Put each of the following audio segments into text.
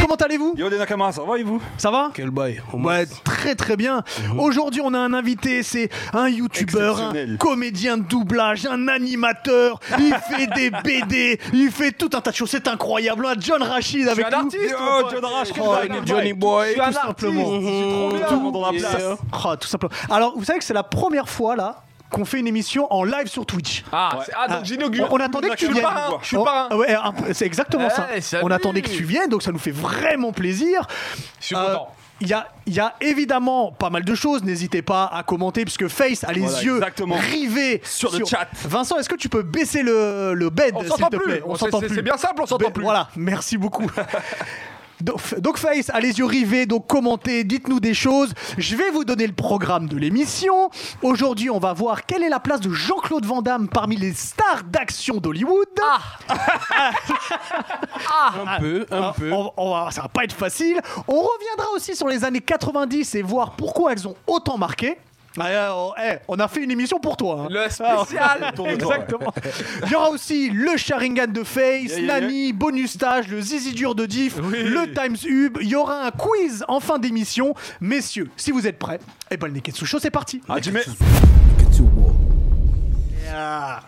comment allez-vous Yo les Nakamas, ça va et vous Ça va Quel bail. On m'a- Ouais, très très bien. Aujourd'hui, on a un invité, c'est un youtubeur, un Exceptionnel. comédien de doublage, un animateur. Il fait des BD, il fait tout un tas de choses. C'est incroyable. On a John Rachid avec nous. Yo Oh, John Rash, quel Oh, bail, il est quel bail. Johnny Boy. Je suis un Tout artiste, simplement. je suis trop bien Tout- dans la place. Yeah. Oh, tout simplement. Alors, vous savez que c'est la première fois là qu'on fait une émission en live sur Twitch. Ah, c'est- ah, donc j'inaugure. On attendait que tu Je suis viennes. parrain, je suis Oh, parrain. ah ouais, un peu- c'est exactement ça. Eh, salut. On attendait que tu viennes, donc ça nous fait vraiment plaisir. Je suis Euh, content. Il y a, il y a évidemment pas mal de choses, n'hésitez pas à commenter puisque Face a les Voilà, yeux exactement. rivés Sur le chat. Vincent, est-ce que tu peux baisser le, le bed On s'il s'entend te plus. plaît On- c'est- c'est bien simple, on s'entend Ben, plus. Voilà, merci beaucoup. Donc, donc Face a les yeux rivés, donc commentez, dites-nous des choses. Je vais vous donner le programme de l'émission. Aujourd'hui, on va voir quelle est la place de Jean-Claude Van Damme parmi les stars d'action d'Hollywood. Ah, Un peu, un Ah, peu. on- on va- ça va pas être facile. On reviendra aussi sur les années 90 et voir pourquoi elles ont autant marqué. Ah, euh, on, eh, on a fait une émission pour toi. hein. Le spécial. Ah, Exactement. Il y aura aussi le Sharingan de Face, Yeah, yeah, Nani, bonus stage, le Zizi dur de Diff, le Times Hub. Il y aura un quiz en fin d'émission. Messieurs, si vous êtes prêts, eh ben le Neketsu Show, c'est parti. Ah, tu mets- Ah.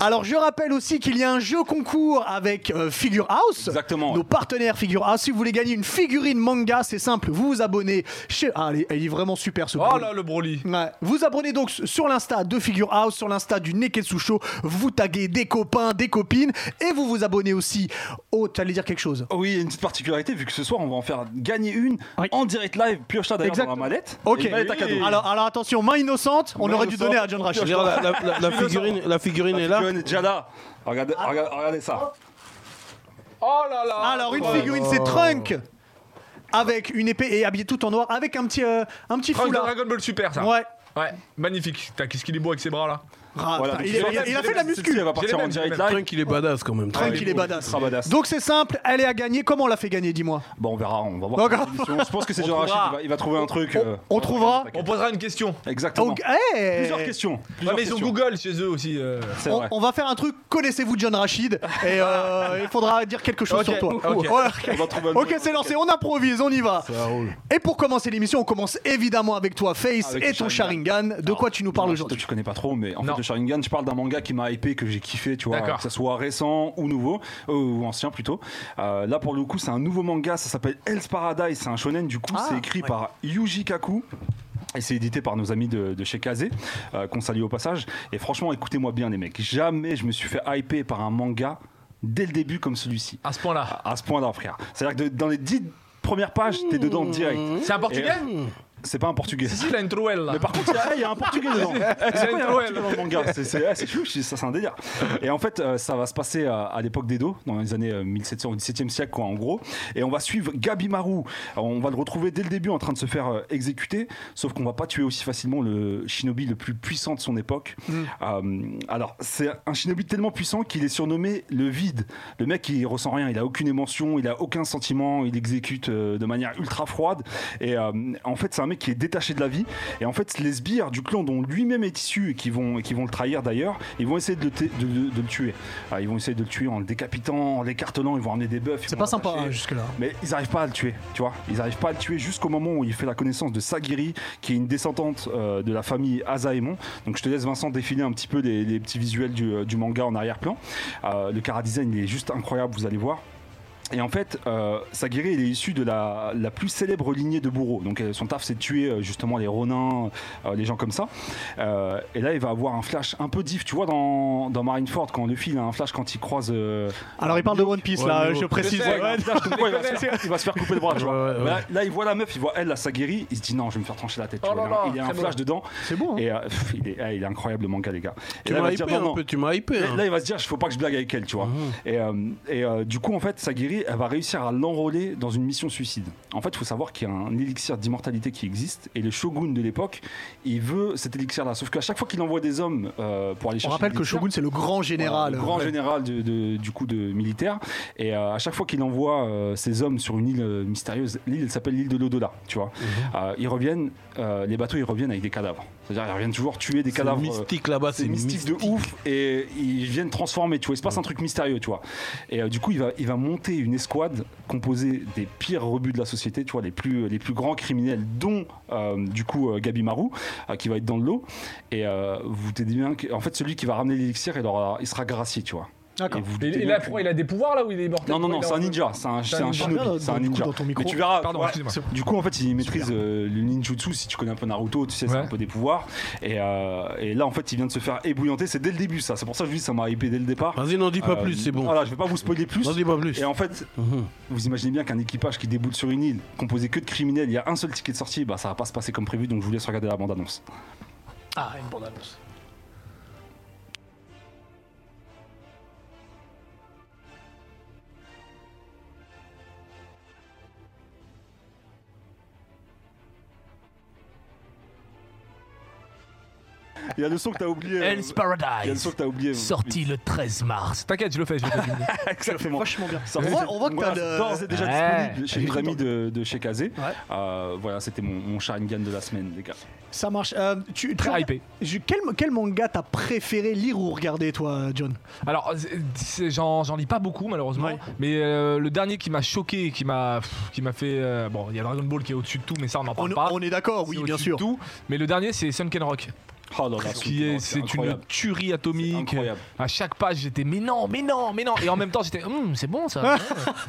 Alors je rappelle aussi qu'il y a un jeu concours avec euh, Figure House. Exactement, ouais. Nos partenaires Figure House. Si vous voulez gagner une figurine manga, c'est simple. Vous vous abonnez chez. Ah, elle est, elle est vraiment super ce Oh produit. là, le Broly. Ouais. Vous abonnez donc sur l'Insta de Figure House, sur l'Insta du Neketsu Show. Vous taguez des copains, des copines. Et vous vous abonnez aussi au. T'allais dire quelque chose Oh Oui, il y a une petite particularité, vu que ce soir on va en faire gagner une Oui. en direct live, piocha d'ailleurs dans la mallette. Ok. Et une Eh mallette à cadeau. Alors, alors attention, main innocente, on Main aurait dû innocente. donner à John Je veux Rachid. dire, la, la- la- la figurine, la figurine est là. John et Jada, regardez, regardez, regardez ça. Oh là là. Alors une Ouais. figurine c'est Trunk avec une épée et habillé tout en noir avec un petit euh, un petit Franck de foulard. Dragon Ball Super, ça. Ouais. Ouais, magnifique. Putain, Qu'est-ce qu'il est beau avec ses bras là. Ah, putain, Voilà, donc il, tu il- vois, il- il a fait de la celle-ci, Elle muscu. va partir en mêmes, direct j'ai les live. Trunk, il est badass quand même. Trunk, Trunk. il est badass. ultra badass. Donc c'est simple, elle est à gagner. Comment on l'a fait gagner, dis-moi Bon, on verra, on va voir. Donc, cette émission. Je pense que c'est John Rachid, trouvera. il va- il va trouver un truc. euh, On trouvera. On posera une question. Exactement. Donc, hey Plusieurs questions. Ouais, plusieurs mais ils ont questions. Google chez eux aussi. euh. C'est on, vrai. on va faire un truc. Connaissez-vous John Rachid Et euh, il faudra dire quelque chose Ok, sur toi. ok. Voilà. On va trouver un Ok, truc. c'est lancé. On improvise, on y va. roule. Et pour commencer l'émission, on commence évidemment avec toi, Face, Avec et le ton Sharingan. Sharingan. De quoi tu nous parles Moi, aujourd'hui toi, tu connais pas trop, mais en Non. fait, le Sharingan, je parle d'un manga qui m'a hypé, que j'ai kiffé, tu vois, D'accord. que ça soit récent ou nouveau, euh, ou ancien plutôt. Euh, là, pour le coup, c'est un nouveau manga, ça s'appelle Hell's Paradise, c'est un shonen, du coup, Ah, c'est écrit par Yuji Kaku. Et c'est édité par nos amis de, de chez Kazé, euh, qu'on salue au passage. Et franchement, écoutez-moi bien, les mecs. Jamais je me suis fait hyper par un manga dès le début comme celui-ci. À ce point-là. À ce point-là, frère. C'est-à-dire que de- dans les dix premières pages, t'es dedans direct. Mmh. C'est un portugais C'est pas un portugais. Si, si, il a une trouelle euh, là. Mais par contre, il y a- il y, a un portugais dedans. Eh, C'est quoi, il y a un Ouais, portugais dans le manga C'est- C'est ah, c'est fou, je- ça c'est un délire. Et en fait, euh, ça va se passer euh, à l'époque d'Edo, dans les années euh, 1700 ou 17e siècle, quoi, en gros. Et on va suivre Gabi Maru. Alors, on va le retrouver dès le début en train de se faire euh, exécuter, sauf qu'on va pas tuer aussi facilement le shinobi le plus puissant de son époque. Euh, alors, c'est un shinobi tellement puissant qu'il est surnommé le vide. Le mec, il ressent rien, il a aucune émotion, il a aucun sentiment, il exécute euh, de manière ultra froide. Et euh, en fait, c'est un mec qui est détaché de la vie. Et en fait, les sbires du clan dont lui-même est issu et qui vont, et qui vont le trahir d'ailleurs, ils vont essayer de le, t- de- de- de le tuer. Ah, ils vont essayer de le tuer en le décapitant, en l'écartelant, ils vont ramener des bœufs. ils C'est vont pas sympa l'attacher. hein, jusque-là. Mais ils n'arrivent pas à le tuer, tu vois. Ils n'arrivent pas à le tuer jusqu'au moment où il fait la connaissance de Sagiri, qui est une descendante euh, de la famille Azaemon. Donc je te laisse Vincent défiler un petit peu les, les petits visuels du, euh, du manga en arrière-plan. Euh, le chara-design il est juste incroyable, vous allez voir. Et en fait, euh, Sagiri, il est issu de la, la plus célèbre lignée de bourreaux. Donc euh, son taf, c'est de tuer euh, justement les ronins, euh, les gens comme ça. Euh, et là, il va avoir un flash un peu diff. Tu vois, dans, dans Marineford, quand Luffy, il a un flash quand il croise... euh, Alors il parle de One Piece Ouais, là, mais je bon. précise. Je sais, Ouais, Là, je comprends, il, va se faire, il va se faire couper le bras, tu vois. Ouais, ouais, ouais. Là, là, il voit la meuf, il voit elle, la Sagiri, il se dit non, je vais me faire trancher la tête. tu Oh vois. là là, il y a un très flash dedans. C'est bon. hein. Et euh, pff, il, est, ah, il est incroyable le manga, les gars. Et Tu là, il m'as va se hypé dire non, un non. peu, tu m'as hypé. hein. Là, il va se dire, il faut pas que je blague avec elle, tu vois. Et, euh, et, euh, du coup, en fait, Sagiri, elle va réussir à l'enrôler dans une mission suicide. En fait, il faut savoir qu'il y a un élixir d'immortalité qui existe. Et le shogun de l'époque, il veut cet élixir-là. Sauf qu'à chaque fois qu'il envoie des hommes euh, pour aller On chercher. rappelle que l'élixir, Shogun c'est le grand général. voilà, le grand Ouais. général de- de- du coup de militaire. Et euh, à chaque fois qu'il envoie euh, ses hommes sur une île euh, mystérieuse, l'île elle s'appelle l'île de l'au-delà, tu vois. Euh, ils reviennent, euh, les bateaux ils reviennent avec des cadavres. C'est-à-dire, ils reviennent toujours tuer des C'est cadavres. euh, mystique là-bas, c'est mystique, de ouf et ils viennent transformer, tu vois, il se passe un truc mystérieux, tu vois. Et euh, du coup, il va, il va monter une escouade composée des pires rebuts de la société, tu vois, les plus, les plus grands criminels, dont euh, du coup euh, Gabi Marou, euh, qui va être dans le lot. Et euh, vous vous dites bien qu'en fait, celui qui va ramener l'élixir, il, aura- il sera gracié, tu vois. D'accord. Et vous vous Et, doutez et bien là, que- pourquoi il a des pouvoirs là où il est mortel non, non, non, c'est Pourquoi un il est en- ninja, c'est un, c'est un ninja. Regarde, shinobi, c'est un du coup, ninja. dans ton micro. Mais tu verras, Pardon, ouais, excuse-moi. du coup, en fait, il maîtrise euh, le ninjutsu, si tu connais un peu Naruto, tu sais, c'est Ouais. un peu des pouvoirs. Et, euh, et là, en fait, il vient de se faire ébouillanter, c'est dès le début, ça. C'est pour ça que je dis, ça m'a hypé dès le départ. Vas-y, n'en dis pas Euh, plus, c'est bon. Voilà, je vais pas vous spoiler plus. N'en dis pas plus. Et en fait, Mhm. vous imaginez bien qu'un équipage qui déboule sur une île, composé que de criminels, il y a un seul ticket de sortie, bah ça va pas se passer comme prévu, donc je vous laisse regarder la bande-annonce. Ah, une bande annonce. Il y a le son que t'as oublié. euh, Hell's Il y a le Paradise, son que t'as oublié. euh, sorti le 13 mars. T'inquiète, je le fais, je le fais. Exactement. Vachement bien. Ça On voit, on voit que t'as Voilà, de... d'ores et déjà Ouais. disponible chez notre ami de, de chez Kazé. Ouais. Euh, voilà, c'était mon, mon Sharingan de la semaine, les gars. Ça marche. Euh, tu, tu- Très hypé. Je- quel, quel manga t'as préféré lire ou regarder, toi, John Alors, c'est- c'est- j'en j'en lis pas beaucoup malheureusement, Ouais. mais euh, le dernier qui m'a choqué, qui m'a pff, qui m'a fait euh, bon, il y a Dragon Ball qui est au-dessus de tout, mais ça on en parle on, pas. on est d'accord, C'est oui, au-dessus bien de sûr. Tout, mais le dernier c'est Sunken Rock, Oh là là, qui est c'est une incroyable. tuerie C'est atomique. incroyable. À chaque page j'étais mais non, mais non, mais non, et en même temps j'étais Hum, c'est bon ça.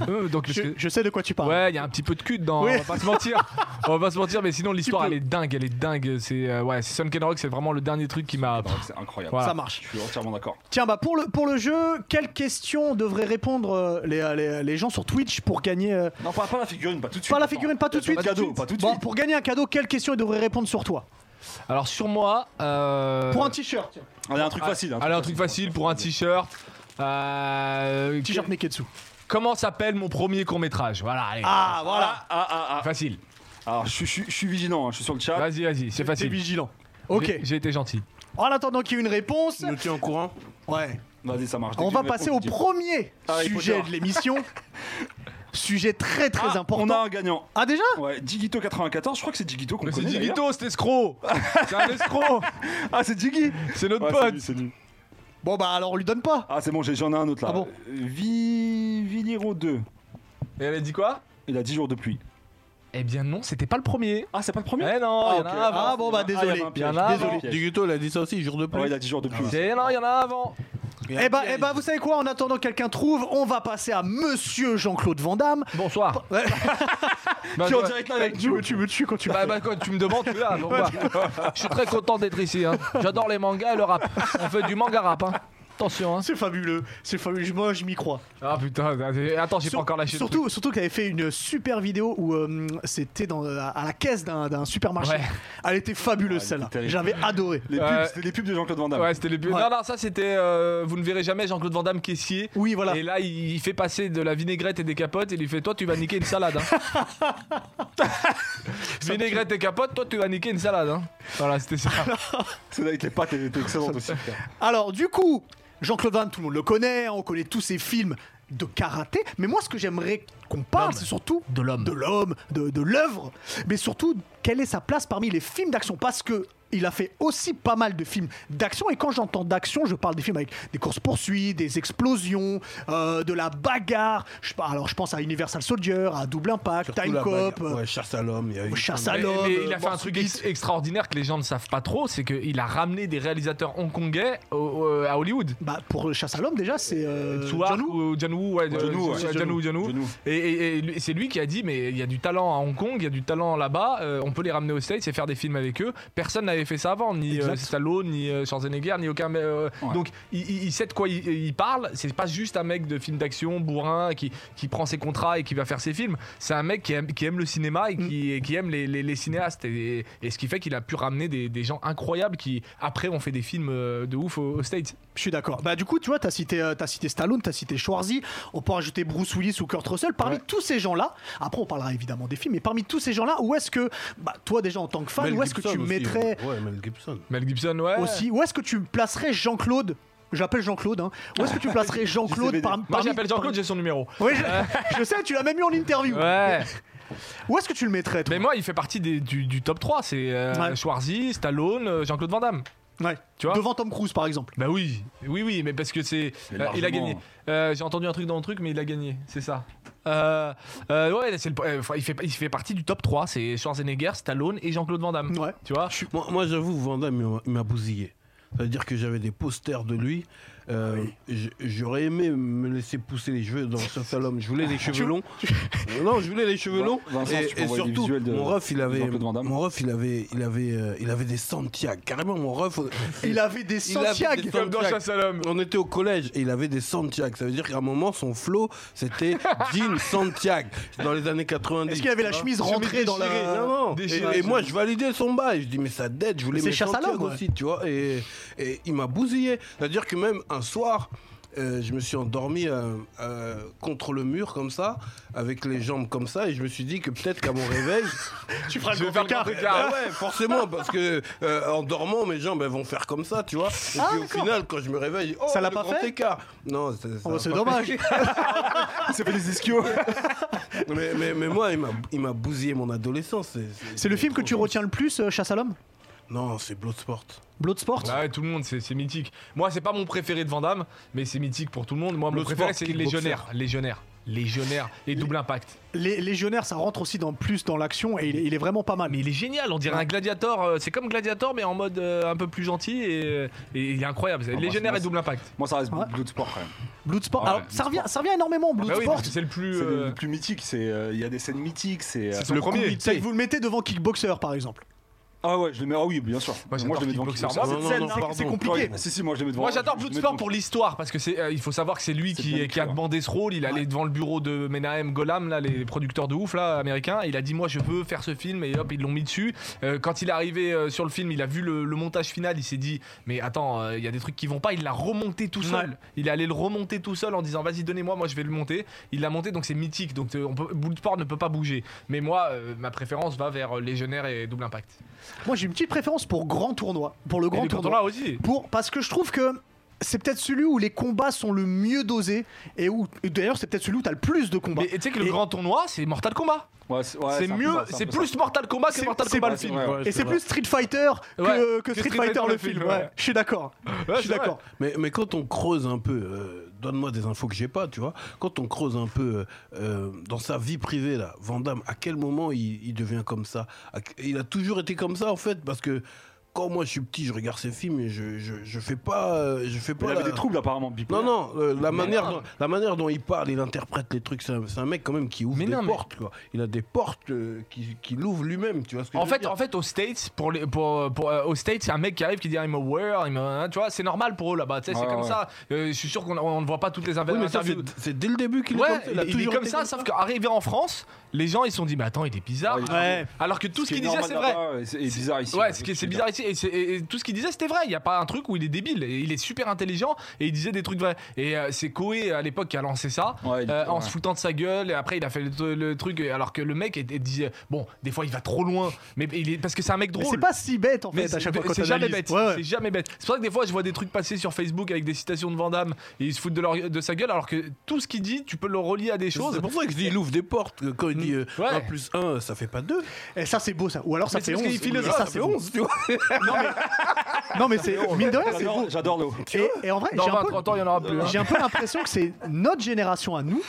Euh, donc parce Je, que- je sais de quoi tu parles. Ouais, il y a un petit peu de cul dedans, Oui. on va pas se mentir. on va pas se mentir, mais sinon l'histoire peux. elle est dingue, elle est dingue. C'est euh, ouais, c'est Sunken Rock, c'est vraiment le dernier truc qui m'a. Non, C'est incroyable. Voilà. Ça marche. Je suis entièrement d'accord. Tiens, bah pour le, pour le jeu, quelles questions devraient répondre euh, les, euh, les, les gens sur Twitch pour gagner. euh, Non, pas, pas la figurine, pas tout de suite. Pas la figurine, pas tout de Attends, suite. pas de cadeau, pas tout de Bon, suite. pour gagner un cadeau, quelles questions ils devraient répondre sur toi Alors sur moi. euh, Pour un t-shirt. tiens. Allez, un truc facile. Ah, Allez, un truc facile pour un t-shirt. Euh, T-shirt Neketsu. Comment s'appelle mon premier court métrage Voilà, allez. Ah, voilà. Ah, ah, ah, ah. Facile. Alors, je, suis- je suis- je suis vigilant, hein, je suis sur le chat. Vas-y, vas-y, c'est T'es facile. vigilant. Ok. Oh, J'ai- J'ai été gentil. En attendant qu'il y ait une réponse, Nous tiens au courant. ouais. Vas-y, ça marche. Dès on que va tu me passer réponds, au je dis. premier Harry sujet Potter. de l'émission. sujet très très Ah, important. On a un gagnant. Ah, déjà Ouais, Digito 94, je crois que c'est Digito qu'on Mais c'est connaît. d'ailleurs. Digito, cet escroc C'est un escroc Ah, c'est Diggy C'est notre Ouais, Ah, c'est lui, pote c'est lui. Bon, bah alors on lui donne pas. Ah, c'est bon, j'ai- j'en ai un autre là. Ah bon Euh, Vi... Viliro 2. Et elle a dit quoi Il a 10 jours de pluie. Eh bien non, c'était pas le premier. Ah, c'est pas le premier Eh non, il y en a un avant. Ah, bon, bah, il y en a un désolé. avant, Il y en a piège. un ah, avant. Ah, Désolé. piège. Digito, il a dit ça aussi, jour de Ah ouais, plus. il a 10 jours de pluie. Eh non, il y en a un avant. Eh bah, eh bah, vous savez quoi En attendant que quelqu'un trouve, on va passer à Monsieur Jean-Claude Van Damme. Bonsoir. Ouais. Bah, Qui est en je- direct là avec Tu nous me, tu me tues quand tu Bah, parles. bah, quand tu me demandes, tu es là. donc voilà. Je suis très content d'être ici. hein. J'adore les mangas et le rap. On fait du manga rap. hein. Attention. Hein. C'est fabuleux, c'est fabuleux. Moi, je m'y crois. Ah putain, attends, j'ai Sur- pas encore lâché. le truc. Surtout, surtout que t'avais fait une super vidéo où euh, c'était dans euh, à la caisse d'un d'un supermarché. Ouais. Ah, Elle était fabuleuse Ouais, celle-là. terrible. J'avais adoré. Les pubs, Euh, c'était les pubs de Jean-Claude Van Damme. Ouais, c'était les plus. Ouais. Non, non, ça c'était. euh, vous ne verrez jamais Jean-Claude Van Damme caissier. Oui, voilà. Et là, il, il fait passer de la vinaigrette et des capotes et il lui fait Toi, tu vas niquer une salade. hein. vinaigrette et capote, toi, tu vas niquer une salade. hein. Voilà, c'était ça. Celle-là avec les pattes, elle était excellente aussi. Alors, du coup, Jean-Claude Van, Damme, tout le monde le connaît, on connaît tous ses films de karaté, mais moi ce que j'aimerais qu'on parle, c'est surtout de l'homme, de l'homme, de, de l'œuvre, mais surtout quelle est sa place parmi les films d'action, parce que il a fait aussi pas mal de films d'action, et quand j'entends d'action, je parle des films avec des courses poursuites, des explosions, euh, de la bagarre. Je, par- alors je pense à Universal Soldier, à Double Impact, Surtout Time la Cop, bagarre. euh, Ouais, chasse à l'homme. il y a eu- Chasse à Mais, l'homme. mais il a euh, fait un truc ex- extraordinaire que les gens ne savent pas trop c'est qu'il a ramené des réalisateurs hongkongais au- au- à Hollywood. Bah, pour Chasse à l'homme déjà, c'est euh, Tsua John Woo. ou John Woo, ouais, John Woo, ouais. John Woo, John Woo. John Woo. Et, et- et lui- c'est lui qui a dit mais il y a du talent à Hong Kong, il y a du talent là-bas, euh, on peut les ramener aux States et faire des films avec eux. Personne n'avait fait ça avant, ni Exact. euh, Stallone, ni euh, Schwarzenegger, ni aucun. mais, euh, Ouais. Donc il, il- il sait de quoi il, il parle. C'est pas juste un mec de film d'action bourrin qui, qui prend ses contrats et qui va faire ses films. C'est un mec qui aime, qui aime le cinéma Mm. et qui, et qui aime les, les- les cinéastes et, et ce qui fait qu'il a pu ramener des, des gens incroyables qui après ont fait des films euh, de ouf aux, aux States. Je suis d'accord. Bah du coup, tu vois, t'as cité, euh, t'as cité Stallone, t'as cité Schwarzy. On peut rajouter Bruce Willis ou Kurt Russell. Parmi tous ces gens-là, après on parlera évidemment des films, mais parmi tous ces gens-là, où est-ce que, bah, toi déjà en tant que fan, Mel où est-ce que tu Gibson aussi, hein. mettrais Ouais, Mel Gibson. Mel Gibson, ouais. aussi, où est-ce que tu placerais Jean-Claude J'appelle Jean-Claude. Hein. Où est-ce que tu placerais Jean-Claude JCVD. par- parmi Moi j'appelle Jean-Claude, j'ai son numéro. Oui, je, je sais, tu l'as même eu en interview. Ouais. Où est-ce que tu le mettrais, toi Mais moi, il fait partie des- du, du top 3. C'est euh, Ouais. Schwarzy, Stallone, euh, Jean-Claude Van Damme. Ouais. Tu vois Devant Tom Cruise, par exemple. Bah oui, oui, oui, mais parce que c'est. Mais euh, il a largement. gagné. Euh, J'ai entendu un truc dans le truc, mais il a gagné, c'est ça. Euh, euh, ouais, c'est le- euh, il, fait, il fait partie du top 3. C'est Schwarzenegger, Stallone et Jean-Claude Van Damme. Ouais. Tu vois Moi, moi, j'avoue, Van Damme, il m'a- il m'a bousillé. C'est-à-dire que j'avais des posters de lui. Euh, j- J'aurais aimé me laisser pousser les cheveux dans ce salon. Je voulais les cheveux longs. non, je voulais les cheveux Vin- longs. Vincent, et, si tu peux et envoyer des surtout, visuels de- mon ref, il de avait, Jean-Claude Van Damme. mon ref, il avait, il avait, euh, il avait des Santiago. Carrément, mon ref. Il avait des Il avait des Santiago. Santiago. Comme dans Chasse à l'homme. On était au collège et il avait des Santiago. Ça veut dire qu'à un moment, son flow, c'était Jean Santiago dans les années 90. Est-ce qu'il avait la tu vois. chemise rentrée dans la. Non, non. Déchiré. Et, et moi, je validais son bail. Je dis, mais sa dette, je voulais C'est mes chasse à Santiago l'homme, ouais. aussi, tu vois. Et, et il m'a bousillé. C'est-à-dire que même un soir, euh, je me suis endormi euh, euh, contre le mur, comme ça, avec les jambes comme ça, et je me suis dit que peut-être qu'à mon réveil. Tu feras Je le vais grand faire le écart. grand écart. Ah ouais, forcément, parce que euh, en dormant, mes jambes, elles vont faire comme ça, tu vois. Et Ah, puis au d'accord. final, quand je me réveille, oh, Ça l'a le pas grand fait écart. Non, ça- ça Oh, l'a C'est pas dommage. Il s'est fait des ischios. fait. Mais, mais, mais moi, il m'a- il m'a bousillé mon adolescence. c'est- C'est le film que tu retiens le plus, euh, Chasse à l'homme Non, c'est Bloodsport. Bloodsport Ah ouais, tout le monde, c'est c'est mythique. Moi, c'est pas mon préféré de Van Damme, mais c'est mythique pour tout le monde. Moi, mon Le préféré, sport, c'est kickboxer. Légionnaire. Légionnaire. Légionnaire et Double Impact. Les Légionnaires, ça rentre aussi dans plus dans l'action et il est, il est vraiment pas mal. Ah, Mais il est génial, on dirait un Gladiator. euh, C'est comme Gladiator, mais en mode euh, un peu plus gentil et, euh, et il est incroyable. bah, Légionnaire c'est- et Double Impact. Moi, ça reste Ouais. Bloodsport quand même. Bloodsport, Ah ouais, alors, ça, revient, ça revient énormément, Bah oui, Bloodsport. parce que c'est le plus. C'est le, euh, le plus mythique. C'est euh, il y a des scènes mythiques. C'est euh, C'est son le premier. comité. vous le mettez devant Kickboxer, par exemple. Ah ouais, je le mets. Ah oui, bien sûr. Moi, j'adore je le mets devant Kickboxer. Kickboxer. Moi, cette Non, scène, non, non, c'est- pardon. c'est compliqué. Ah oui, Si si, moi je le mets devant. Moi j'adore je le mets Bloodsport devant- pour l'histoire parce que c'est euh, il faut savoir que c'est lui C'est qui, bien qui a écrit, ouais. demandé ce rôle, il allait Ouais. devant le bureau de Menahem Golam là les producteurs de ouf là américains, il a dit moi je veux faire ce film et hop ils l'ont mis dessus. Euh, quand il est arrivé euh, sur le film, il a vu le, le montage final, il s'est dit mais attends, euh, il y a des trucs qui vont pas, il l'a remonté tout seul. Ouais. Il est allé le remonter tout seul en disant vas-y donnez-moi, moi je vais le monter. Il l'a monté donc c'est mythique donc euh, on peut, Bloodsport ne peut pas bouger. Mais moi euh, ma préférence va vers euh, Légionnaire et Double Impact. Moi, j'ai une petite préférence pour Grand Tournoi. Pour le Et Grand les Tournoi. Panthères aussi. Pour, parce que je trouve que c'est peut-être celui où les combats sont le mieux dosés. Et où, et d'ailleurs, c'est peut-être celui où t'as le plus de combats. Mais tu sais que le Bah, Et- grand tournoi, c'est Mortal Kombat. Ouais, c'est ouais, c'est un peu mieux, ça, un c'est peu ça. plus Mortal Kombat que C'est- Mortal c'est- Kombat le ouais, c'est film. vrai, Ouais, et c'est vrai. plus Street Fighter que, euh, Ouais, que Street, Fighter, le film. ouais. Je suis d'accord. je suis c'est vrai. d'accord. Mais, mais quand on creuse un peu, euh, donne-moi des infos que j'ai pas, tu vois. Quand on creuse un peu euh, euh, dans sa vie privée, là, Van Damme, à quel moment il, il devient comme ça À- Il a toujours été comme ça, en fait, parce que quand moi je suis petit, je regarde ses films et je, je, je fais pas. euh, Je fais pas Il avait la- des troubles apparemment. Non, bipolaires. non, euh, la, Mais manière non. Dont, la manière dont il parle, il interprète les trucs, c'est un, c'est un mec quand même qui ouvre Mais des non, mais- portes, quoi. Il a des portes euh, qui, qui l'ouvre lui-même, tu vois ce que En je veux fait, dire en fait, aux States, pour les, pour, pour, euh, aux States, c'est un mec qui arrive qui dit I'm aware, I'm, euh, tu vois, c'est normal pour eux là-bas, tu sais, c'est Ouais, comme ouais. ça. Euh, je suis sûr qu'on on ne voit pas toutes les Oui, mais ça, interviews. c'est c'est dès le début qu'il Ouais, est comme ça. il, il est toujours comme été ça, sauf qu'arrivé en France, les gens ils se sont dit mais attends, il est bizarre. Ouais, il est Ouais. Alors que tout ce, qui est qu'il disait, normal c'est vrai. là-bas, et C'est et bizarre ici. Ouais, ce qui- Je c'est suis bizarre ici. Et, c'est- et- et tout ce qu'il disait, c'était vrai. Il n'y a pas un truc où il est débile. Et il est super intelligent et il disait des trucs vrais. Et euh, c'est Koé à l'époque qui a lancé ça Ouais, il- euh, en ouais. se foutant de sa gueule. Et après, il a fait le, le truc. Alors que le mec était- disait Bon, des fois, il va trop loin. Mais il est, parce que c'est un mec Mais drôle. c'est pas si bête en Mais fait à chaque fois c'est- quand c'est jamais t'analyses. bête. Ouais, ouais. C'est jamais bête. C'est pour ça que des fois, je vois des trucs passer sur Facebook avec des citations de Van Damme et ils se foutent de, leur- de sa gueule. Alors que tout ce qu'il dit, tu peux le relier à des choses. C'est pour ça que je dis il ouvre des portes. que Quand il dit euh, Ouais. 1 plus 1, ça fait pas 2. Et Eh, ça c'est beau ça. Ou alors ça Mais c'est fait parce 11. qu'il est philosophe, ça, ça c'est fait beau. 11, tu vois. Non mais c'est mine de rien c'est J'adore- beau. J'adore l'eau. Et, et en vrai Dans j'ai un 20, peu 30 ans, il n'y en aura plus. hein. J'ai un peu l'impression que c'est notre génération à nous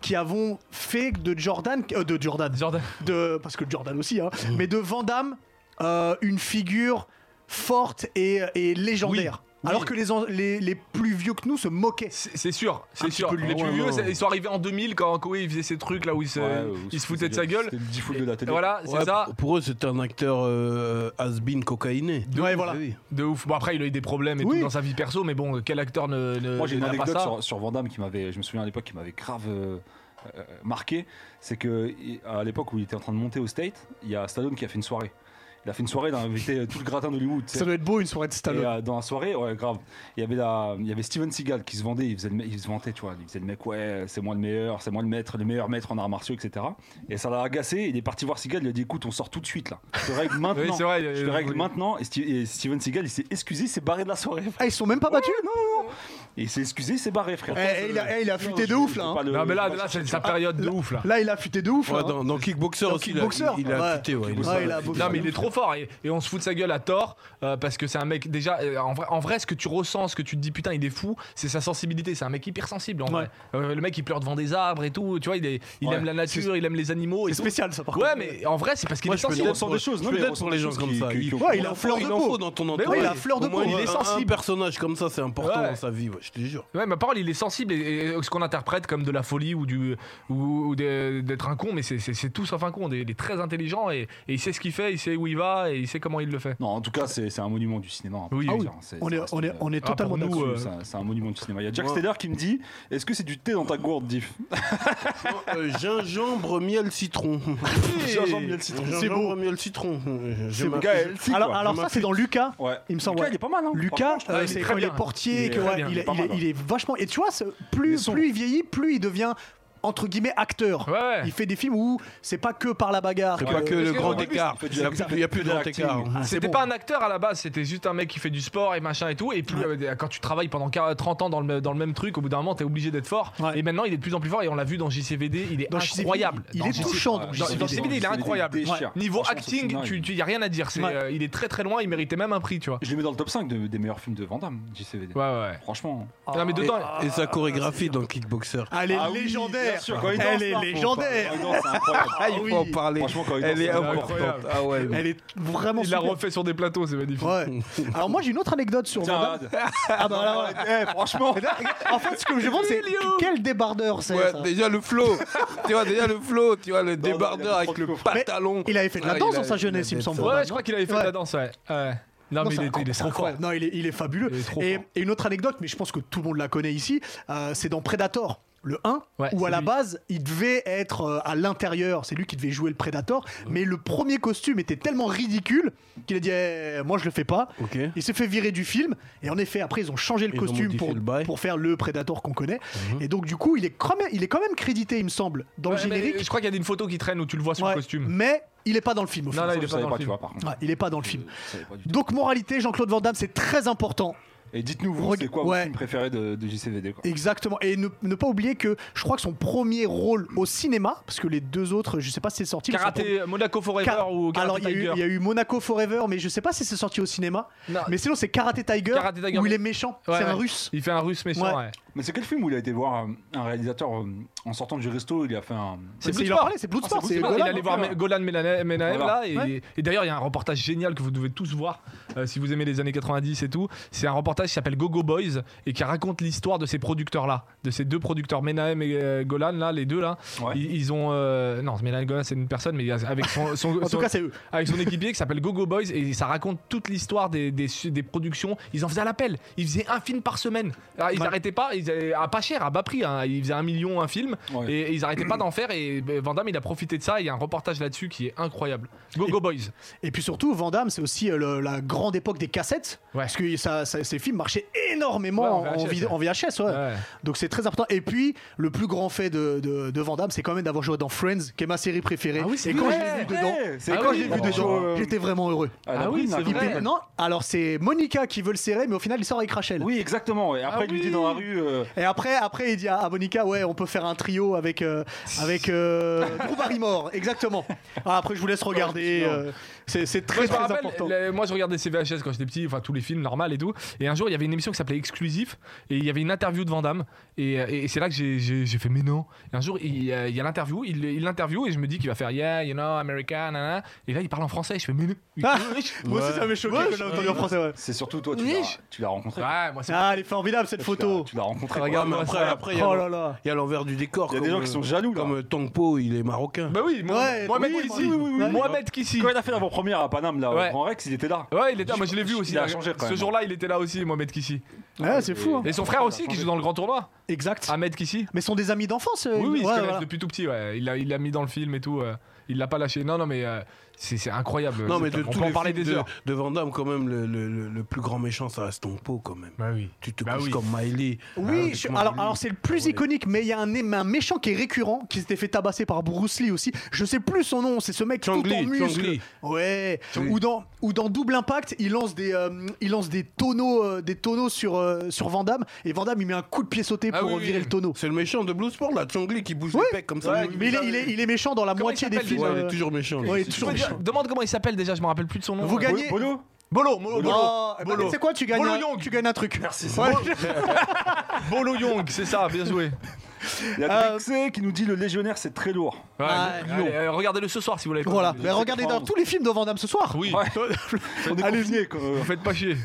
qui avons fait de Jordan, euh, de Jordan, Jordan. Mmh. de, parce que Jordan aussi, hein, mais de Van Damme euh, une figure forte et, et légendaire. Oui, Alors oui. que les, en- les, les plus vieux que nous se moquaient. C'est c'est sûr, Un c'est petit sûr. peu Les plus loin, vieux, ouais. c'est- ils sont arrivés en 2000 quand Koé il faisait ces trucs là où il se, Ouais, ou il ce se foutait que de sa c'est- gueule. C'était le diffoule de la télé. Voilà, Ouais, c'est ça. pour- Pour eux, c'était un acteur euh, has-been cocaïné. Ouais, ouf, voilà. oui. De ouf. Bon après il a eu des problèmes et Oui. tout dans sa vie perso, mais bon quel acteur ne, ne Moi j'ai une n'a pas anecdote ça sur, sur Van Damme qui m'avait, je me souviens à l'époque, qui m'avait grave euh, euh, marqué. C'est que il- à l'époque où il était en train de monter au State, il y a Stallone qui a fait une soirée. Il a fait une soirée, il a invité tout le gratin d'Hollywood. tu sais. Ça doit être beau une soirée de Et, Stallone. euh, dans la soirée, ouais, grave. Il y avait la, il y avait Steven Seagal qui se vendait, il faisait le, me- il se vantait, tu vois, il faisait le mec, ouais, c'est moi le meilleur, c'est moi le maître, le meilleur maître en arts martiaux, etc. Et ça l'a agacé. Il est parti voir Seagal, il lui a dit, écoute, on sort tout de suite là. Je te règle maintenant. Oui, c'est vrai, il y a- je te règle oui. euh, maintenant. Et, Sti- et Steven Seagal, il s'est excusé, il s'est barré de la soirée. Ah, ils se sont même pas battus Non, non, non. Il s'est excusé, il s'est barré, frère. Eh, eh, il, a, eh, il a fuité de ouf là. hein. Pas le- Non, mais là, le- là c'est sa période de ouf, là. Là, il a fuité de ouf. Ouais, là, hein. dans, dans Kickboxer Dans aussi, Kickboxer, il a, il, il a ouais. quitté, ouais, il est- Ouais, il a beau- Non mais il est trop fort et, et on se fout de sa gueule à tort euh, parce que c'est un mec déjà euh, en vrai, en vrai ce que tu ressens ce que tu te dis putain il est fou c'est sa sensibilité c'est un mec hyper sensible en vrai Euh, le mec il pleure devant des arbres et tout tu vois il, est- il Ouais. aime la nature il aime les animaux et C'est tout. spécial ça par contre. Oh, ouais mais en vrai c'est parce qu'il Moi, est je peux Il sensible ressent des choses, non mais il Peut-être ressent pour les des gens choses comme qui- ça. qui- qui- Ouais, il a un fleur il de en peau. faut dans ton Mais entourage. oui, il a un fleur de Au moins, peau. il est Ouais. sensible. Un personnage comme ça, c'est important Ouais. dans sa vie, ouais, je te jure. Ouais, ma parole, il est sensible et, et ce qu'on interprète comme de la folie ou du ou, ou de- d'être un con, mais c'est- c'est c'est tout sauf un con. Il est très intelligent et, et il sait ce qu'il fait, il sait où il va et il sait comment il le fait. Non, en tout cas, c'est c'est un monument du cinéma. hein. Oui, Ah oui. c'est- On ça est, reste, on est, euh, on est Ah, pour totalement nous, d'accord. euh, c'est un- C'est un monument du cinéma. Il y a Jack Ouais. Steller qui me dit Est-ce que c'est du thé dans ta gourde, Diff Euh, gingembre, miel, citron. Gingembre, miel, citron. Gingembre, miel, citron. Je m'appuie- Gaël, si, Alors, quoi. alors Je ça, c'est dans Lucas. Ouais. Il me semble. Lucas, ouais. il est pas mal. Hein. Lucas, Franchement, euh, ouais, il est c'est très quand il est bien. portier, Il est que, très ouais, bien, il, il est est- pas il est- mal, hein. il est vachement. Et tu vois, ce- Les plus, sons. plus il vieillit, plus il devient entre guillemets acteur. Ouais, ouais. Il fait des films où c'est pas que par la bagarre. C'est Ouais, pas que le parce que- grand en plus, écart. il faut Il n'y a dire- plus- il y a plus de de grand l'acting. écart. Ah, c'est C'était bon. pas un acteur à la base, c'était juste un mec qui fait du sport et machin et tout. Et puis euh, quand tu travailles pendant 40, 30 ans dans le, dans le même truc, au bout d'un moment, t'es obligé d'être fort. Ouais. Et maintenant, il est de plus en plus fort et on l'a vu dans JCVD, il est Dans JCVD, incroyable. il Dans est JCVD, touchant dans dans- JCVD. dans JCVD, il est incroyable. déchire. Niveau Franchement, ce acting, film-là, tu, il- tu y a rien à dire. c'est, Ouais. euh, il est très très loin, il méritait même un prix, tu vois. Je le mets dans le top 5 de- des meilleurs films de Van Damme, JCVD. Ouais, ouais. Franchement. Ah, Non, mais dedans, Et sa chorégraphie dans Kickboxer. Elle est Ah oui, bien légendaire. sûr, quand il Elle danse, est là, faut- légendaire. quand il danse, c'est incroyable. Ah, il oui. faut en parler. Franchement, quand il Elle danse, est c'est importante. incroyable. Ah ouais. Elle est vraiment. il l'a super. refait sur des plateaux, c'est magnifique. Ouais. Alors moi j'ai une autre anecdote sur Tiens, Van Damme. regarde. Ah bah là, ouais. Eh, franchement. En fait ce que je demande c'est Emilio. quel débardeur c'est Ouais, ça déjà le flow, tu vois, déjà le flow, tu vois, le il y a débardeur des avec le trocs de fou. pantalon. Il avait fait de la Ah, danse il a- dans sa jeunesse il il a me fait semble. ça. Ouais, je crois qu'il avait fait Ouais. de la danse, ouais. Ouais. Non, Non, mais c'est il est, il est incroyable. trop fort. Non, il est, il est fabuleux. Il est trop et, fort. et une autre anecdote, mais je pense que tout le monde la connaît ici, euh, c'est dans Predator. Le 1, Ouais, où à c'est la lui. base, il devait être euh, à l'intérieur, c'est lui qui devait jouer le Predator, mais le premier costume était tellement ridicule qu'il a dit Eh, Moi je le fais pas Ok. Il s'est fait virer du film, et en effet, après ils ont changé le Ils ont costume modifié pour, le bail. pour faire le Predator qu'on connaît, et donc du coup, il est, quand même, il est quand même crédité, il me semble, dans le Mhm. Ouais, mais générique. Je crois qu'il y a une photo qui traîne où tu le vois sur Ouais, le costume. Mais il est pas dans le film au Non, final. non, il Je est pas savais dans pas, le tu film. vois, par contre. Ouais, il est pas dans le film. Je savais pas du tout. Donc moralité, Jean-Claude Van Damme, c'est très important. Et dites-nous, vous, Reg- c'est quoi votre ouais. film préféré de, de JCVD quoi. Exactement. Et ne, ne pas oublier que je crois que son premier rôle au cinéma, parce que les deux autres, je sais pas si c'est sorti. mais son premier- Karaté Monaco Forever Car- ou Karaté Alors il y, a eu, Tiger. il y a eu Monaco Forever, mais je sais pas si c'est sorti au cinéma. Non. Mais sinon c'est Karaté Tiger, Karate Tiger, où il mais- est méchant. Ouais, c'est un ouais. russe. Il fait un russe méchant, Ouais. ouais. Mais c'est quel film où il a été voir euh, un réalisateur euh, en sortant du resto Il a fait un. C'est il en Bloodsport. parlait, c'est Bloodsport, Ah, c'est c'est Bloodsport. il Golan. allait voir voilà. Golan Menahem Voilà. là et, et d'ailleurs il y a un reportage génial que vous devez tous voir euh, si vous aimez les années 90 et tout c'est un reportage qui s'appelle Gogo Boys et qui raconte l'histoire de ces producteurs là de ces deux producteurs Menahem et euh, Golan là les deux là Ouais. ils, ils ont euh, non Menahem et Golan c'est une personne mais il y a- avec son, son- En tout son- cas c'est eux. avec son équipier qui s'appelle Gogo Boys et ça raconte toute l'histoire des, des, des productions. Ils en faisaient à l'appel. Ils faisaient un film par semaine. Alors, ils Ouais. n'arrêtaient pas, ils, avaient- à pas cher, à bas prix. hein. Ils faisaient un million, un film Ouais. et, et ils n'arrêtaient pas d'en faire. Et ben, Van Damme, il a profité de ça. Il y a un reportage là-dessus qui est incroyable. Gogo Boys. Et puis surtout, Van Damme, c'est aussi euh, le- la grande époque des cassettes, Ouais. parce que ça, ça- ces films marchaient énormément Ouais, en en, VHS, vid- ouais. en VHS. ouais. Ouais. Donc c'est très important. Et puis, le plus grand fait de, de, de Van Damme, c'est quand même d'avoir joué dans Friends, qui est ma série préférée. Ah oui, c'est Et quand vrai. je l'ai vu dedans, Eh, C'est Ah quand oui, j'ai vu oh. des gens. euh, j'étais vraiment heureux. à la hein. Ah oui, brune, là, c'est qui vrai. pètent. Non, alors c'est Monica qui veut le serrer, mais au final, il sort avec Rachel. Oui, exactement. Et après, Ah il lui dit oui. dans la rue. euh, Et après, après, il dit à, à Monica, ouais, on peut faire un trio avec euh, avec euh, Drew Barrymore, exactement. Ah, après, je vous laisse regarder. euh, c'est c'est très Moi, je me très rappelle, important. la- moi je regardais ces VHS quand j'étais petit, enfin tous les films normal et tout. Et un jour il y avait une émission qui s'appelait Exclusif et il y avait une interview de Van Damme. Et, et- et c'est là que j'ai- j'ai j'ai fait mais non. Et un jour il, euh, il y a l'interview, il il l'interview et je me dis qu'il va faire yeah, you know, America, nanana. Et là il parle en français et je fais mais non. Ah, moi aussi, ça m'avait choqué Ouais, quand je l'ai entendu en français. Ouais. C'est surtout toi, tu Oui. l'as- tu l'as rencontré. Ouais, moi c'est Ah, elle est formidable cette euh, Tu l'as- photo. Tu l'as rencontré. quoi. Regarde, mais moi, après, ça- après, il y a Oh le- là là. il y a l'envers du décor. Il y a des comme, gens qui euh, sont jaloux, là. Comme euh, Tangpo, il est marocain. Bah oui, Mo- Ouais, Mohamed oui, Kissi. oui, oui, oui. Mohamed Kissi. Quand il a fait l'avant-première à Paname, là, Ouais. au Grand Rex, il était là. Ouais, il était. ah, moi je l'ai vu aussi. Il a changé, quand Ce même. jour-là, il était là aussi, Mohamed Kissi. Ouais, c'est fou. hein. Et son frère aussi, qui joue dans le grand tournoi. Exact. Ahmed Kissi. Mais sont des amis d'enfance. euh, Ah. Oui, oui, ils ouais, se connaissent voilà. depuis tout petit. Ouais. Il l'a il l'a mis dans le film et tout. euh, il l'a pas lâché. Non, non, mais euh, C'est c'est incroyable. Non, mais C'est- de on tous peut en les parler films des de, heures. de Van Damme, quand même, le, le- le- le plus grand méchant, ça reste ton pot, quand même. Bah oui. Tu te Bah couches oui. comme Miley. Ah, Euh, Oui, avec je- Miley. alors, alors c'est le plus Ouais. iconique, mais il y a un, un méchant qui est récurrent, qui s'était fait tabasser par Bruce Lee aussi. Je sais plus son nom, c'est ce mec Chang tout en Li, muscle. Chang Li. Ouais. Oui. Ou dans ou dans Double Impact, il lance des euh, il lance des tonneaux euh, des tonneaux sur euh, sur Van Damme et Van Damme il met un coup de pied sauté Ah pour oui, oui, virer oui. le tonneau. C'est le méchant de Blue Sport, là, Chang Li, qui bouge Ouais. les pecs comme ça. Ouais, lui, Mais il est, il est- il est méchant dans la Comment il moitié des s'appelle films. déjà Ouais, il euh, est toujours méchant. lui. ouais, il est C'est- toujours Ouais, méchant. Demande comment il s'appelle déjà, je me rappelle plus de son nom. Vous gagnez- Bo- Bolo Bolo, Bolo, Oh, eh ben, Bolo. tu sais quoi, tu gagnes, Bolo un, Young. tu gagnes un truc. Merci. Ouais. Bolo Young, c'est ça, bien joué. Il y Euh, a Trixé qui nous dit le légionnaire c'est très lourd. Ouais, Ah, allez, euh, Regardez-le ce soir si vous l'avez pas Voilà. vu. Mais regardez dans tous les films de Van Damme ce soir. Oui, Ouais. On est Allez-y. confinés, quoi. vous faites pas chier.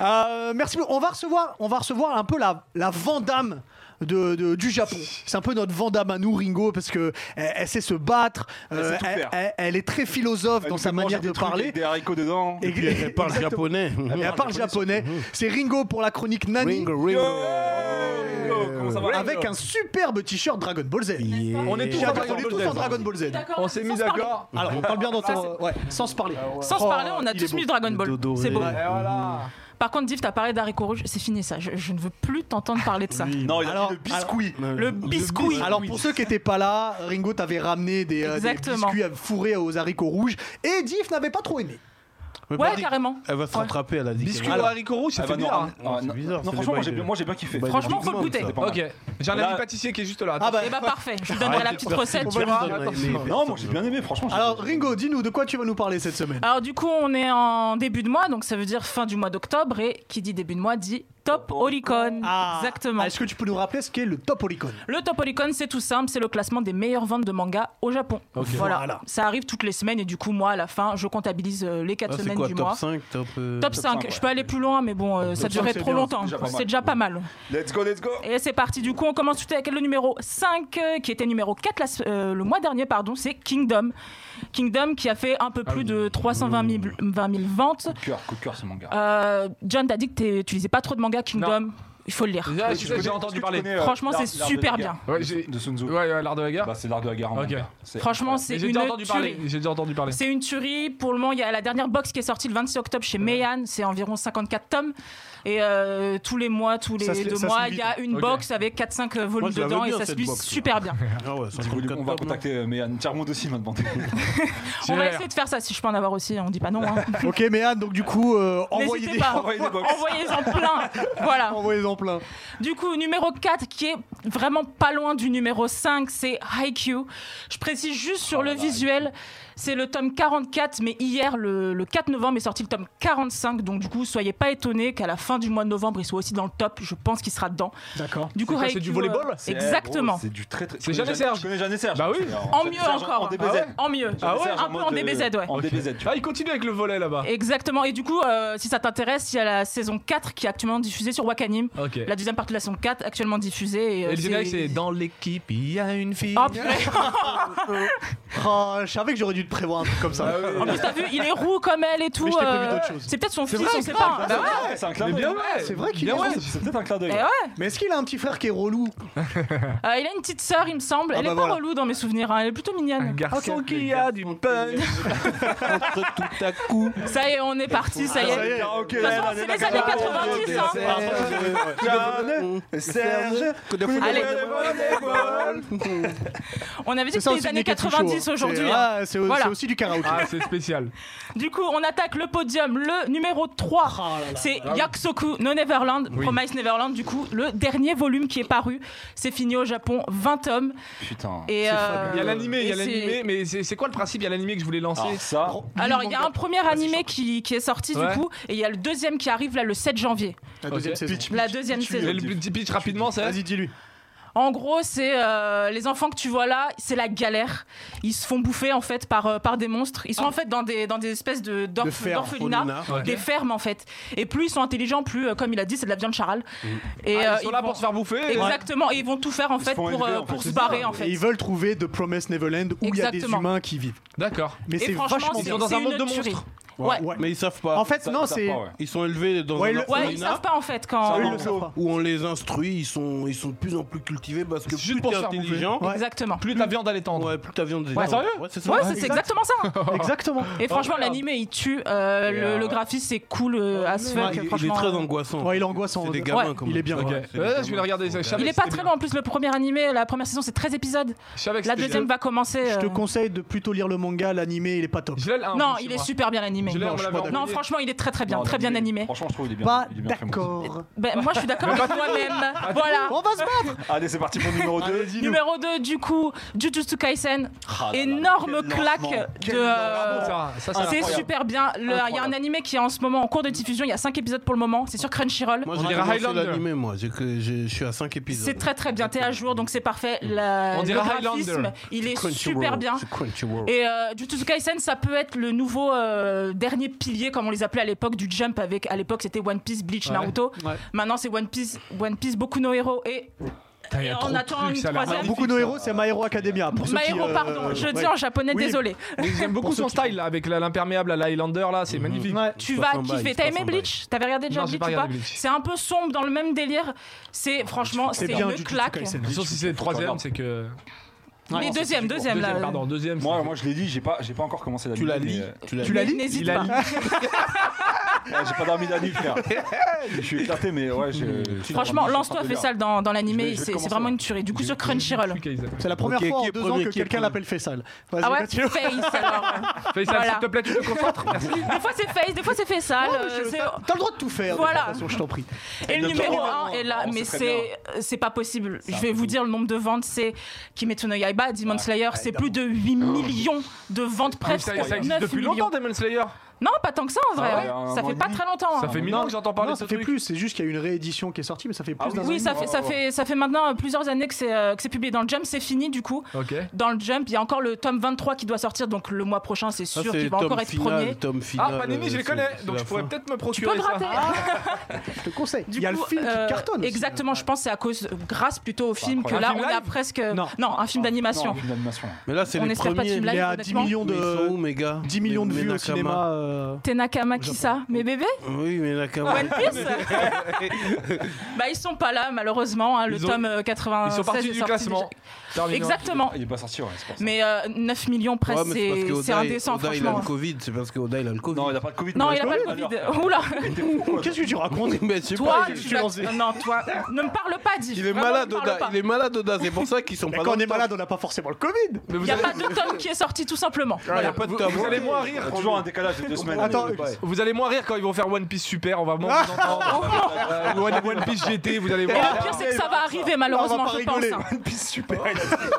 Euh, merci. beaucoup. On va recevoir, on va recevoir un peu la, la Vandame de, de- du Japon. C'est un peu notre Vandame à nous, Ringo, parce que elle, elle sait se battre. euh, sait tout elle, faire. elle- elle est très philosophe Elle dans nous sa fait manière manger de des trucs parler. avec Des haricots dedans. Et- Puis elle parle exactement. japonais. Et Elle parle japonais. C'est Ringo pour la chronique Nani. Ringo, Ringo. Ringo, comment ça va Avec un superbe t-shirt Dragon Ball Z. Yeah. On est tous en J'adore, Dragon on est Ball tous Z. en Dragon Ball Z. D'accord, On s'est sans mis se parler. d'accord. Alors, on parle bien dans Ah, ton. Ouais, sans se parler. Sans se Oh, parler, hein. on a il est tous beau. mis le Dragon Ball. Dodo C'est beau. Ré. Et voilà. Par contre, Div, t'as parlé d'haricots rouges, c'est fini ça. Je, je ne veux plus t'entendre parler de ça. Non, il a Alors- dit le biscuit. Le biscuit. Ah, Alors pour ceux qui n'étaient pas là, Ringo t'avait ramené des, euh, des Exactement. biscuits à- fourrés aux haricots rouges et Diff n'avait pas trop aimé. Mais Ouais, pas dit- carrément. Elle va se rattraper, elle a dit. Biscuit qu'elle- au haricot rouge, ça Ah fait bah non, ah, bizarre. non, C'est bizarre, non, c'est franchement, des moi j'ai bails bien- de- moi, j'ai bien kiffé. bails de Franchement, faut gourmand, le goûter. ça. Ok, j'ai un Là- ami pâtissier qui est juste là. Ah bah, Et bah parfait, je te donnerai la petite recette. Tu verra. vas me donner les- Non, moi j'ai bien aimé, franchement. j'ai- Alors Ringo, dis-nous de quoi tu vas nous parler cette semaine. Alors du coup, on est en début de mois, donc ça veut dire fin du mois d'octobre, et qui dit début de mois dit Top Oricon. Ah, Exactement. Est-ce que tu peux nous rappeler ce qu'est le Top Oricon Le Top Oricon, c'est tout simple, c'est le classement des meilleures ventes de mangas au Japon. Voilà. Voilà. Ça arrive toutes les semaines, et du coup, moi, à la fin, je comptabilise euh, les 4 Ah, C'est semaines quoi, du top mois. 5 Top euh, Top Top 5, cinq, je peux aller plus loin, mais bon, euh, ça durait cinq, c'est trop bien, longtemps. c'est déjà pas mal. C'est déjà pas mal. Let's go, let's go. Et c'est parti, du coup, on commence tout avec le numéro 5, euh, qui était numéro 4 la se- euh, le mois dernier, pardon, c'est Kingdom. Kingdom qui a fait un peu plus de 320 000, 20 000 ventes. Coup de cœur, coup de cœur, ce manga. Euh, John, t'as dit que t'es- tu lisais pas trop de manga Kingdom. Il faut le lire. Déjà, Oui, je- tu connais- est-ce j'ai que entendu tu parler. connais, euh, Franchement, l'art- c'est l'art de la super guerre bien. Ouais, de- j'ai- De Sun Tzu. Ouais, ouais, l'art de la guerre. Bah, c'est l'art de la guerre en Ok. manga. C'est- Franchement, Mais c'est J'ai une déjà entendu parler. tuerie. J'ai déjà entendu parler. C'est une tuerie. Pour le moment, il y a la dernière box qui est sortie le 26 octobre chez Meian. C'est environ 54 tomes. Et euh, tous les mois, tous les Ça se lit- deux ça se mois, lit il y a une Ok. box avec 4-5 volumes je la veux dedans et bien, ça se cette lit box, là. super bien. Ah ouais, Si vous voulez, 54, On va non contacter euh, Méane Tiarmonde aussi, m'a demandé. On va Génial. essayer de faire ça si je peux en avoir aussi. On dit pas non. hein. Ok, mais Anne, donc du coup, euh, envoyez N'hésitez des. pas. envoyez des box. Envoyez-en plein. Voilà. Envoyez-en plein. Du coup, numéro 4, qui est vraiment pas loin du numéro 5, c'est Haikyuu. Je précise juste sur Oh le là là, visuel, c'est le tome 44, mais hier, le, le 4 novembre, est sorti le tome 45. Donc, du coup, soyez pas étonnés qu'à la fin du mois de novembre, il soit aussi dans le top. Je pense qu'il sera dedans. D'accord. Du coup, quoi, c'est Haikyuu, du volleyball euh, C'est- Exactement. gros, C'est du très très. C'est je connais Jeanne et Serge. Je connais Jeanne et Serge. Bah oui. C'est En mieux Serge encore. Ah En DBZ. En mieux. Jeanne et Serge un peu en mode, euh, DBZ, ouais. En DBZ, tu vois. Ah, il continue avec le volet là-bas. Exactement. Et du coup, euh, si ça t'intéresse, il y a la saison 4 qui est actuellement diffusée sur Wakanim. Ok. La deuxième partie de la saison 4, actuellement diffusée. Et euh, le générique, c'est dans l'équipe, il y a une fille. Ah, purée. Oh, je savais que j'aurais dû te prévoir un truc comme ça. En plus, t'as vu, il est roux comme elle et tout. Mais je t'ai prévu euh, d'autres choses. C'est peut-être son fils, vrai, on sait pas. hein. Bah ouais. ouais, c'est un clin Mais d'œil. bien ouais. c'est vrai qu'il Bien est- ouais. C'est peut-être un clin d'œil. Eh ouais. Mais est-ce qu'il a un petit frère qui est relou Euh, il a une petite sœur, il me semble. Ah elle bah est pas voilà. relou dans mes souvenirs. hein. Elle est plutôt Un mignonne. garçon qui a du punch. Entre tout à coup. Ça y est, on est parti. Ça y ça y est. est. Ah, ok. De toute façon, c'est les années 90. hein. Ah, euh, Jeanne et Serge. Allez. On avait dit C'est que ça c'était aussi les le années Nick et Tuchot, hein. 90 aujourd'hui. C'est- hein. ah, C'est Voilà. c'est aussi du karaoké. Ah, c'est spécial. Du coup, on attaque le podium, le numéro 3. Oh c'est Yakusoku no Neverland, Oui. Promise Neverland. Du coup, le dernier volume qui est paru. C'est fini au Japon, 20 tomes. Putain. Et euh, Il y a l'animé, il y a et c'est- l'animé, mais c'est c'est quoi le principe Il y a l'animé que je voulais lancer Alors, Ah, ça. Alors, il y a un premier animé qui, qui est sorti Ouais. du coup, et il y a le deuxième qui arrive là le 7 janvier. La deuxième Ok. saison. La deuxième Et saison. le petit pitch rapidement, c'est Vas-y, dis-lui. En gros, c'est euh, les enfants que tu vois là, c'est la galère. Ils se font bouffer en fait par, euh, par des monstres. Ils sont en fait dans des, dans des espèces de De d'orph- fer, d'orphelinats. Ouais. Des fermes en fait. Et plus ils sont intelligents, plus, euh, comme il a dit, c'est de la viande charale. Et Ah, euh, Ils sont là vont- pour se faire bouffer. Exactement. Et ils vont tout faire en se fait font pour, élever, euh, en fait, pour c'est se ça. barrer en Et fait. ils veulent trouver The Promised Neverland où il y a des Exactement. humains qui vivent. D'accord. Mais Et c'est franchement, vachement c'est bien. Ils sont dans un c'est monde une de monstres. tuerie. Ouais. Ouais. Mais ils savent pas. En fait, Ça- non, ça c'est. part, ouais. ils sont élevés dans Ouais, un le- orphelinat Ouais, ils savent pas en fait quand. Eux, va. ils le savent pas. où on les instruit, ils sont, ils sont de plus en plus cultivés parce que C'est plus juste pour t'es se faire bouffer. intelligent, Ouais. Exactement. Plus de la viande, elle est tendre. ouais, plus ta viande est Ouais, sérieux Ouais, c'est ça. Ouais, Ouais, c'est- c'est exact. exactement ça. hein. Exactement. Et franchement, merde. l'anime il tue. Euh, Et, le, euh, le graphisme c'est cool euh, as Ouais, fuck. il, il est franchement. euh, très angoissant. Ouais, il est angoissant. C'est des Ouais. gamins, quand même. Il est bien. Ok. ouais. c'est Ouais, des je vais gamins. regarder ça. je savais Il que est pas c'était très bien. loin en plus, le premier animé, la première saison c'est 13 épisodes. Je savais que La c'était deuxième bien. va commencer. Je te euh, conseille de plutôt lire le manga, l'animé, il est pas top. Je l'ai, là, un Non, peu chez il est moi. super bien animé. Je l'ai, on Non, me je l'avait suis pas envoyé. franchement, il est très très bien, Non, très bien animé. Franchement, je trouve il est bien. Pas il est bien fait, moi aussi. d'accord. Ben, moi je suis d'accord avec moi-même. Voilà. On va se battre. Allez, c'est parti Ah, pour le numéro 2. Numéro 2 du coup, Jujutsu Kaisen. Énorme claque de. euh, Ça, ça, ça, C'est incroyable. super bien. Le- Il y a un Incroyable. animé qui est en ce moment en cours de diffusion. Il y a 5 épisodes pour le moment. C'est sur Crunchyroll. Moi, On j'ai dirait commencé Highlander. l'animé, moi. J'ai que- j'ai- Je suis à 5 épisodes. C'est très très bien. T'es à jour, donc c'est parfait. La- On le dirait graphisme, Highlander. il est Crunchyroll. super bien. C'est Crunchyroll. Et euh, Jujutsu Kaisen, ça peut être le nouveau euh, dernier pilier, comme on les appelait à l'époque, du Jump. Avec à l'époque, c'était One Piece, Bleach, Ouais. Naruto. Ouais. Maintenant, c'est One Piece, One Piece, Boku no Hero et Putain, il y a on trop de attend trucs, une ça a l'air troisième. magnifique, Beaucoup de ça. héros, c'est My Hero Academia. Pour ceux My qui, Hero. euh, Pardon, je dis ouais. en japonais, Oui. désolé. Mais j'aime beaucoup son style là, avec la- l'imperméable à l'Highlander là, c'est magnifique. Ouais. Tu se vas passe en bas, il kiffer. se T'as passe aimé en bas. Bleach T'avais regardé déjà Non, j'ai Bleach pas ou pas regardé Bleach. C'est un peu sombre dans le même délire. C'est franchement, C'est c'est bien une Jujutsu claque. Kaisen. Sauf si c'est le troisième, c'est que. Mais deuxième, deuxième là. euh, Deuxième, pardon, deuxième. Moi, c'est- moi, je l'ai dit, j'ai pas, j'ai pas encore commencé la Tu la lis. Tu la Tu lis. la lis N'hésite Il a pas. lu. Ah, J'ai pas dormi la nuit, frère. Je suis éclaté, mais ouais. j'ai- je Franchement, suis en train de lance-toi, le fais lire. ça dans, dans Je vais- l'animé, je vais c'est c'est commencer, vraiment ouais. une tuerie. Du coup, sur Crunchyroll. C'est la première Ok, fois qui en est deux premier, ans que qui est quelqu'un premier l'appelle Fessal. Vas-y, Ah ouais continue. Face alors. Fais ça, Voilà. s'il te plaît, tu te concentres. Merci. Des fois c'est Face, des fois c'est Fessal. Non, mais je- euh, c'est- T'as t'as le droit de tout faire. de Voilà. toute façon, je t'en prie. Et le Et numéro Doctor 1 Who, est là, on mais sait très c'est euh, c'est pas possible. Je vais un vous peu dire le nombre de ventes, c'est Kimetsu no Yaiba, Demon Ouais, Slayer, c'est plus de 8 millions de ventes, Ça, presque Ah ça existe 9 depuis millions. longtemps, Demon Slayer. Non, pas tant que ça en vrai. hein. Ah ouais, un ça an fait et pas demi. très longtemps. Ça hein. fait mille ans que j'entends parler Non, de ce ça fait truc. plus. C'est juste qu'il y a une réédition qui est sortie, mais ça fait plus Ah oui, d'un Oui, an. ça Ouais, fait, ça, ouais. fait, ça fait maintenant euh, plusieurs années que c'est euh, que c'est publié dans le Jump, c'est fini du coup. Ok. Dans le Jump, il y a encore le tome 23 qui doit sortir, donc le mois prochain, c'est Ça, sûr c'est qu'il le va encore tome être final, le premier. tome Ah, final. Panini, je euh, les connais, donc c'est- c'est je la pourrais fin. peut-être me Tu peux procurer le ça. gratter. Je te conseille. Du Il y a le coup, film euh, qui cartonne. aussi. Exactement, je pense que c'est à cause, grâce plutôt au film, que incroyable. là Un on film a live presque. Non. un Non, film d'animation. un film d'animation. Mais là, c'est On les espère pas de premiers. film Il est live, à 10 honnêtement. millions Mais ils sont où, de mes gars 10 millions de Mais- vues mais au Nakama- cinéma. euh, Tenaka Makisa, mes bébés Oui, mais Nakama. One Piece Bah ils sont pas là malheureusement, hein, le Ils ont- tome euh, 96 Ils sont est partis du sorti classement. déjà. Terminé. Exactement. Il est pas sorti, ouais, c'est pour ça. Mais euh, 9 millions Ouais, presque, mais c'est- parce que c'est Oda- indécent Oda, il a franchement. le Covid, c'est parce que Oda, il a le Covid. Non, il a pas de Covid. Non, il a pas le Covid. Oula Qu'est-ce que tu racontes mais je sais Toi, pas, il- tu vas- Non, toi, ne me parle pas, dis. il est Vraiment, malade, ne me parle Oda. pas. Il est malade, Oda. C'est pour ça qu'ils sont Mais pas Quand on dans est le top. malade, on n'a pas forcément le Covid. Mais Il vous n'y a allez- pas de tome qui est sorti, tout simplement. Il y Voilà. a pas de Vous- tabou. vous allez moins rire. Toujours un décalage de deux semaines. Attends, Vous allez moins rire quand ils vont faire One Piece Super, on va moins vous entendre. Euh, One, One Piece GT, vous allez Et voir. le pire, c'est que ça va arriver, malheureusement, pas je pense. rigoler. hein. One Piece super.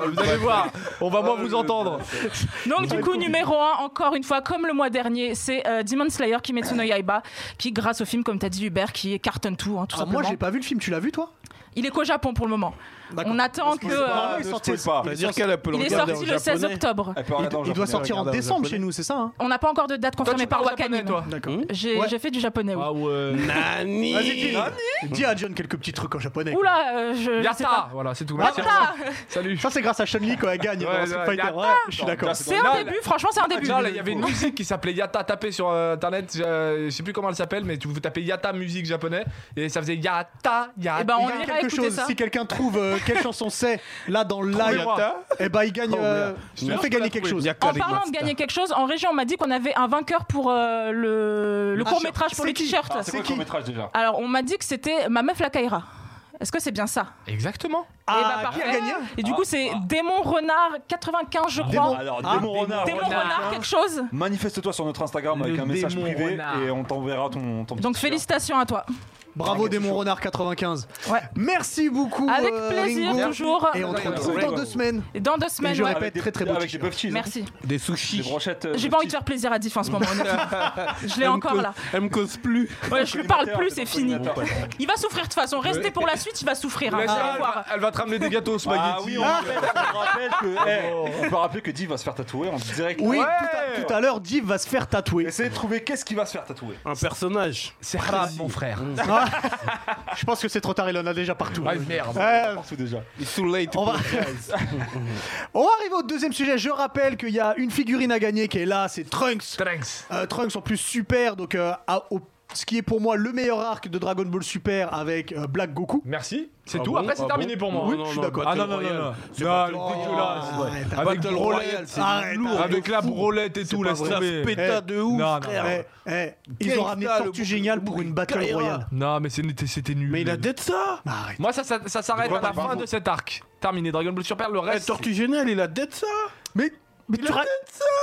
Vous allez voir, on va moins Ah, vous entendre. Donc, du coup, numéro 1, encore une fois, comme le mois dernier, c'est euh, Demon Slayer Kimetsu no Yaiba, qui, grâce au film, comme t'as dit, Hubert, qui cartonne tout, hein, tout Ah, Moi, simplement. j'ai pas vu le film. Tu l'as vu, toi Il est qu'au Japon pour le moment. D'accord. On attend que. Parce c'est pas euh, normal, il ne sortait- spoil pas. Ça veut dire qu'elle peut le il est regarder sorti en le 16 japonais. octobre. Elle peut regarder en Il doit japonais. sortir en regarde en décembre japonais. chez nous, c'est ça hein On n'a pas encore de date Toi, tu confirmée par parles japonais, Wakanim. toi D'accord. J'ai Ouais. j'ai fait du japonais, oui. Ah ouais. Hmm Nani Ah, Vas-y, dis, dis à John quelques petits trucs en japonais. Oula, euh, je. je sais Yata pas. Voilà, c'est tout. Merci. Yata Salut. Ça, c'est grâce à Chun-Li quand elle gagne hein, Ouais, dans Street ouais, Bah, Fighter. y'a Ouais, je suis Non, d'accord. là, C'est Non, un là- début, franchement, c'est un début. Ah, Déjà, là, il y avait une musique qui s'appelait Yata. Tapez sur euh, internet, je, je sais plus comment elle s'appelle, mais tu, vous tapez Yata musique japonais et ça faisait Yata, Yata. Eh ben, Il on y a ira quelque écouter chose. ça. Si quelqu'un trouve euh, quelle chanson c'est là dans le live, Trouvez-moi. eh ben il gagne. Oh, euh, on merde. Merde, fait je peux gagner la quelque trouver. chose. Il y a En Karim parlant de Matsda. gagner quelque chose, en région, on m'a dit qu'on avait un vainqueur pour euh, le, le court métrage pour c'est les qui t-shirts. Ah, C'est quoi le court-métrage déjà Alors, on m'a dit que c'était Ma meuf la Kaira. Est-ce que c'est bien ça Exactement. Ah, bah, qui a parfait. gagné Et du coup, c'est Démon Renard 95, je Démon- crois. Alors, Ah, Démon Renard. Démon Renard. Renard, quelque chose. Manifeste-toi sur notre Instagram avec Le un message démon privé renard. et on t'enverra ton, ton petit Donc, t-shirt. félicitations à toi. Bravo Ah, c'est Démon chaud. Renard 95. Ouais. Merci beaucoup. Avec euh, plaisir, Ringo. toujours. Et on te Ouais, retrouve ouais, dans ouais. deux semaines. Et dans deux Et semaines, je ouais. répète, Avec des- très, très beau Avec des t-shirt. puff cheese. hein. Merci. Des Des sushis. brochettes. euh, J'ai pas envie de cheese. faire plaisir à Diff en ce moment. honnêtement. je l'ai encore là. Elle me cause plus. Ouais, je lui parle plus, c'est fini. Bon, bah, Il va souffrir de toute façon. Restez pour la suite, il va souffrir. hein, Là, vous allez ça, elle, voir. va, elle va te ramener des gâteaux spaghetti. Ah oui, on, on rappelle que, eh, on peut rappeler que Div va se faire tatouer en direct. Oui, Ouais. tout à, tout à l'heure, Div va se faire tatouer. Essayez de trouver qu'est-ce qui va se faire tatouer. Un personnage. C'est Haram, mon frère. Ah, Je pense que c'est trop tard, il en a déjà partout. Ah, merde. Euh, Partout déjà. It's too late. on va... On va arriver au deuxième sujet. Je rappelle qu'il y a une figurine à gagner qui est là, c'est Trunks. Trunks. Euh, Trunks en plus super, donc euh, à- au- ce qui est pour moi le meilleur arc de Dragon Ball Super avec euh, Black Goku. Merci. C'est Ah tout. bon, Après, c'est ah terminé bon pour moi. Oui, je suis d'accord. Ah non, non, non, non. Non, le dégueulasse. arrête, Ah, Avec Battle Broly, Royale, c'est arrête, lourd. arrête. Avec la brolette et tout, pas laisse vrai. tomber. Classe péta Eh, de ouf, non, non, frère. Eh, eh, ils ont ramené Gangsta, Tortue le- Génial pour une Battle Kaira. Royale. Bah, Non, mais c'était c'était nul. Mais il a dette ça Arrête. Moi, ça, ça, ça s'arrête à la fin de cet arc. Terminé. Dragon Ball Super, le Eh, reste. Tortue Géniale, il a dette ça Mais, mais tu ra-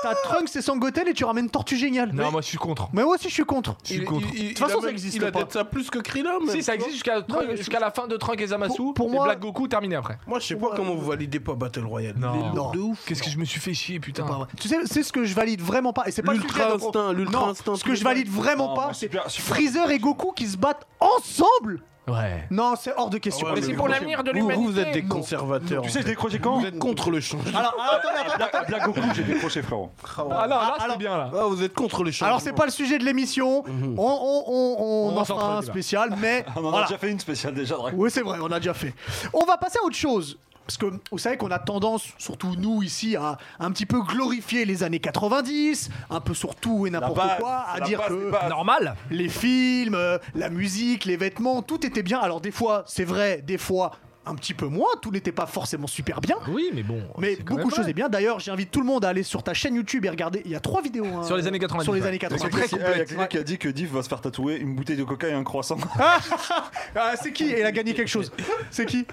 t'as Trunks et Sangoten et tu ramènes Tortue Géniale. Non, moi, je suis contre. Mais moi aussi je suis contre. Je suis contre. De toute façon, ça existe Il a pas. dette ça plus que Krillin, même. Si, ça existe jusqu'à Trunks- mais je- jusqu'à la fin de Trunks et Zamasu. Pour- pour et moi- Black Goku, terminé après. Moi, je sais pas comment vous validez pas Battle Royale. Non. Il est lourd Non. de ouf. Qu'est-ce que je me suis fait chier, C'est putain. pas vrai. Bah Tu sais, c'est ce que je valide vraiment pas. Et c'est pas le L'ultra sujet, donc on- instinct, l'ultra Non, instinct, Ce tout que je le valide vraiment Non, pas, Ah, moi, c'est super, super. Freezer et Goku qui se battent ensemble. Ouais. Non, c'est hors de question. Ouais, Mais mais c'est vous- pour l'avenir de Vous, l'humanité. vous êtes des conservateurs. Ah, Tu sais, je décrochais quand Ah, vous êtes contre le changement. Alors, attendez, attendez. Black, à Black Goku, j'ai décroché, frérot. Ah non, là, alors- c'est bien là. Ah, vous êtes contre le changement. Alors, c'est pas le sujet de l'émission. Mhm. On, on, on, on On en s'entraide, fera un là. spécial, mais On en voilà. a déjà fait une spéciale déjà. Dragon Oui, c'est vrai, on a déjà fait. On va passer à autre chose. Parce que vous savez qu'on a tendance, surtout nous ici, à un petit peu glorifier les années 90, un peu sur tout et n'importe base, quoi, à la dire base que des bases. Normal. les films, euh, la musique, les vêtements, tout était bien. Alors des fois, c'est vrai, des fois un petit peu moins, tout n'était pas forcément super bien. Oui, mais bon. Mais Bah, c'est quand beaucoup même de choses est bien. D'ailleurs, j'invite tout le monde à aller sur ta chaîne YouTube et regarder. Il y a trois vidéos. hein, Sur les années 90, Sur les ouais. années Il y a 90. quelqu'un qui- eh, il y a quelqu'un qui a dit que Div va se faire tatouer une bouteille de coca et un croissant. Ah, c'est qui Et il a gagné quelque chose. C'est qui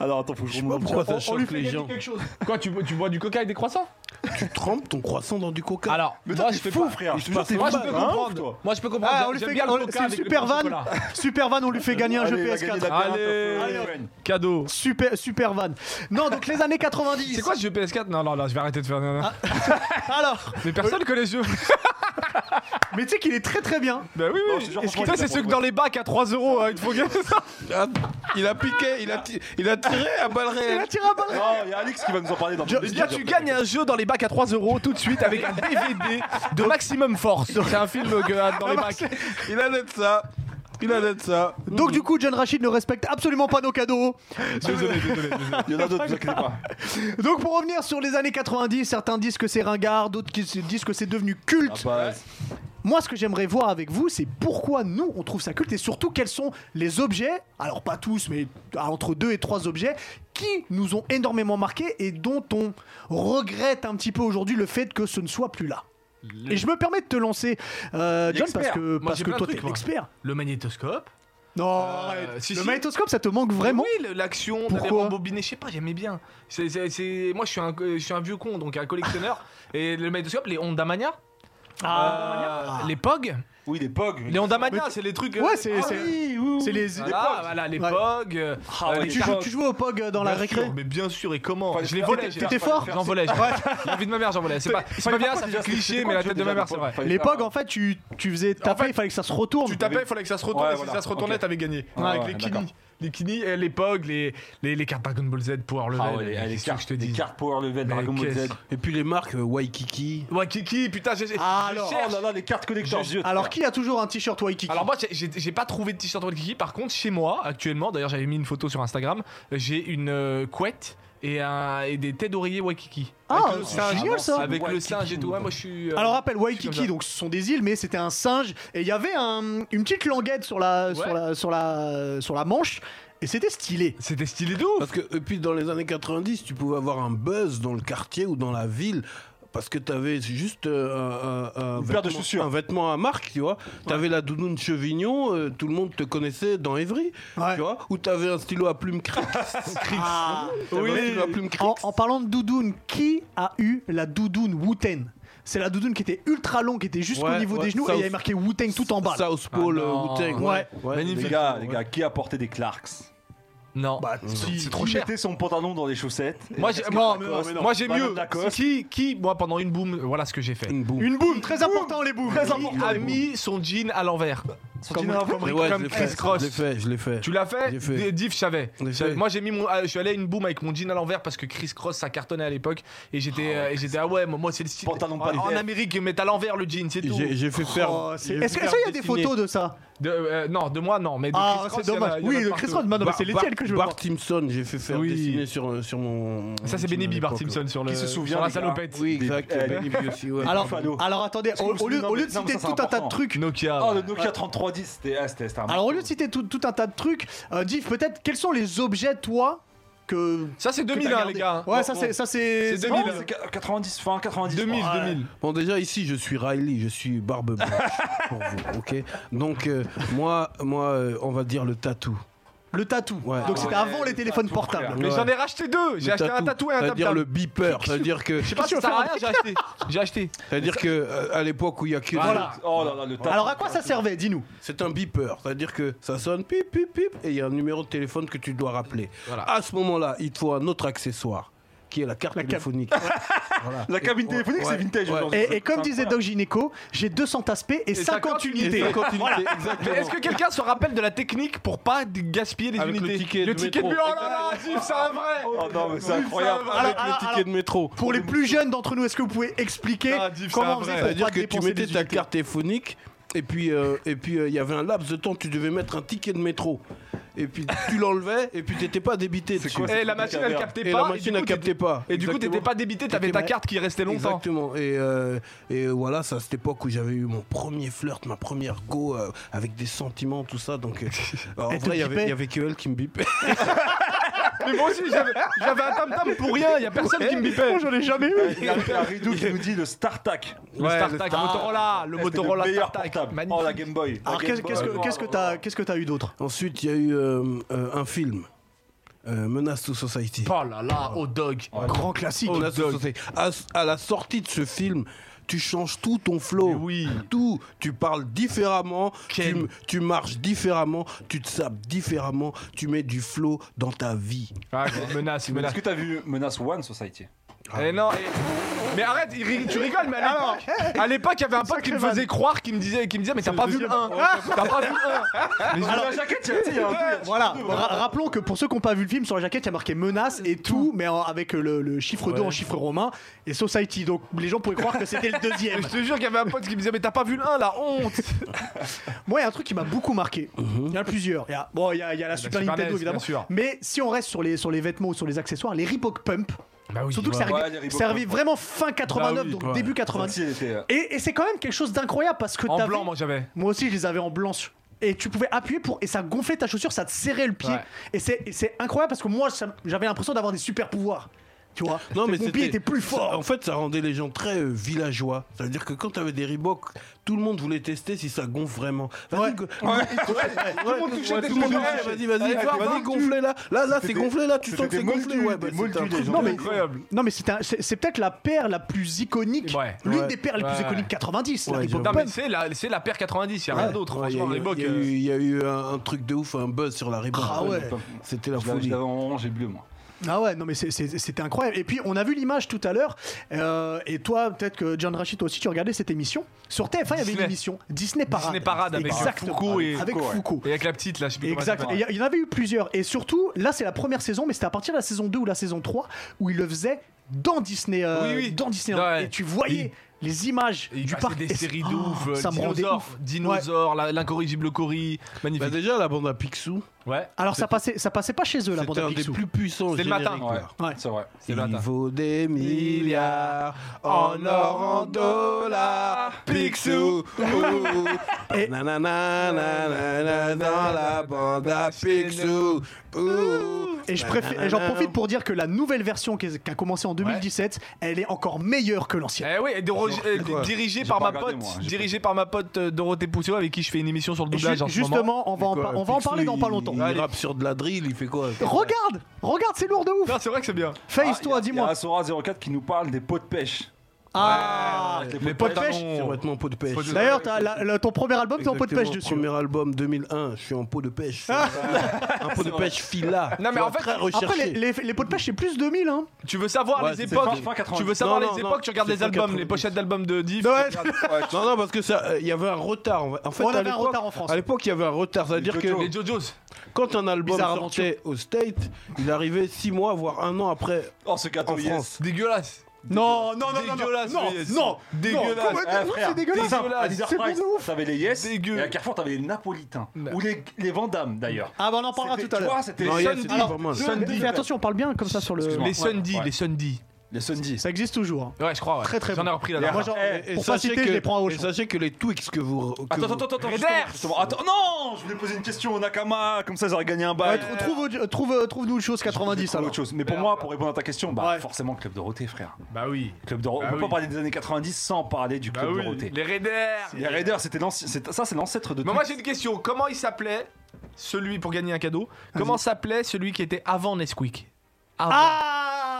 Alors attends, faut que je remonte. pourquoi ça On- On lui choque fait les gagner gens. quelque chose. Quoi, tu, tu bois du coca et des croissants Tu trempes ton croissant dans du coca. Alors, Mais moi, toi, je t'es fais fou, pas. frère. Je te Moi, jure, t'es Moi, je pas peux un ouf, comprendre. toi. Moi, je peux comprendre. Ah, J'aime- on lui j'aime fait bien le gagner. coca C'est avec le Super pain au Van. chocolat. Super Van, on lui fait gagner un jeu Allez, va gagner PS4. la bière, Allez. un peu. Cadeau. Super, super Van. Non, donc les années 90. C'est quoi ce jeu PS4 Non, non, non, je vais arrêter de faire. non, non. Alors, Mais personne connaît ce jeu. mais tu sais qu'il est très très bien. Bah oui, Non, oui. c'est genre, Est-ce que- franchement, Putain, c'est il a ceux que pas dans les bacs à 3 euros, hein, il te faut gagner ça. Ah, il a piqué, il a, ti- il a tiré à balles Eh, Il a réelles. tiré un ballon. Non, il y a Alex qui va nous en parler dans Je- deux Là, tu gagnes un jeu dans les bacs à 3 euros tout de suite avec un DVD de Maximum Force. C'est un film que, euh, dans les bacs. Il a net ça. Il a net ça. Donc du coup, John Rachid ne respecte absolument pas nos cadeaux. Désolé, désolé, désolé. Il y en a d'autres, vous inquiétez pas. Donc pour revenir sur les années 90, certains disent que c'est ringard, d'autres qui se disent que c'est devenu Ah culte. bah, Moi, ce que j'aimerais voir avec vous, c'est pourquoi nous, on trouve ça culte et surtout quels sont les objets, alors pas tous, mais à entre deux et trois objets, qui nous ont énormément marqués et dont on regrette un petit peu aujourd'hui le fait que ce ne soit plus là. Et je me permets de te lancer, euh, John, parce L'expert. que, Moi, parce j'ai que plein de toi, t'es trucs, moi. l'expert. Le magnétoscope. Non, Euh, arrête. si, le si. magnétoscope, ça te manque vraiment Oui, le- l'action, d'aller Pourquoi rembobiner, je sais pas, j'aimais bien. C'est, c'est- c'est- Moi, je suis, un, je suis un vieux con, donc un collectionneur. Et le magnétoscope, les Honda Mania, Ah. euh, les POG. oui, les POG. Les Honda Mania, c'est les trucs. euh, Ouais, c'est ah, c'est- oui, oui, c'est les. Voilà, voilà, les Ouais. POG. euh, Ah ouais, Ah les Tu, joues, Tarok. tu jouais au POG euh, dans la Bien récré sûr, Mais bien sûr, et comment Fallait Je les faire- volais. t'étais- j'ai- t'étais fort J'en volais. j'ai- La vie de ma mère, j'en volais. C'est pas, c'est pas bien, ça fait cliché, mais la tête de ma mère, c'est vrai. Les POG, en fait, tu, tu faisais taper, fait, il fallait que ça se retourne. Tu tapais, il fallait que ça se retourne. Ouais, et si voilà. ça se retournait, Ok. t'avais gagné. Ouais, Avec ouais, les d'accord. Kini. Les Kini, eh, les POG, les, les, les cartes Dragon Ball Z, Power Level. Ah ouais, les- les qu'est-ce que cartes, je te les dis cartes Power Level, Mais Dragon Ball qu'est-ce- Z. Et puis les marques euh, Waikiki. Ouais, Kiki, putain, j'ai. Ah, je alors. Oh cherche. là là, les cartes connecteurs. Je- Dieu. Alors, qui a toujours un t-shirt Waikiki Alors moi j'ai- j'ai j'ai pas trouvé de t-shirt Waikiki par contre chez moi actuellement d'ailleurs j'avais mis une photo sur Instagram j'ai une euh, couette et, un, et des têtes d'oreiller Waikiki Ah, Avec le c'est singe. génial, ça. avec le singe et tout ouais, moi je suis euh, Alors, rappelle, je suis Waikiki, comme donc ce sont des îles, mais c'était un singe, et il y avait un- une petite languette sur la, sur Ouais. la, sur la, sur la manche, et c'était stylé. c'était stylé de ouf Parce que, et puis dans les années 90, tu pouvais avoir un buzz dans le quartier ou dans la ville. Parce que t'avais juste euh, un, un- un Une paire de vêtement- chaussures. un vêtement à marque, tu vois. T'avais la doudoune Chevignon, euh, tout le monde te connaissait dans Evry, Ouais. tu vois. Ou t'avais un stylo à plume Crix. Crix. Ah. T'avais un stylo à plume Crix. En, en parlant de doudoune, qui a eu la doudoune Wooten C'est la doudoune qui était ultra longue, qui était jusqu'au Ouais, niveau ouais, des genoux, ça et il y aussi. avait marqué Wooten tout en bas. là. South Pole, Ah euh, non. Wu-Tang, Ouais. Les gars, les gars, qui a porté des Clarks non Bah, c'est si- c'est trop Qui cher mettait son pantalon dans les chaussettes moi j'ai moi, mais moi, non, mais non. moi, j'ai Banane mieux Lacoste. qui qui moi pendant une boom voilà ce que j'ai fait Une boum. Une boom, très important les booms. Qui a mis son jean à l'envers Son Comme- dîner à comme- Fabrique. comme Chris Cross. Je l'ai fait, je l'ai fait. Tu l'as fait, J'ai fait. D- Diff, je savais. J'ai Je savais. fait. Moi, j'ai mis mon, ah, je suis allé à une boom avec mon jean à l'envers parce que Chris Cross ça cartonnait à l'époque et j'étais, euh, et j'étais ah ouais, moi moi, c'est le style. Pantalon pas en, en l'hiver. Amérique, ils mettent à l'envers le jean, c'est tout. J'ai j'ai fait faire. Oh, c'est- j'ai fait Est-ce que- faire est-ce qu'il y a des dessiner- photos de ça De- euh, non, de moi non, mais de Ah, Chris Cross, c'est il y en a- dommage. il y en a Oui, le partout. Bah, Chris Cross, non, non, mais c'est les Bar- tiennes que je veux. Bart voir. Simpson, j'ai fait faire Oui. dessiner sur, euh, sur mon. Ça c'est mon Benny jean à B, Bart l'époque, Simpson sur le, Qui se souvient, sur la les gars salopette. ouais. Oui, exact. Eh, Benny B aussi, ouais. Alors, Buffalo. alors attendez, Est-ce que au, vous au lieu, vous au lieu de souvenez- non, citer mais ça, tout c'est un tas de important. trucs, Nokia. Ah, le Nokia 3310, c'était ah, c'était- c'était un alors au lieu de citer tout, tout un tas de trucs, euh, Div, peut-être quels sont les objets, toi, que. Ça c'est que t'as 2000 hein, gardé les gars. Ouais, ça c'est. ça, c'est- C'est c'est- Non, 2000. c'est qu- 90, fin 90. 2000, Ouais. 2000. Bon, déjà, ici, je suis Riley, je suis barbe blanche pour vous, ok Donc, euh, moi, moi euh, on va dire le tatou. Le tatou. Ouais. Donc c'était Ouais, avant les le téléphones tatou, portables. frère. Mais Ouais. j'en ai racheté deux. J'ai Le acheté un tatou et un C'est-à-dire tam le beeper, c'est-à-dire que. Je sais pas si ça sert à rien, j'ai acheté. J'ai acheté. C'est-à-dire que euh, à l'époque où il y a que Voilà. Oh là là, le tatou. Alors à quoi ça servait, dis-nous c'est un beeper, c'est-à-dire que ça sonne pip pip pip et il y a un numéro de téléphone que tu dois rappeler. Voilà. À ce moment-là, il te faut un autre accessoire qui est la carte cam- téléphonique. Voilà. La cabine Et- téléphonique, ouais, c'est vintage ouais. aujourd'hui. Et, et comme disait Doc Gineco, j'ai 200 aspects et, 50 unités. Et 50 unités, exactement. Mais est-ce que quelqu'un se rappelle de la technique pour pas d- gaspiller les Avec le unités ticket de de métro. bureau, oh là là, Zif, c'est un vrai Oh non, mais c'est Zif, incroyable. un vrai. Avec Alors, le ticket alors, de métro. Pour les plus jeunes d'entre nous, est-ce que vous pouvez expliquer Ah, Div, c'est un comment on vrai. faisait pour C'est-à-dire pas que tu dépenser mettais des ta unités carte téléphonique et puis euh, et puis euh, il y avait un laps de temps tu devais mettre un ticket de métro et puis tu l'enlevais et puis t'étais pas débité dessus. quoi, Et Eh, la machine elle captait et pas. la machine du ne coup, captait pas. t'étais- Et du coup t'étais Exactement. pas débité, t'avais ta T'étais- carte qui restait longtemps. Exactement. Et, euh, et euh, voilà, c'est à cette époque où j'avais eu mon premier flirt, ma première go euh, avec des sentiments, tout ça. Donc, euh, alors, en Elle te vrai, il y avait- bipait il y avait que elle qui me bipait. Mais moi aussi j'avais j'avais un tam tam pour rien, y a personne Eh, qui me bipait. Ah, J'en ai jamais eu. Il y a- il y a Ridou qui nous dit le StarTac. Le StarTac, le Star- Eh, Motorola, le C'était Motorola le meilleur StarTac. portable. Magnifique. Oh la Game Boy. La Alors Game qu'est-ce Boy. qu'est-ce que qu'est-ce que t'as qu'est-ce que t'as eu d'autre Ensuite, il y a eu euh, euh, un film, euh, Menace to Society. Oh là là, oh dog. Grand classique. Menace to Society. À, à la sortie de ce film, tu changes tout ton flow. Mais oui. Tout. Tu parles différemment. Quel- Tu, m- tu marches différemment. Tu te sapes différemment. Tu mets du flow dans ta vie. Ah, c'est- menace, menace. Est-ce que t'as vu Menace One Society Ah. Eh non, eh- mais arrête, il ri- tu rigoles, mais à l'époque, à l'époque, il y avait un pote qui me faisait croire, qui me disait, qui me disait, mais t'as pas vu le 1 T'as pas vu le 1 Alors, la jaquette, il y a- tu sais, il y a un truc, il y a- Voilà, ra- rappelons que pour ceux qui n'ont pas vu le film, sur la jaquette, il y a marqué menace et tout, mais en- avec le, le chiffre 2 en chiffre romain et Society. Donc les gens pouvaient croire que c'était le deuxième. Je te jure qu'il y avait un pote qui me disait, mais t'as pas vu le 1, la honte Moi, il y a un truc qui m'a beaucoup marqué. Il y en a plusieurs. Il y a, bon, il y a, il y a la Super Super Nintendo, NES, bien évidemment. sûr. Mais si on reste sur les, sur les vêtements ou sur les accessoires, les Reebok Pump, surtout que ça Ouais, arrivait, les ça arrivait Reebok Pump. vraiment fin 89, Bah oui, donc ouais. début Ça, 90. si, elle était- euh, Et, et c'est quand même quelque chose d'incroyable parce que En t'avais- blanc, moi j'avais. Moi aussi, je les avais en blanc. sur- Et tu pouvais appuyer pour. Et ça gonflait ta chaussure, ça te serrait le pied. Ouais. Et c'est- Et c'est incroyable parce que moi, ça- j'avais l'impression d'avoir des super pouvoirs. Tu vois Non, mais Mon pied était plus fort. ça- en fait, ça rendait les gens très euh, villageois. C'est-à-dire que quand tu avais des Reebok, tout le monde voulait tester si ça gonfle vraiment. Vas-y, go- Tout le monde touchait Ouais, des tout le monde choses. touchait. Eh, Vas-y, vas-y, Allez, vas-y, vas-y, gonflez là. Là, là, c'est C'était- gonflé là. Tu sens que c'était c'est gonflé. moldu, Ouais, des bah, moldus, c'était un des truc gens. de Non, mais- ouf. Incroyable. Non, mais c'est un- c'est c'est peut-être la paire la plus iconique. Ouais. L'une Ouais. des paires les plus Ouais. iconiques 90, la Ouais, Reebok Non, mais Pump. c'est la, c'est la paire 90, y a rien Ouais. d'autre. Ouais, Il y a franchement, eu- les Bocs, il y a euh, eu- il y a eu un un truc de ouf, un buzz sur la Reebok. Ah ouais. C'était la Je l'avais- je folie. l'avais en orange et bleu, moi. Ah ouais, non mais c'est- c'est- c'était incroyable. Et puis on a vu l'image tout à l'heure. euh, et toi, peut-être que John Rachid, toi aussi, tu regardais cette émission. Sur TF1, il y avait une Disney. émission Disney Parade. Disney Parade avec, euh, Exactement. Foucault et- avec Foucault, ouais. Foucault. Et avec la petite là, je sais plus comment elle Exact. s'appelle. Et il y- il y en avait eu plusieurs. Et surtout, là, c'est la première saison, mais c'était à partir de la saison 2 ou la saison 3 où ils le faisaient dans Disney. euh, Oui, oui. Dans Disney. Ouais. Et tu voyais les images Et il du passait parc. des Et c'est- séries de Oh, ouf, euh, ça me rendait dinosaures, ouf. dinosaures, la- l'incorrigible Cory, Bah, magnifique. déjà, la bande à Picsou, Ouais. Alors ça passait, ça passait pas chez eux, la bande c'était à un des Picsou. plus puissants. C'est le matin. génériques, là. Ouais. C'est vrai. C'est le matin. Il vaut des milliards en or, en dollars, Picsou. ouh. Et- Nanana, nanana, dans la bande à Picsou. ouh. Et je préfère- et j'en profite pour dire que la nouvelle version qui est- qui a commencé en 2017, elle est encore meilleure que l'ancienne. Eh oui, et Doro- euh, dirigé J'ai par pas ma regardé, pote, moi, j'ai dirigé par ma pote euh, Dorothée Pousseau avec qui je fais une émission sur le Et ju- doublage en ce moment. justement, on va, en, Quoi, par- on va en Picsou, parler dans pas il- longtemps. Il, Allez. rappe sur de la drill, il fait quoi Regarde, Ah, regarde, c'est lourd de ouf. Non, c'est vrai que c'est bien. Face toi, Ah, Il y a dis-moi. Asora04 qui nous parle des pots de pêche. Ah Ouais, avec Les les pots de pantalons. pêche Bah, C'est vêtement pot de pêche. Pot de- D'ailleurs, t'as la- la- ton premier album, t'es en pot de pêche Exactement, dessus. hein. Ah. Premier album 2001, je suis en pot de pêche. un pot de pêche fila. Non, mais tu vois, en fait, très recherché. Après, les, les, les pots de pêche, c'est plus 2000, hein. Tu veux savoir Ouais, les c'est époques fin- fin 90. Tu veux savoir Non, non, les non, époques Tu regardes c'est les fin albums, 90. les pochettes d'albums de Div. Ouais. tu regardes- Non, non, parce que ça, euh, il y avait un retard. en vrai. En fait, On à avait un l'époque- retard en France. À l'époque, il y avait un retard. C'est-à-dire que Oh. Jojo. Les JoJo's. quand un album Bizarre sortait aux States, il arrivait six mois, voire un an après Oh, ce gâteau, en yes. France. Dégueulasse. Non, non, non, non, non, Dégueulasse, non, mais c'est- non, dégueulasse. non, complètement, Eh, frère, Ah, c'est dégueulasse. Ah, Simple, à C'est Leader Price, bon de ouf. T'avais les Yes, Dégueu. et à Carrefour, t'avais les Napolitains. Ouais. Ou les, les Vandamme, d'ailleurs. Ah bah on en parlera C'était- tout à tu l'heure. vois, c'était Non, les il y a- Sunday. c'était pas mal. Fais- Fais attention, on parle bien comme ça sur le. Excuse-moi. Les Sunday, Ouais. les Sunday. Les Sunday. Ça existe toujours. hein. Ouais, je crois. ouais. Très, très J'en ai bon. repris la Les Moi, dernière. genre, Eh, et pour pas sachez citer, que- je les prends au Et champ. sachez que les Twix que vous. que Attends, vous- attends, attends, attends, Raiders. justement, justement. Attends, non, je voulais poser une question au Nakama, comme ça ils auraient gagné un Ouais, bail. tr- Trouve, autre- trouve, euh, trouve-nous une chose J'ai 90 trouvé alors. autre chose. Mais pour moi, pour répondre à ta question, bah Ouais. forcément Club Dorothée, frère. Bah oui. Club Dorothée. Bah On peut oui. pas parler des années 90 sans parler du Bah Club oui. Dorothée. Les Raiders. Les Raiders, c'était l'ancien- c'est- ça, c'est l'ancêtre de. Mais tout. moi j'ai une question. Comment il s'appelait celui pour gagner un cadeau Comment s'appelait celui qui était avant Nesquik Avant. Ah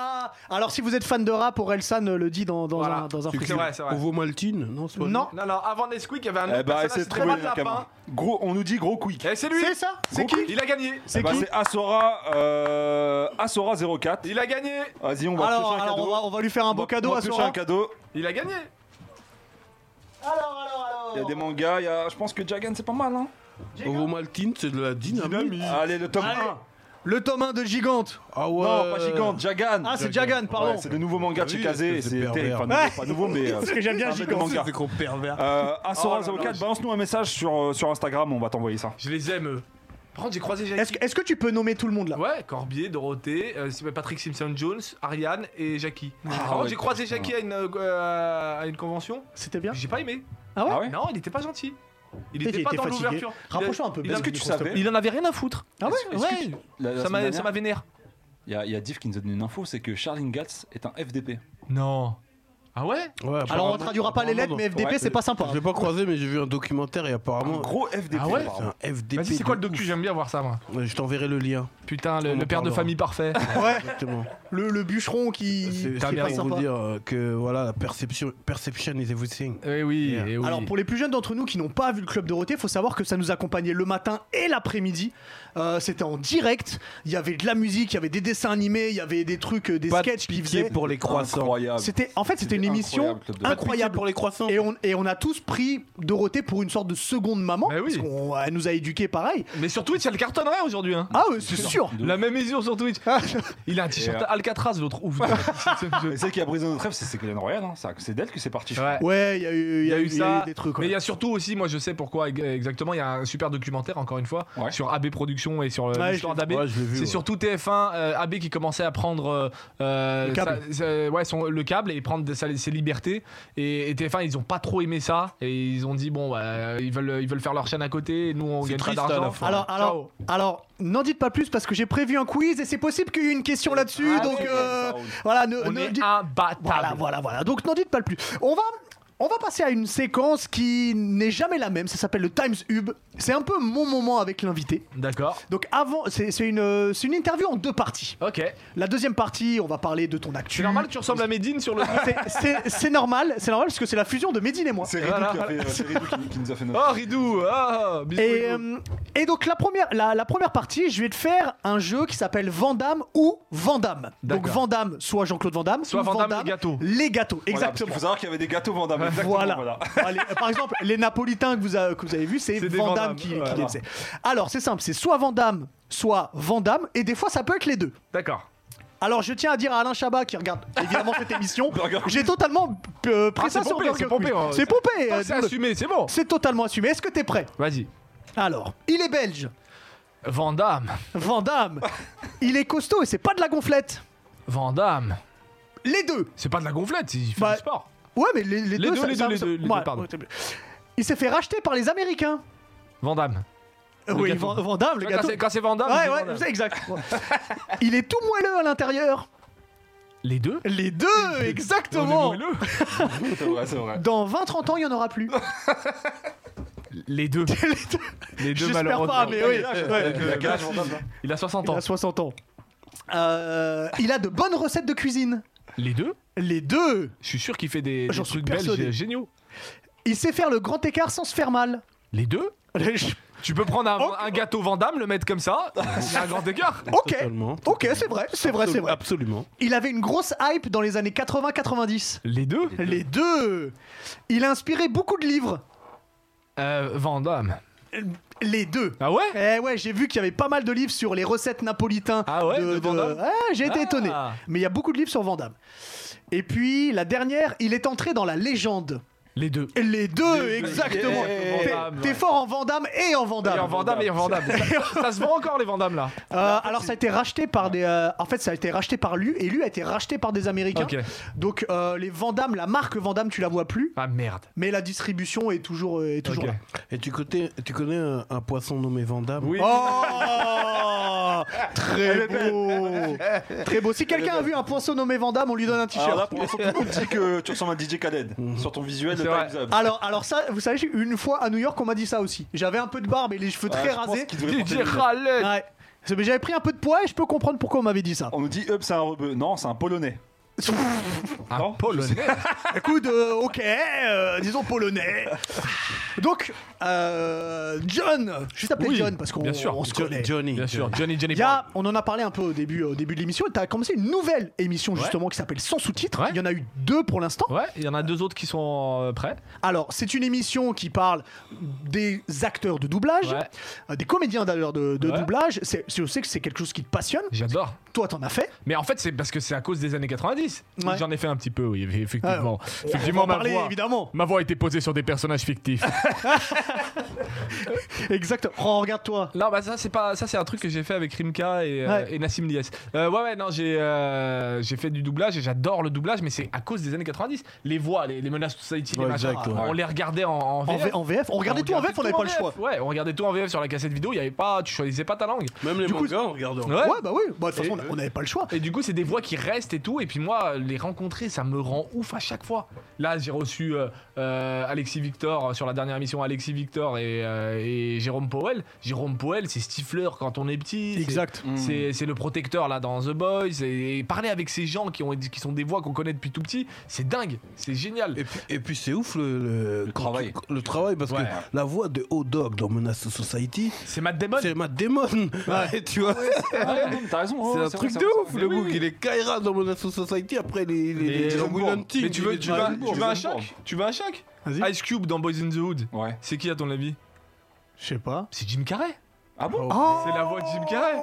Alors si vous êtes fan de rap, Orelsan euh, le dit dans, dans Voilà. un, dans un C'est freestyle. vrai, c'est vrai. Ovo Maltine Non, c'est pas Non. Non, non, avant Nesquik, il y avait un autre Eh bah, personnage, essaie de c'était trouver Matt le Nakama. Lapin. Gros, on nous dit gros quick. Et c'est lui C'est ça C'est qui Il a gagné C'est Eh bah, qui C'est Asora, euh, Asora 04. Il a gagné Vas-y, on va Alors, piocher un alors, cadeau. on, va, on va lui faire un On va- beau cadeau on va à ce piocher un cadeau. Il a gagné Alors, alors, alors Il y a des mangas, il y a... je pense que Jagan c'est pas mal. Hein. Ovo Maltine, c'est de la dynamite. Allez, le tome Allez. 1. Le tome 1 de Gigante. Ah ouais. Non, pas Gigante, Jagan. Ah, c'est Jagan, pardon. Ouais, c'est le nouveau manga de chez Oui, Kazé, espèce de c'est terrible. pervers. Enfin, nouveau- pas nouveau, mais. euh, Parce que j'aime bien c'est un peu Gigante. manga. C'est qu'on pervers. Euh, Oh là là, Asora04, je- balance-nous un message sur, euh, sur Instagram, on va t'envoyer ça. Je les aime eux. Par contre, j'ai croisé Jackie. Est-ce que- est-ce que tu peux nommer tout le monde là Ouais, Corbier, Dorothée, euh, c'est Patrick Simpson Jones, Ariane et Jackie. Ah Par contre, ouais, j'ai croisé Jackie à une, euh, à une convention. C'était bien J'ai pas aimé. Ah ouais Ah ouais Non, il était pas gentil. Il Peut-être était il pas était dans fatigué. l'ouverture. Il a- Rapproche-toi un peu, il Ben, du a- Est-ce que tu micro, s'il te savais Il en avait rien à foutre. Ah ouais, Est-ce- est-ce que- La- la Ça semaine m'a- ça dernière, m'a vénère. Il y, a- il y a Div qui nous a donné une info c'est que Charling Gatz est un FDP. Non. Ah ouais Alors on traduira pas les lettres, mais FDP Ouais. c'est pas sympa. Je l'ai pas croisé, mais j'ai vu un documentaire et apparemment. Un gros FDP. Ah ouais C'est apparemment. un FDP. Vas-y, c'est quoi le de docu J'aime bien voir ça, moi. ouf. Ouais, Je t'enverrai le lien. Putain, On le, en le père de parlera. famille parfait. Ouais, Exactement. le, le bûcheron C'est qui. c'est t'as bien pour sympa. vous dire euh, que voilà, la perception, perception is everything. Eh oui, Yeah. eh oui. Alors pour les plus jeunes d'entre nous qui n'ont pas vu le club Dorothée, faut savoir que ça nous accompagnait le matin et l'après-midi. Euh, C'était en direct. Il y avait de la musique, il y avait des dessins animés, il y avait des trucs, euh, des Pas de sketchs qui pitié faisaient. pour les croissants. Incroyable. C'était en fait c'était C'était une émission incroyable, Club Dorothée. Incroyable incroyable. pour les croissants. Et on, et on a tous pris Dorothée pour une sorte de seconde maman, Bah oui. parce qu'on- elle nous a éduqués pareil. Mais sur Twitch, elle cartonnerait aujourd'hui. Hein. Ah ouais, c'est sûr La même mesure sur Twitch. Il a un t-shirt Et, euh, Alcatraz, l'autre. Ouf. Et celle qui a brisé notre rêve, c'est Ségolène Royal. hein, ça. C'est d'elle que c'est parti. Ouais. Ouais, il y a eu, il Il y a eu il y a ça. eu des trucs. Mais ouais. il y a surtout aussi, moi je sais pourquoi ex- exactement, il y a un super documentaire, encore une fois, Ouais. sur AB Productions et sur euh, Ouais, l'histoire je l'ai d'AB. Ouais, je l'ai vu. C'est ouais. surtout TF1, euh, AB qui commençait à prendre euh, euh, Le câble. sa- sa- ouais, son- le câble et prendre de- sa- ses libertés. Et, et TF1, ils ont pas trop aimé ça. Et ils ont dit, bon, bah, ils, veulent, ils veulent faire leur chaîne à côté. et Nous, on C'est gagne pas triste, à la d'argent. fin. Alors, Ciao. alors, alors, n'en dites pas plus parce que j'ai prévu un quiz et c'est possible qu'il y ait une question là-dessus. Ah, donc oui, euh, oui, oui. voilà, ne, on ne est dites- imbattable. voilà, voilà, voilà. Donc n'en dites pas plus. On va, on va passer à une séquence qui n'est jamais la même. Ça s'appelle le Times Hub. C'est un peu mon moment avec l'invité. D'accord. Donc avant, c'est c'est une, euh, c'est une interview en deux parties. Ok. La deuxième partie, on va parler de ton actu. C'est normal que tu ressembles à Medine sur le. C'est- C'est c'est normal, c'est normal parce que c'est la fusion de Medine et moi. C'est Ridou, Voilà. qui, a fait- euh, c'est Ridou qui, qui nous a fait notre. Oh, Ridou Ah bisous, Et, Ridou. euh, et donc la première, la, la première partie, je vais te faire un jeu qui s'appelle Vandame ou Vandame. Donc D'accord. Vandame, soit Jean-Claude Vandame, Soit ou Van Damme, les gâteaux. Les gâteaux, Voilà, parce qu'il exactement. faut savoir qu'il y avait des gâteaux vendables. exactement, Voilà. voilà. Allez, euh, par exemple, les Napolitains que vous, a- que vous avez vus, c'est C'est des Vandame Van Damme, qui, qui voilà. les faisait. Alors c'est simple, c'est soit Vandame, soit Vandame, et des fois ça peut être les deux. D'accord. Alors je tiens à dire à Alain Chabat qui regarde évidemment cette émission, Burger Quiz. j'ai totalement euh, pris Ah, ça c'est sur pompé, Burger c'est pompé, Quiz. hein. C'est pompé. Ah, euh, c'est assumé, c'est bon. C'est totalement assumé. Est-ce que t'es prêt Vas-y. Alors, il est belge. Vandame. Vandame, il est costaud et c'est pas de la gonflette. Vandame. Les deux. C'est pas de la gonflette, il fait Bah, du sport. Ouais, mais les, les Les deux, deux, ça- les ça- deux, les ça- deux, les ouais, deux, pardon. ouais, c'est bien. Il s'est fait racheter par les Américains. Vandame. Euh, oui, gâteau. Van- Vandame, le Quand gâteau. c'est- Quand c'est Vandame. ouais, c'est ouais, Vandame. c'est exact. Ouais. il est tout moelleux à l'intérieur. Les deux Les deux, exactement. On est moelleux. C'est vrai, c'est vrai. Dans 20-30 ans, il y en aura plus. Les deux. Les deux, J'espère pas, malheureusement. mais oui. hein. ouais. Il a hein. quel âge, Vandame, là Il a 60 Il ans. a 60 ans. Euh, il a de bonnes recettes de cuisine. Les deux Les deux Je suis sûr qu'il fait des, des J'en suis trucs belges persuadé. euh, géniaux. Il sait faire le grand écart sans se faire mal. Les deux Tu peux prendre un, Ok. un gâteau Vandame, le mettre comme ça, c'est un grand écart. ok, Totalement. ok, c'est vrai, c'est vrai, c'est vrai. Absolument. Il avait une grosse hype dans les années 80-90. Les deux Les deux Il a inspiré beaucoup de livres. euh, Vandame. Les deux Ah ouais Eh ouais, j'ai vu qu'il y avait pas mal de livres sur les recettes napolitains. Ah ouais, de, de Van Damme Ouais, j'ai été Ah. étonné. Mais il y a beaucoup de livres sur Vandame. Et puis la dernière, il est entré dans la légende. Les deux. Les deux, Euh, exactement. Yeah. T'es- Van Damme, T'es ouais. fort en Vandame et en Vandame. Et en Vandame et en Vandame. ça se vend encore les Vandamme là. Euh, alors ça a été racheté par des. euh, en fait, ça a été racheté par lui et lui a été racheté par des Américains. Ok. Donc euh, les Vandame, la marque Vandame, tu la vois plus, Ah merde. mais la distribution est toujours euh, est toujours Ok. là. Et tu connais, tu connais un, un poisson nommé Vandame Oui. Oh Très beau Très beau. Si quelqu'un a vu un poisson nommé Vandame, on lui donne un Alors là, t-shirt. pour l'instant, tout le monde dit que tu ressembles à DJ Khaled sur ton visuel. C'est Time's vrai. Up. Alors, alors ça, vous savez, j'ai eu une fois à New York, on m'a dit ça aussi. J'avais un peu de barbe et les cheveux Ah, très je pense rasés. qu'il devrait porter DJ des- Khaled. Ouais. C'est- Mais j'avais pris un peu de poids et je peux comprendre pourquoi on m'avait dit ça. On nous dit Up, c'est un rebeu. Non, c'est un polonais. Un Non, polonais. Écoute, euh, ok, euh, disons polonais. Donc, euh, John, je vais t'appeler Oui, John parce qu'on bien sûr. on se Jo- connaît. Johnny. Bien sûr, Johnny Johnny. Il y a- on en a parlé un peu au début, au début de l'émission. Tu as commencé une nouvelle émission Ouais. justement qui s'appelle Sans sous-titres. Ouais. Il y en a eu deux pour l'instant. Paul. Ouais, il y en a deux autres qui sont euh, prêts. Alors, c'est une émission qui parle des acteurs de doublage, Ouais. euh, des comédiens d'ailleurs de, de Ouais. doublage. C'est- Je sais que c'est quelque chose qui te passionne. J'adore. Toi, t'en as fait. Mais en fait, c'est parce que c'est à cause des années 90. Ouais. Ah, J'en ai fait un petit peu, oui, effectivement. On va effectivement, en ma parler, voix, évidemment. ma voix a été posée sur des personnages fictifs. Exactement. Oh, regarde-toi. non, bah ça, c'est pas, ça, c'est un truc que j'ai fait avec Rimka et, euh, Ouais. et Nassim Diaz. Euh, ouais, ouais, non, j'ai, euh, j'ai fait du doublage et j'adore le doublage, mais c'est à cause des années 90. Les voix, les, les menaces society, les Ouais, machins, exact, ouais. on les regardait en, en En, VF. V- en VF, on regardait tout en VF, on n'avait pas le choix. Ouais, on regardait tout en VF sur la cassette vidéo, il y avait pas, tu choisissais pas ta langue. Même les Du coup, mangas, on regarde. en- Ouais, bah oui. Bah, de toute Et- façon, on- on n'avait pas le choix. Et du coup, c'est des voix qui restent et tout. Et puis moi, les rencontrer, ça me rend ouf à chaque fois. Là, j'ai reçu euh, euh, Alexis Victor euh, sur la dernière émission, Alexis Victor et, euh, et Jérôme Powell. Jérôme Powell, c'est Stifleur quand on est petit. c'est- Mm. C'est c'est le protecteur là dans The Boys. Et, et parler avec ces gens qui, ont, qui sont des voix qu'on connaît depuis tout petit, c'est dingue, c'est génial. Et puis, et puis c'est ouf le, le- quand travail. tu- le travail parce Ouais. que la voix de Hot Dog dans Menace Society, C'est Matt Damon. c'est ma démon. tu vois, Ah, non, mais T'as raison. Oh, c'est ouais, un truc vrai, de vrai, ouf mais le oui, bouc. oui. Il est Kyra dans Menace Society. Après, il est, il est- Mais- il est John Bourne. Hunting, Mais tu il veux, est tu, John vas, Bourne. tu vas à Johnson Bourne. chaque Tu vas à chaque Vas-y. Ice Cube dans Boys in the Hood. Ouais. C'est qui à ton avis Je sais pas. C'est Jim Carrey. Ah bon C'est la voix de Jim Carrey.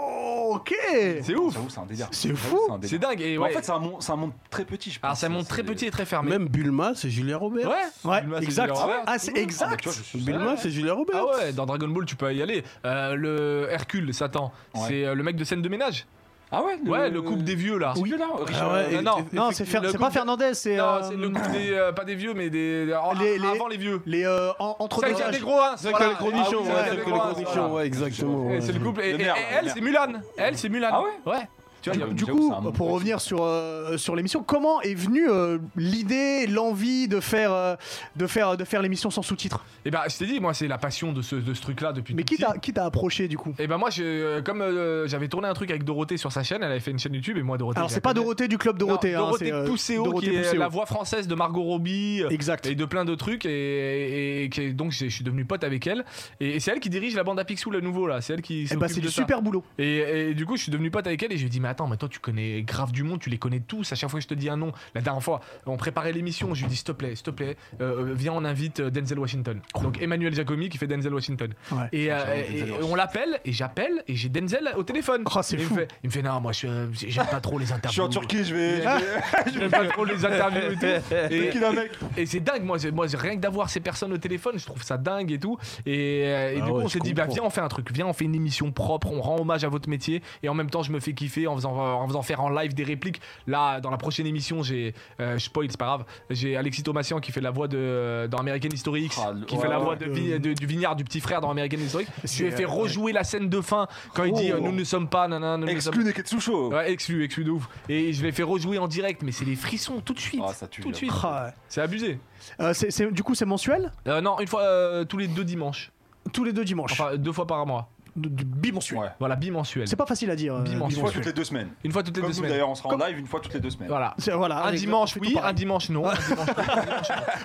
Ok. Oh, C'est ouf. J'avoue, C'est un délire. C'est J'avoue, fou. un délire. C'est dingue. Mais Et En ouais. Ah, fait, c'est un monde, c'est un monde très petit, je pense. Alors ça monte C'est- très petit et très fermé. Ah, Même Bulma, c'est Julia Robert. Ouais. Ouais, Bulma, c'est exact. Julia Roberts. Ah, c'est Ah, mais exact. tu vois, je suis Bulma, c'est Julia Robert. Ah ouais, dans Dragon Ball tu peux y aller. Euh, le Hercule, Satan, Ouais. c'est euh, le mec de scène de ménage. Ah ouais Ouais, le couple des vieux là. Oui, là, Richard- Ah ouais, Euh, non, Non, c'est Fer- le c'est pas couple- Fernandez, c'est Non, euh, c'est le couple des euh, pas des vieux mais des ah, Les- les- avant les vieux. les euh, en- entre C'est deux avec âges. les gros hein. C'est avec les gros nichons, Ah oui, ouais, c'est c'est avec les avec gros les gros nichons, nichons, ouais, exactement. Et ouais. c'est le couple et, Le et- maire, et le elle maire. c'est Mulan. Elle c'est Mulan. Ah ouais Ouais. Tu vois, il y a- Du J'avoue, coup, c'est un monde pour petit. revenir sur, euh, sur l'émission, comment est venue euh, l'idée, l'envie de faire, euh, de faire, de faire l'émission sans sous-titres Eh ben, je t'ai dit, moi, c'est la passion de ce, de ce truc-là depuis Mais tout qui petit. t'a qui t'a approché du coup Eh ben, moi, je, euh, comme euh, j'avais tourné un truc avec Dorothée sur sa chaîne, elle avait fait une chaîne YouTube et moi, Dorothée. Alors je c'est la pas connais. Dorothée du club Non, Dorothée, hein, Dorothée c'est, euh, Pousséo, Dorothée qui est Pousséo. la voix française de Margot Robbie. euh, Exact. Et de plein de trucs, et, et- et donc j'ai- je suis devenu pote avec elle. Et, et c'est elle qui dirige la bande à Picsou, le nouveau là. C'est elle qui. Eh s'occupe bah, c'est du de ça. super boulot. Et, et du coup, je suis devenu pote avec elle et je lui ai dit Mais attends, mais toi, tu connais grave du monde, tu les connais tous. À chaque fois que je te dis un nom, la dernière fois, on préparait l'émission, je lui ai dit S'il te plaît, s'il te plaît, euh, viens, on invite euh, Denzel Washington. Donc Emmanuel Jacomi qui fait Denzel Washington. Ah, Ouais. Et, euh, J'adore et- Denzel et Washington. on l'appelle, et j'appelle, et j'ai Denzel au téléphone. Oh, c'est Et il, fou. me fait, il me fait Non, moi, je suis, euh, j'aime pas trop les interviews. Je suis en Turquie, je vais. Ah. je vais- J'aime pas trop les interviews et tout. Et- Tranquille, un mec. et c'est dingue, moi, c'est- moi c'est- rien que d'avoir ces personnes au téléphone, je trouve ça dingue et tout. Et, euh, et Ah du coup, ouais, on je s'est dit, bah, comprends. viens, on fait un truc, viens, on fait une émission propre, on rend hommage à votre métier. Et en même temps, je me fais kiffer en faisant, en faisant faire en live des répliques. Là, dans la prochaine émission, j'ai. euh, je spoil, c'est pas grave. J'ai Alexis Thomasian qui fait la voix de, dans American History X, Ah, le- qui ouais, fait la ouais. voix de, Vi- de- du vignard, du petit frère dans American History X. Je lui ai C'est, fait euh, rejouer la scène de fin quand il dit, Oh. euh, nous ne sommes pas, nanana, nous ne sommes Exclu Neketsu Show. Ouais, exclu, exclu de ouf. Et je l'ai fait rejouer en direct, mais c'est les frissons tout de suite. Ah, ça tue, tout de là. suite. Ah, ouais. C'est abusé. Euh, c'est- c'est- du coup, c'est mensuel Euh, non, une fois euh, tous les deux dimanches. tous les deux dimanches. Enfin, deux fois par mois. de- de- bimensuel. Ouais. Voilà, bimensuel. C'est pas facile à dire. euh, Bimensuel. Une fois toutes les deux semaines. Une fois toutes les Comme deux nous semaines. d'ailleurs, on sera Comme- en live une fois toutes les deux semaines. Voilà. C'est- Voilà, Un avec- dimanche c'est tout oui, un pareil. dimanche non. un dimanche-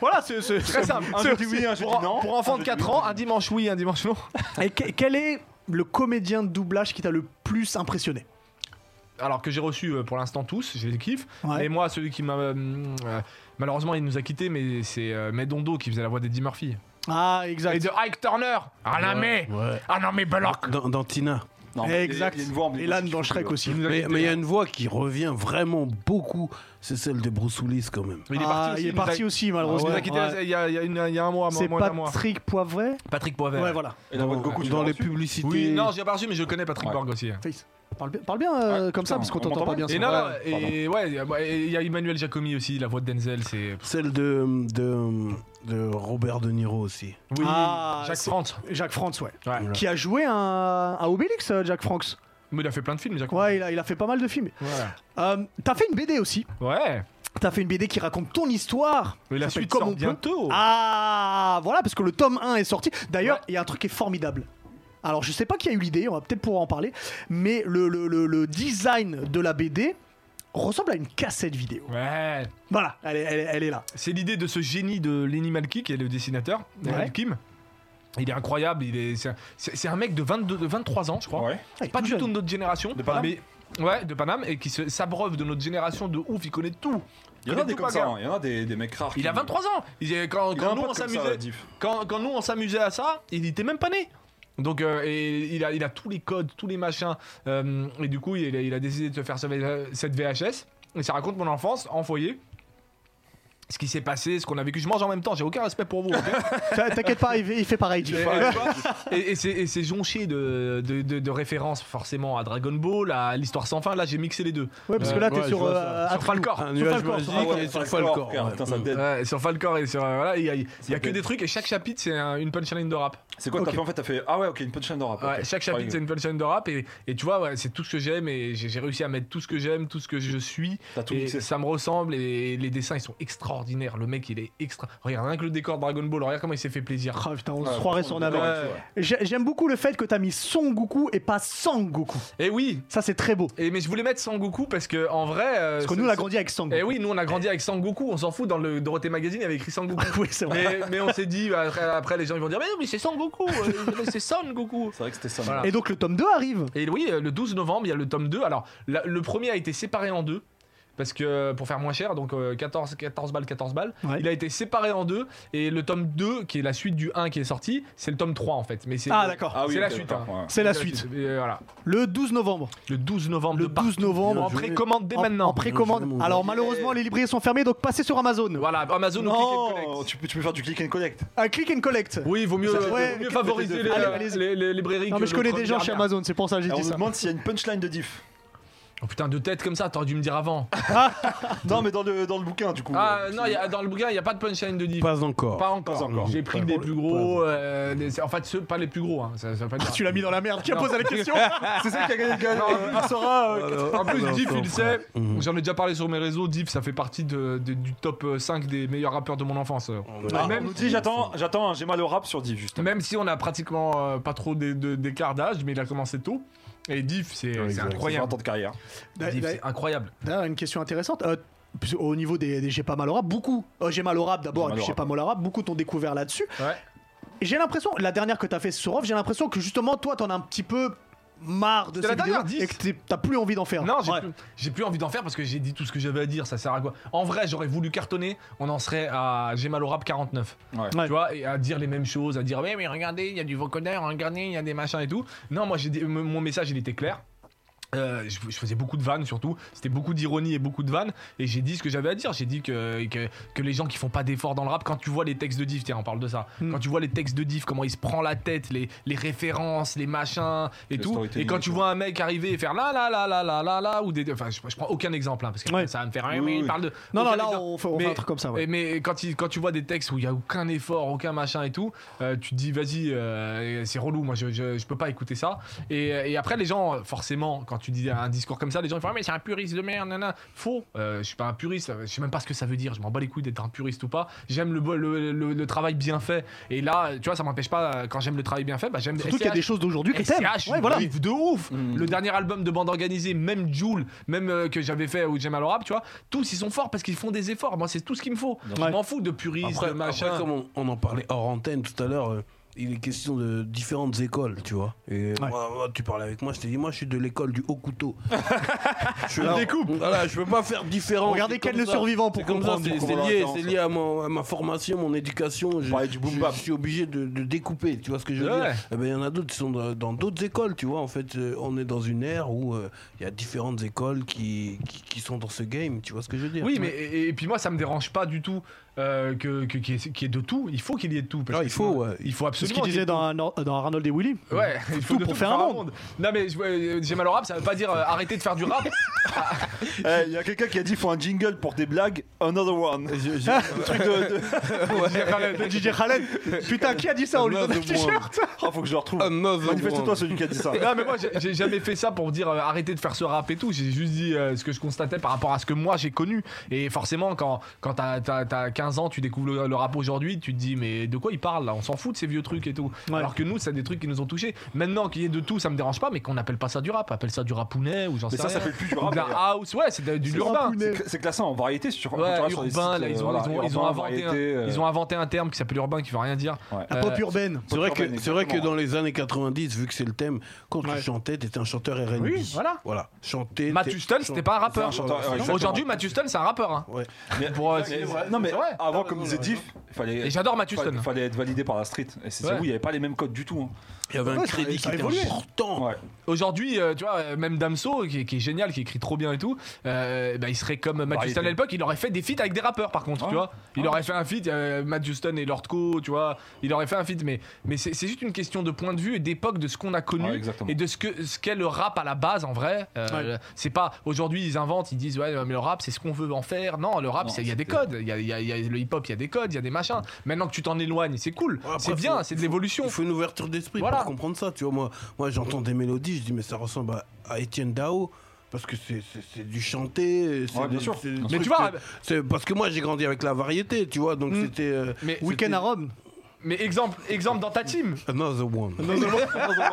Voilà, c'est c'est- Très simple. Un C'est- jeudi oui, un jeudi pour, non. pour enfants de Un 4 jeudi ans, oui. un dimanche oui, un dimanche non. Et que- quel est le comédien de doublage qui t'a le plus impressionné Alors que j'ai reçu euh, pour l'instant tous, je les kiffe. Ouais. Mais moi, celui qui m'a. euh, euh, malheureusement, il nous a quittés, mais c'est euh, Medondo qui faisait la voix d'Eddie Murphy. Ah, Et exact. de Ike Turner. Ah non, mais. Ouais. Ah non, mais Belloc. Dans, dans Tina. Non, mais il y a- exact. il y a une voix en Et l'âne qui dans fait Shrek que- aussi. nous a Mais quittés. mais il y a une voix qui revient vraiment beaucoup, c'est celle de Bruce Willis quand même. Il est Ah, parti aussi. il est nous a- parti aussi, Il malheureusement. nous a quittés Ah Ouais. il y a il y a une- il y a un mois, C'est moins d'un mois. Patrick Poivret Patrick Poivet. Ouais, voilà. Et la voix de Goku, tu dans l'as les reçue publicités. Oui, non, j'ai pas reçu, mais je connais Patrick Ouais. Borg aussi. hein. Face. Parle bien, parle bien euh, Ouais, comme ça, putain, parce qu'on on t'entend m'entend pas bien. pas Et Ah, c'est non, vrai. non, et ouais, il y a Emmanuel Giacomi aussi, la voix de Denzel, c'est. Celle de, de, de Robert De Niro aussi. Oui, Ah, Jacques c'est- Frantz. Jacques Frantz, ouais. Ouais. Voilà. Qui a joué un, un Obélix, euh, Jacques Frantz. Mais il a fait plein de films, Jacques Ouais, il a, il a fait pas mal de films. Frantz. Voilà. Euh, T'as fait une BD aussi. Ouais. T'as fait une BD qui raconte ton histoire. Mais la Ça s'appelle suite Comme sort on peut. bientôt. Ah, voilà, parce que le tome 1 est sorti. D'ailleurs, Ouais. il y a un truc qui est formidable. Alors, je sais pas qui a eu l'idée, on va peut-être pouvoir en parler, mais le, le- le- le design de la BD ressemble à une cassette vidéo. Ouais. Voilà, elle est, elle est- elle est là. C'est l'idée de ce génie de Lenny Malky, qui est le dessinateur, Lenny Ouais. Kim. Il est incroyable, il est, c'est, un, c'est- c'est un mec de, 22, de 23 ans, je crois. Ouais. Elle est Pas toute du jeune. tout de notre génération. De Paname mais- Ouais, de Paname, et qui se, s'abreuve de notre génération de ouf, il connaît tout. Il y en a connaît des tout comme par ça, cœur. hein. il y en a des, des mecs rares. Il qui- a 23 ans. Il, est- quand, Mm. Il a quand un nous, pote comme on ça, s'amusait, Diff. quand, quand nous on s'amusait à ça, il était même pas né. Donc euh, et il, a, il a tous les codes, tous les machins. Euh, et du coup, il a, il a décidé de se faire ce- cette VHS. Et ça raconte mon enfance en foyer. Ce qui s'est passé, ce qu'on a vécu. Je mange en même temps, j'ai aucun respect pour vous. ok T'in- T'inquiète pas, il fait, il fait pareil. Et- Diff. et- et et c'est- et c'est jonché de, de, de- de références forcément à Dragon Ball, à l'histoire sans fin. Là, j'ai mixé les deux. Ouais, parce que là, t'es Ouais, je sur. vois euh, ça. Atrio. Sur Falcor. Un Sur nuage Falcor, magique sur Ah ouais, et sur Falcor, Falcor. frère. ouais. Putain, ça dead. Ouais, sur Falcor et sur. euh, voilà, il y a, il y a Ça que fait- des trucs et chaque chapitre, c'est un- une punchline de rap. C'est quoi Ok. T'as fait en fait T'as fait Ah ouais, ok, une punchline de rap. Ouais, ok. chaque Je croyais chapitre, c'est une punchline de rap. Et, et tu vois, ouais, c'est tout ce que j'aime. Et j'ai j'ai réussi à mettre tout ce que j'aime, tout ce que je suis. T'as tout et mixé. ça me ressemble. Et les dessins, ils sont extraordinaires. Le mec, il est extra. Regarde, rien que le décor de Dragon Ball, regarde comment il s'est fait plaisir. Ah, putain, on Ouais, se croirait sur on est Namek. d'accord là-dessus, ouais. J'ai- J'aime beaucoup le fait que t'as mis Son Goku et pas Sang Goku. Et oui! Ça, c'est très beau. Et mais je voulais mettre Sangoku parce que en vrai. euh, Parce que c'est- nous, on a c'est- grandi avec Sang Eh Goku. oui, nous on a grandi avec Sangoku, on s'en fout, dans le Dorothée Magazine il y avait écrit Sangoku. Oui, c'est vrai. mais, mais on s'est dit, bah, après, après, les gens ils vont dire, mais non, mais c'est Sangoku, euh, c'est Son Goku. C'est vrai que c'était ça. Voilà. Et donc, le tome 2 arrive. Et oui, euh, le 12 novembre, il y a le tome 2. Alors, la- le premier a été séparé en deux. Parce que euh, pour faire moins cher, donc euh, 14, 14 balles, 14 balles, Ouais. il a été séparé en deux. Et le tome 2, qui est la suite du 1 qui est sorti, c'est le tome 3 en fait. Mais c'est Ah, d'accord. Ah oui, C'est la ok, suite, d'accord, hein. ouais. C'est la suite. Et, euh, voilà. Le 12 novembre. Le 12 novembre. Le de partout. 12 novembre. En précommande dès En- maintenant. En précommande. Bonjour. Alors malheureusement, les librairies sont fermées, donc passez sur Amazon. Voilà, Amazon ou Click and Collect. Non, tu peux, tu peux faire du click and collect. Un click and collect. Oui, il vaut mieux, Ça fait- vaut ouais, mieux ok, favoriser les, euh, allez, allez-y. les- les librairies. Non que mais je le connais premier des gens chez dernier. Amazon, c'est pour ça que j'ai Alors, on dit nous ça. demande s'il y a une punchline de diff. Oh putain, de tête comme ça, t'aurais dû me dire avant. Non, mais dans le, dans le bouquin, du coup. ah Euh, non, il y a- dans le bouquin, il n'y a pas de punchline de diff. Pas encore. Pas encore. Pas encore. J'ai pris Pas des encore. plus gros. euh, des- en fait, ceux, pas les plus gros. Hein. Ça, ça Ah, veut pas Ah, dire. Tu l'as mis dans la merde. Qui a Non. posé la question C'est ça qui a gagné Non, le euh, Sora. en plus, Non, Diff, pas il le sait. Mhm. J'en ai déjà parlé sur mes réseaux. Diff, ça fait partie de- de- du top euh, 5 des meilleurs rappeurs de mon enfance. euh. Ah, même même dit j'attends, j'attends, j'ai mal au rap sur Div, justement. Même si on a pratiquement euh, pas trop d'é- de- d'écart d'âge, mais il a commencé tôt. Et Diff, c'est c'est exact. Incroyable. 20 incroyable. ans de carrière. Diff, c'est incroyable. D'ailleurs, une question intéressante. Euh, au niveau des, des j'ai pas mal au rap, beaucoup. euh, j'ai mal au rap d'abord, et J'ai puis mal au j'ai rap. pas mal au rap, beaucoup t'ont découvert là-dessus. Ouais. J'ai l'impression, la dernière que t'as fait sur off, j'ai l'impression que justement toi t'en as un petit peu marre de C'était ces la vidéos dernière, et que t'es- t'as plus envie d'en faire. Non, j'ai Ouais. plus, j'ai plus envie d'en faire parce que j'ai dit tout ce que j'avais à dire, ça sert à quoi En vrai, j'aurais voulu cartonner, on en serait à J'ai mal au rap 49. Ouais. Ouais. Tu vois, et à dire les mêmes choses, à dire mais, mais regardez, il y a du vocoder, regardez, il y a des machins et tout. Non, moi, j'ai dit- m- mon message, il était clair. Euh, je, je faisais beaucoup de vannes surtout, c'était beaucoup d'ironie et beaucoup de vannes, et j'ai dit ce que j'avais à dire. J'ai dit que, que, que les gens qui font pas d'efforts dans le rap, quand tu vois les textes de diff, tiens, on parle de ça, Mm. quand tu vois les textes de diff, comment il se prend la tête, les, les références, les machins et Le tout, et storytelling quand et tu tout. vois un mec arriver et faire là là là là là là là, ou des. Enfin, je, je prends aucun exemple, hein, parce que Ouais. ça va me faire. Oui, mais il oui. parle de. Non, non, aucun là exemple. on fait, on fait Mais- un truc comme ça. Ouais. Et mais quand, il- quand tu vois des textes où il n'y a aucun effort, aucun machin et tout, euh, tu te euh, dis vas-y, euh, c'est relou, moi je, je, je peux pas écouter ça. Et, et après, les gens, forcément, quand quand tu dis un discours comme ça, les gens ils font ah, mais c'est un puriste de merde, nanana. Faux. Euh, je suis pas un puriste. Je sais même pas ce que ça veut dire. Je m'en bats les couilles d'être un puriste ou pas. J'aime le, bo- le, le- le travail bien fait. Et là, tu vois, ça m'empêche pas. euh, Quand j'aime le travail bien fait, bah j'aime. Surtout qu'il y a SCH. des choses d'aujourd'hui que t'aimes. SCH, Ouais, voilà. Mm. une bif de ouf. Le dernier album de bande organisée, même Joule, même euh, que j'avais fait au Jamal Rap, tu vois, tous ils sont forts parce qu'ils font des efforts. Moi, c'est tout ce qu'il me faut. Ouais. Je m'en fous de puriste, Après, de machin. après, comme on, on en parlait hors antenne tout à l'heure, euh, il est question de différentes écoles, tu vois. Et euh, moi, moi, tu parlais avec moi, je t'ai dit, moi, je suis de l'école du haut couteau. je suis là, Voilà, je peux pas faire différent. Regardez quel quel le survivant pour comme ça, comprendre. c'est du coup. c'est la lié, référence. c'est lié à, mon- à ma formation, mon éducation. Je, parlait du boom bap. je suis obligé de, de découper, tu vois ce que je veux Ouais. dire Eh ben, Il y en a d'autres qui sont dans dans d'autres écoles, tu vois. En fait, euh, on est dans une ère où euh, il y a différentes écoles qui, qui, qui sont dans ce game, tu vois ce que je veux dire Oui, mais et, et puis moi, ça me dérange pas du tout euh, que que- qu'il y, ait- qu'il y ait de tout. Il faut qu'il y ait de tout. parce Ah, que il faut, sinon, ouais. il faut C'est ce absolument. qu'il disait dans, dans Arnold et Willy. Ouais, il faut tout de pour faire un monde. Non mais je- ouais, euh, j'aime le rap, ça veut pas dire euh, arrêter de faire du rap. Il Eh, y a quelqu'un qui a dit faut un jingle pour des blagues, another one. Le truc de. de- DJ Khaled. Putain, qui a dit ça On lui donne un t-shirt. Ah, faut que je le retrouve. Another Manifeste-toi one. celui qui a dit ça. non mais moi j'ai- j'ai jamais fait ça pour dire euh, arrêtez de faire ce rap et tout. J'ai juste dit euh, ce que je constatais par rapport à ce que moi j'ai connu. Et forcément quand quand t'as t'as- t'as 15 ans, tu découvres le, le rap aujourd'hui, tu te dis mais de quoi ils parlent là On s'en fout de ces vieux trucs et tout. Ouais. Alors que nous c'est des trucs qui nous ont touchés. Maintenant qu'il y ait de tout, ça me dérange pas, mais qu'on n'appelle pas ça du rap, appelle ça du rapounet ou j'en sais Mais ça, rien. ça s'appelle plus du Ou rap, de la d'ailleurs. house, ouais, c'est de- du Oh, urbain. C'est cla- C'est classé en variété sur Ouais, quand tu vas sur des urbain, sites, là, euh, ils ont, voilà, ils ont, ils ont urbain, inventé un, variété, euh, ils ont inventé un terme qui s'appelle urbain qui veut rien dire. Ouais. La Euh, pop urbaine. C'est vrai que urbaine, c'est vrai que exactement. dans les années 90, vu que c'est le thème, quand Ouais. tu chantais, t'étais un chanteur R&B. Oui, voilà. Voilà, chanter. Matthew Stone, c'était pas un rappeur. C'est un chanteur, ouais, exactement. Aujourd'hui, Matthew Stone, c'est un rappeur. hein. Ouais. Mais- Pour, euh, mais- c'est vrai, non mais c'est vrai. avant comme disait Diff, fallait Et j'adore Matthew fallait- Stone. fallait être validé par la street. Et c'est c'est Ouais. où il n'y avait pas les mêmes codes du tout. Il y avait un Ouais, ça- crédit ça qui a était évolué. important. hein. Ouais. Aujourd'hui, euh, tu vois, euh, même Damso, qui, est- qui est génial, qui écrit trop bien et tout, euh, bah, il serait comme Matthew Variété. Stone à l'époque, il aurait fait des feats avec des rappeurs par contre, Ouais. Ah. tu vois. Il aurait fait un feat, euh, Matthew Stone et Lordco, tu vois. Il aurait fait un feat, mais, mais c'est c'est juste une question de point de vue et d'époque, de ce qu'on a connu Ouais, exactement. et de ce que ce qu'est le rap à la base en vrai. Euh, C'est pas aujourd'hui, ils inventent, ils disent, ouais, mais le rap, c'est ce qu'on veut en faire. Non, le rap, Non, c'est- il y a des c'était- codes. Il y a, il y a- il y a le hip-hop, il y a des codes, il y a des machins. Maintenant que tu t'en éloignes, c'est cool, Ouais, après, c'est bien, faut- c'est de l'évolution. Il faut une ouverture d'esprit Voilà. pour comprendre ça. Tu vois, moi, moi j'entends des mélodies, je dis, mais ça ressemble à, à Étienne Dao. Parce que c'est- c'est c'est du chanter. c'est Ouais, bien des- sûr. c'est Mais des tu trucs vois, que- c'est- parce que moi j'ai grandi avec la variété, tu vois, donc Mm. c'était. euh, Mais, Weekend à Rome. mais exemple, exemple dans ta team, Another one.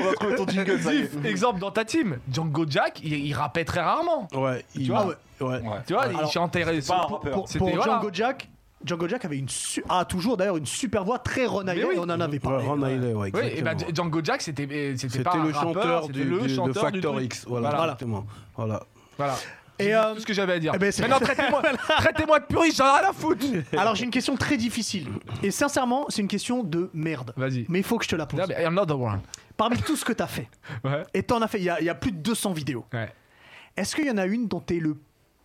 On va trouver ton jingle. ça y est. Diff, exemple dans ta team, Django Jack, il, il rappait très rarement. Ouais, il- vois, ouais. Ouais. Tu vois, il Alors, chantait. pas un pour- rappeur. Pour, C'était- pour voilà. Django Jack, Django Jack avait une su- ah, toujours d'ailleurs une super voix très Ron Hilley, Mais oui. on en avait Ouais, parlé. Ron Hilley, ouais, Oui, et exactement. ben, Django Jack, c'était eh, c'était C'était pas un le rappeur, chanteur, c'était du, le du- de chanteur du Factor truc. X. Voilà, Voilà. exactement. Voilà. Voilà. Et, Et euh, tout ce que j'avais à dire. eh ben, c'est- Maintenant, traitez-moi traitez-moi de puriste, j'en ai rien à foutre. Alors j'ai une question très difficile et sincèrement c'est une question de merde. Vas-y. Mais il faut que je te la pose. Non, mais another one. Parmi tout ce que t'as fait Ouais. et t'en as fait, il y, a- il y a plus de 200 vidéos. Ouais. Est-ce qu'il y en a une dont t'es le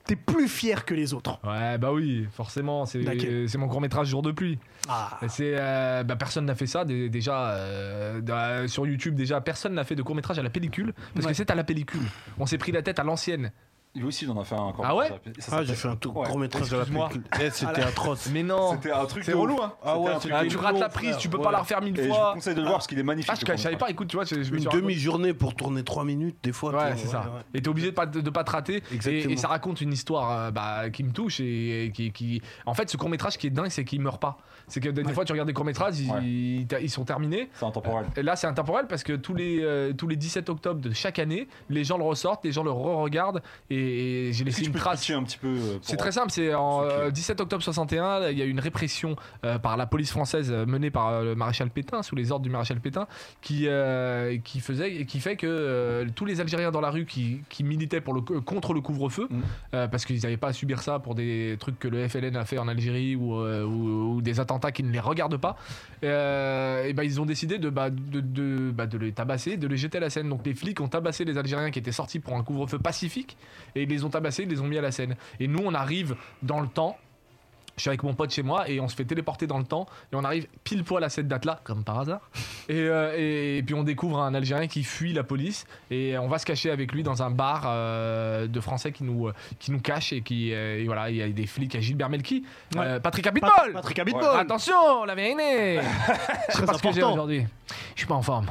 t'es plus fier que les autres Ouais, bah oui, forcément, c'est Laquelle c'est mon court métrage Jour de pluie. Ah. C'est euh, bah, personne n'a fait ça dé- déjà euh, dans- sur YouTube déjà personne n'a fait de court métrage à la pellicule parce Ouais. que c'est à la pellicule. On s'est pris la tête à l'ancienne. Lui aussi, il en a fait un encore. Ah ouais Ça Ah, s'appelle- j'ai fait un tout Ouais. gros métrage de la Excuse-moi. pellicule. Eh, C'était atroce. Mais non. C'était un truc C'est de ouf. relou, hein. C'était Ah ouais, un c'était truc Ah, de tu ouf. rates la frère, prise, tu peux ouais. pas la refaire mille Et je fois. vous conseille de le voir parce qu'il est magnifique. Ah, je le savais pas, écoute, tu vois, je, je me Une suis demi-journée pour tourner trois minutes, des fois. Ouais, tu c'est vois, ça. ouais, ouais. Et t'es obligé de pas, de pas te rater. Et, Exactement. et ça raconte une histoire euh, bah, qui me touche et, et qui, qui. En fait, ce court-métrage qui est dingue, c'est qu'il meurt pas. C'est que des fois, tu regardes des courts-métrages, ils, Ouais. ils t'a- ils sont terminés. C'est intemporel. Et là, c'est intemporel parce que tous les, euh, tous les 17 octobre de chaque année, les gens le ressortent, les gens le re-regardent et, et j'ai Est-ce que laissé tu une peux trace. pitcher un petit peu euh, pour- C'est très simple, c'est en ceux qui- euh, 17 octobre 61, là, il y a eu une répression euh, par la police française euh, menée par euh, le maréchal Pétain, sous les ordres du maréchal Pétain, qui, euh, qui, faisait, et qui fait que euh, tous les Algériens dans la rue qui, qui militaient pour le, co- contre le couvre-feu, Mhm. euh, parce qu'ils n'avaient pas à subir ça pour des trucs que le FLN a fait en Algérie ou, euh, ou- ou des attentats qui ne les regardent pas, euh, et ben ils ont décidé de, bah, de, de- bah, de les tabasser, de les jeter à la Seine. Donc les flics ont tabassé les Algériens qui étaient sortis pour un couvre-feu pacifique et ils les ont tabassés, ils les ont mis à la Seine. Et nous, on arrive dans le temps. Je suis avec mon pote chez moi et on se fait téléporter dans le temps et on arrive pile poil à cette date-là, comme par hasard. Et, euh, et- et puis on découvre un Algérien qui fuit la police et on va se cacher avec lui dans un bar euh, de Français qui nous, euh, qui nous cache et qui euh, et voilà, il y a des flics à Gilbert Melki, Euh, Patrick Abitbol. Pat- Patrick Abitbol. Attention, la vérité. Je sais pas ce que j'ai important. aujourd'hui. Je suis pas en forme.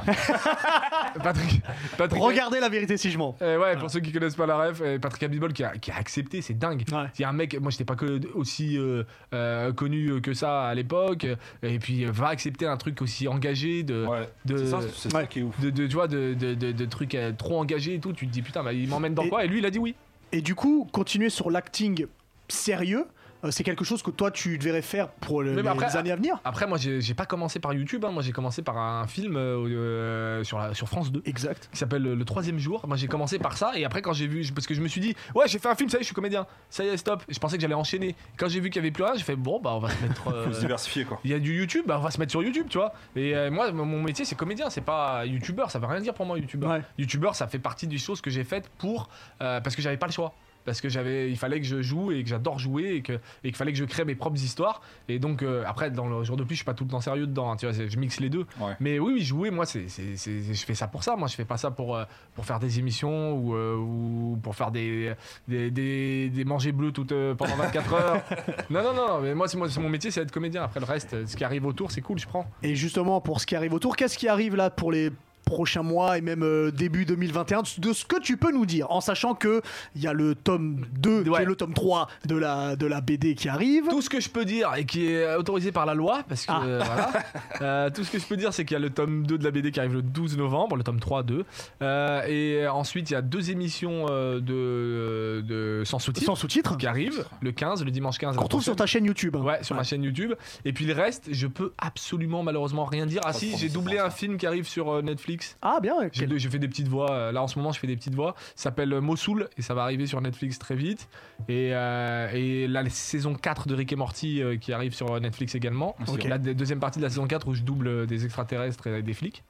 Patrick, Patrick Regardez la vérité si je mens. euh, ouais, pour ceux qui connaissent pas la ref, euh, Patrick Abitbol qui a, qui a accepté, c'est dingue. Ouais. Il y a un mec, moi j'étais pas que, aussi euh, euh, connu que ça à l'époque, euh, et puis euh, va accepter un truc aussi engagé de. Ouais, de- c'est ça, c'est ça Ouais. qui est ouf. De, de- tu vois, de, de, de- de trucs euh, trop engagés et tout, tu te dis putain, bah, il m'emmène dans Et- quoi Et lui, il a dit oui. Et du coup, continuer sur l'acting sérieux, euh, c'est quelque chose que toi tu devrais faire pour le- Mais les après- années à venir. Après, moi, j'ai j'ai pas commencé par YouTube, hein. moi j'ai commencé par un film euh, euh, sur, la, sur France 2. Exact. qui s'appelle euh, Le Troisième Jour. Moi, j'ai commencé par ça, et après, quand j'ai vu, je- parce que je me suis dit, ouais, j'ai fait un film, ça y est, je suis comédien, ça y est, stop. Je pensais que j'allais enchaîner. Quand j'ai vu qu'il y avait plus rien, j'ai fait, bon, bah, on va se mettre. euh, Faut se diversifier quoi. Il y a du YouTube, bah, on va se mettre sur YouTube, tu vois. Et euh, moi, mon- mon métier, c'est comédien, c'est pas YouTubeur, ça veut rien dire pour moi, YouTubeur. Ouais. YouTubeur, ça fait partie des choses que j'ai faites pour. euh, parce que j'avais pas le choix. Parce que j'avais, il fallait que je joue et que j'adore jouer et que et qu'il fallait que je crée mes propres histoires. Et donc euh, après, dans le jour de plus, je suis pas tout le temps sérieux dedans. hein, tu vois, c'est- je mixe les deux. Ouais. Mais oui, oui, jouer, moi, c'est, c'est- c'est- c'est- je fais ça pour ça. Moi, je fais pas ça pour euh, pour faire des émissions ou, euh, ou pour faire des des, des, des manger bleus tout euh, pendant 24 heures. non, non, non. Mais moi, c'est, moi, c'est mon métier, c'est être comédien. Après le reste, euh, ce qui arrive autour, c'est cool, je prends. Et justement, pour ce qui arrive autour, qu'est-ce qui arrive là pour les prochains mois et même euh, début 2021 de ce que tu peux nous dire en sachant que il y a le tome 2 Ouais. qui est le tome 3 de la, de la BD qui arrive Tout ce que je peux dire et qui est autorisé par la loi, parce que Ah. euh, voilà, Euh, tout ce que je peux dire, c'est qu'il y a le tome 2 de la BD qui arrive le 12 novembre, le tome 3, 2. Euh, et ensuite, il y a deux émissions euh, de, de sans sous-titres sans sous-titres qui arrivent le 15, le dimanche 15. qu'on retrouve sur ta chaîne YouTube hein. Ouais, sur ma chaîne YouTube. Et puis le reste, je peux absolument malheureusement rien dire. Ah Ça si, prend, j'ai ça doublé prend, un ça. film qui arrive sur euh, Netflix. ah bien J'ai quel- deux- j'ai fait des petites voix. euh, Là en ce moment, je fais des petites voix. Ça s'appelle euh, Mossoul et ça va arriver sur Netflix très vite. Et, euh, et la saison 4 de Rick et Morty euh, qui arrive sur euh, Netflix également. Ok. La de- deuxième partie de la saison 4 où je double euh, des extraterrestres et des flics.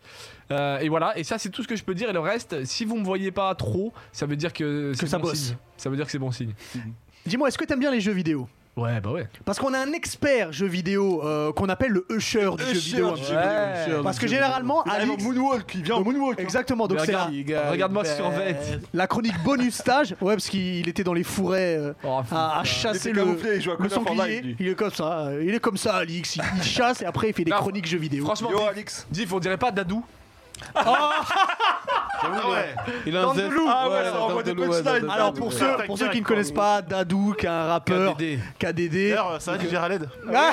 Euh, et voilà, et ça c'est tout ce que je peux dire. Et le reste, si vous me voyez pas trop, ça veut dire que c'est ça bon bosse. signe. Ça veut dire que c'est bon signe. dis-moi est-ce que t'aimes bien les jeux vidéo Ouais, bah ouais. parce qu'on a un expert jeu vidéo euh, qu'on appelle le usher du jeu vidéo un petit peu. parce que généralement Alix Moonwalk, il vient au Moonwalk. hein. exactement donc Mais c'est la, regarde, Regarde-moi sur Vette. la chronique bonus stage ouais parce qu'il était dans les forêts euh, Oh, fou. à, à chasser le, camouflé, il joue à le Call of Fortnite, sanglier. lui. Il est comme ça, euh, il est comme ça, Alix. Il, il chasse et après il fait des Non, chroniques jeux vidéo. Franchement, Yo Alex. Diff, on dirait pas Dadou. Il a un zeste. Ah ouais, on envoie des Dandelou, ouais, punchlines. Dandelou. Alors pour ceux, pour ceux qui ne connaissent pas, Dadou, qui est un rappeur, KDD. KDD, D'ailleurs, ça va, DJ Khaled Ah,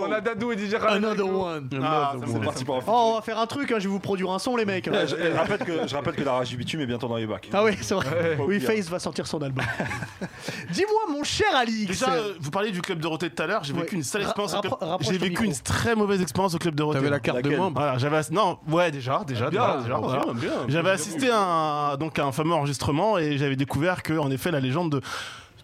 On a Dadou et DJ Khaled. another one. Ah, ça me C'est fait parti pour un Oh, on va faire un truc, hein, je vais vous produire un son, les mecs. hein. Eh, Je, eh, je rappelle que, je rappelle que la rage du bitume est bientôt dans les bacs. Ah oui, c'est vrai. Ouais. Oui, Face va sortir son album. Dis-moi, mon cher Alix. Déjà, euh, vous parliez du club Dorothée tout à l'heure. J'ai Ouais. vécu une sale Ra- expérience. au club- rappro- rapproche J'ai ton vécu micro. une très mauvaise expérience au club Dorothée. T'avais la carte de Laquelle membre. Voilà, j'avais ass- non, ouais, déjà, déjà, déjà, déjà, voilà. J'avais assisté à un, donc à un fameux enregistrement et j'avais découvert que, en effet, la légende de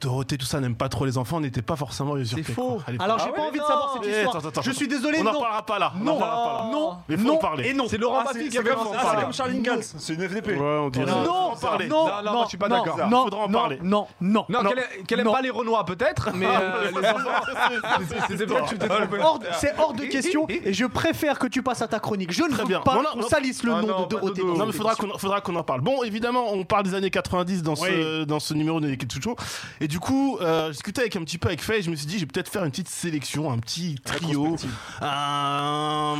Dorothée, tout ça, n'aime pas trop les enfants, n'était pas forcément usurpée. C'est faux. quoi, à l'époque. Alors j'ai Ah pas ouais, envie de non. savoir cette Eh, histoire. attends, attends, je attends. suis désolé, on n'en non. parlera pas là. On Non. en parlera pas là. Non, Mais faut non, en parler. et non. C'est Laurent Ah, Baffy c'est qui a c'est comme, ah, commencé à c'est parler. comme Charlie Ingalls, c'est une FDP. Ouais, on dirait. Non, Faudra en ça- parler. non, Non, non, non, moi, je suis pas d'accord. Non, non, Faudra en non, parler. Non, non, Non, non. qu'elle aime- qu'elle aime Non. pas les Renois peut-être, mais euh, les enfants, c'était peut-être tu t'es trompé. Hors de- C'est hors de question et je préfère que tu passes à ta chronique. Je ne Très veux bien. pas Non, non, qu'on non. salisse le Ah nom non, de pas Dorothée. Dodo. dans Non, cette mais faudra émission. qu'on faudra qu'on en parle. Bon, évidemment, on parle des années 90 dans ce dans ce numéro de Neketsucho. Et du coup, euh, je discutais avec un petit peu avec Faye. Je me suis dit, je vais peut-être faire une petite sélection, un petit trio, un,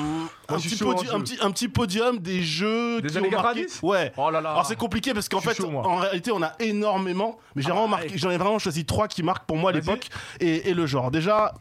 un je suis petit chaud, podi- hein, un petit un petit podium des jeux Des qui années ont marqué. 90? Ouais. Oh là Ah. là. Alors c'est compliqué parce qu'en Je suis fait, chaud, moi. en réalité, on a énormément. Mais j'ai Ah, vraiment marqué, j'en ai vraiment choisi trois qui marquent pour moi Vas-y. l'époque et, et le genre. Déjà.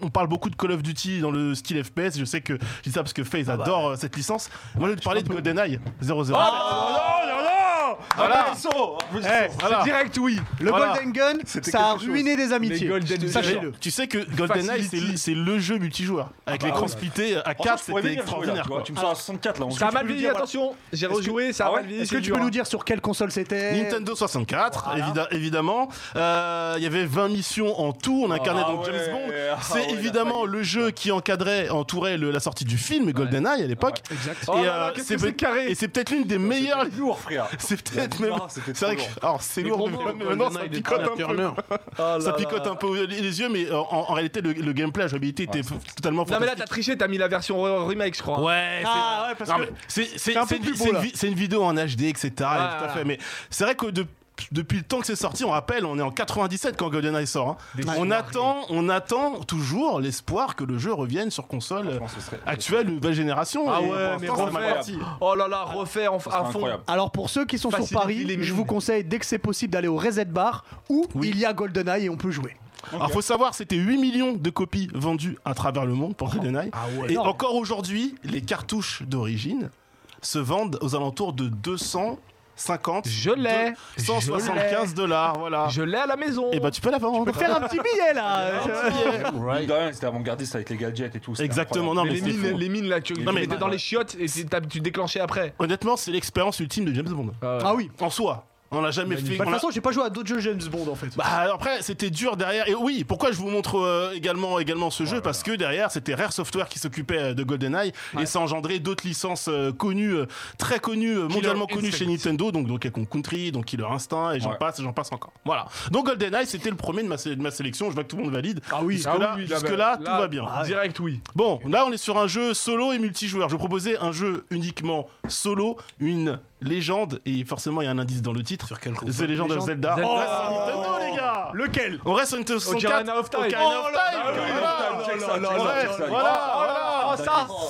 On parle beaucoup de Call of Duty dans le style FPS. Je sais que je dis ça parce que Ah FaZe bah adore euh, cette licence. Moi, je vais te parler de GoldenEye 00. Oh là là Voilà. Applaudissons, applaudissons. Eh, Voilà. Direct oui. Le Voilà. Golden Gun, C'était ça a quelque chose. ruiné des Les amitiés. Golden Sachez-le. Tu sais que GoldenEye, c'est Facility. le- c'est le jeu multijoueur. Avec l'écran Ah bah ouais. splitté euh, à Franchement, 4, je pourrais venir, c'était je vois, là, extraordinaire. tu quoi. vois, Tu me sors à 64 là. on- Ça a tu mal peux lui vieilli, dire, attention, j'ai rejoué, ça a Ah ouais mal vieilli. Est-ce que c'est tu peux dur, nous hein. dire sur quelle console Euh, c'était Nintendo 64, évida- évidemment. Euh, Il y avait 20 missions en tout. On incarnait Ah donc ouais, James Bond. ah C'est ouais, évidemment le jeu qui encadrait, entourait le- la sortie du film GoldenEye à l'époque. Oh Et, là là, euh, qu'est-ce c'est que c'est peut- carré Et c'est peut-être l'une des meilleures. Lourd frère. C'est peut-être, mais Non, bon, c'était c'est vrai trop Oh que. Alors, c'est lourd, mais mais maintenant, ça picote un peu. Ça picote un peu les yeux, mais en, en- en réalité, le, le gameplay, la jouabilité était f- totalement Non, mais là, fantastique. t'as triché, t'as mis la version re- remake, je crois. Ouais, c'est- Ah ouais, parce Non, que. mais c'est- c'est- un c'est peu une- plus beau, c'est une là. vi- c'est une vidéo en HD, etc. tout à voilà. fait. Mais c'est vrai que de- depuis le temps que c'est sorti, on rappelle, on est en 97 quand GoldenEye sort. hein. Des On soirées. attend, on attend toujours l'espoir que le jeu revienne sur console euh, Franchement, ce serait- actuelle, nouvelle génération. Ah Et pour ouais, mais l'instant, c'est mal refaire. parti. Oh là là, refaire en- ce à serait fond. incroyable. Alors pour ceux qui sont sur Faciliter Paris, les mines. je vous conseille dès que c'est possible d'aller au Reset Bar où Oui. il y a GoldenEye et on peut jouer. Alors faut savoir, c'était 8 millions de copies vendues à travers le monde pour GoldenEye. et énorme. encore aujourd'hui, les cartouches d'origine se vendent aux alentours de 250 Je l'ai. deux- 175 dollars, voilà. Je l'ai à la maison. Et bah tu peux la vendre. On peut faire un petit billet là. Bah, Mine de rien, C'était avant-gardiste avec les gadgets et tout. c'était Exactement, incroyable. non Mais mais, les, c'est mines, fou. les mines là, tu, tu Non, mais- mettais dans les chiottes et c'est- t'as- tu déclenchais après. Honnêtement, c'est l'expérience ultime de James Bond. Ah ouais. Ah oui. En soi, on l'a jamais fait. Bah, de on toute l'a- façon, j'ai pas joué à d'autres jeux James Bond en fait. Bah, après, c'était dur derrière. Et oui, pourquoi je vous montre euh, également, également ce jeu Parce que derrière, c'était Rare Software qui s'occupait euh, de GoldenEye et ça engendrait d'autres licences euh, connues, euh, très connues, euh, mondialement Instinct. connues chez Nintendo, donc donc Capcom Country, donc Killer Instinct, et j'en Ouais. passe, et j'en passe encore. Voilà. Donc GoldenEye, c'était le premier de ma, sé- de ma sélection. Je vois que tout le monde valide. Ah oui. Jusque là, Ah oui, oui, jusque là, là, bah, tout là, va bien. Direct, oui. Bon, là on est sur un jeu solo et multijoueur. Je proposais un jeu uniquement solo, une légende, et forcément il y a un indice dans le titre. Sur quel The Legend of Zelda. Zelda. On reste sur Nintendo les gars Lequel On reste sur Nintendo 64 Ocarina of Time. Ocarina Oh of là Time, là, voilà. oui, Ocarina of Time, check ça, Voilà, check ça, check voilà, ça. voilà. Ah, ça,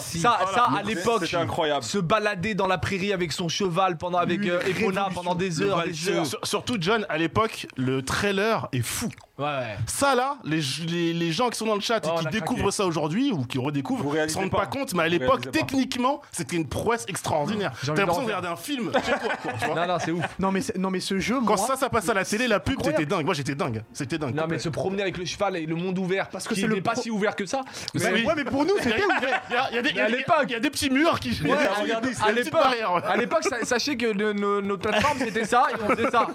ça, ça, à C'était- l'époque, C'était incroyable. se balader dans la prairie avec son cheval pendant, avec euh, Epona pendant des heures, des heures. Sur- Surtout John, à l'époque, le trailer est fou. Ouais, ouais. Ça là, les, les- les gens qui sont dans le chat Oh, et on qui a découvrent craqué. ça aujourd'hui ou qui Vous redécouvrent ne réalisez se rendent pas. pas compte, mais à Vous l'époque, réalisez pas. techniquement, c'était une prouesse extraordinaire. J'ai T'as envie de l'impression de le regarder un film chez toi, quoi, tu vois. Non, non, c'est ouf. Non mais c'est- non mais ce jeu moi. Quand ça, ça passe à la télé, la pub, c'était dingue. Moi, j'étais dingue. C'était dingue. Non, mais se promener avec le cheval et le monde ouvert, parce que que c'est c'est le pas pro- si ouvert que ça. Mais Bah, oui. Ouais mais pour nous Il y a- c'était il y a- il y a des- il y a à des- l'époque. il y a des petits murs qui. Ouais, Regardez, regardez, il y a à une petite l'époque- barrière, ouais. À l'époque, sa- sachez que nos- nos- nos plateformes c'était ça et on faisait ça.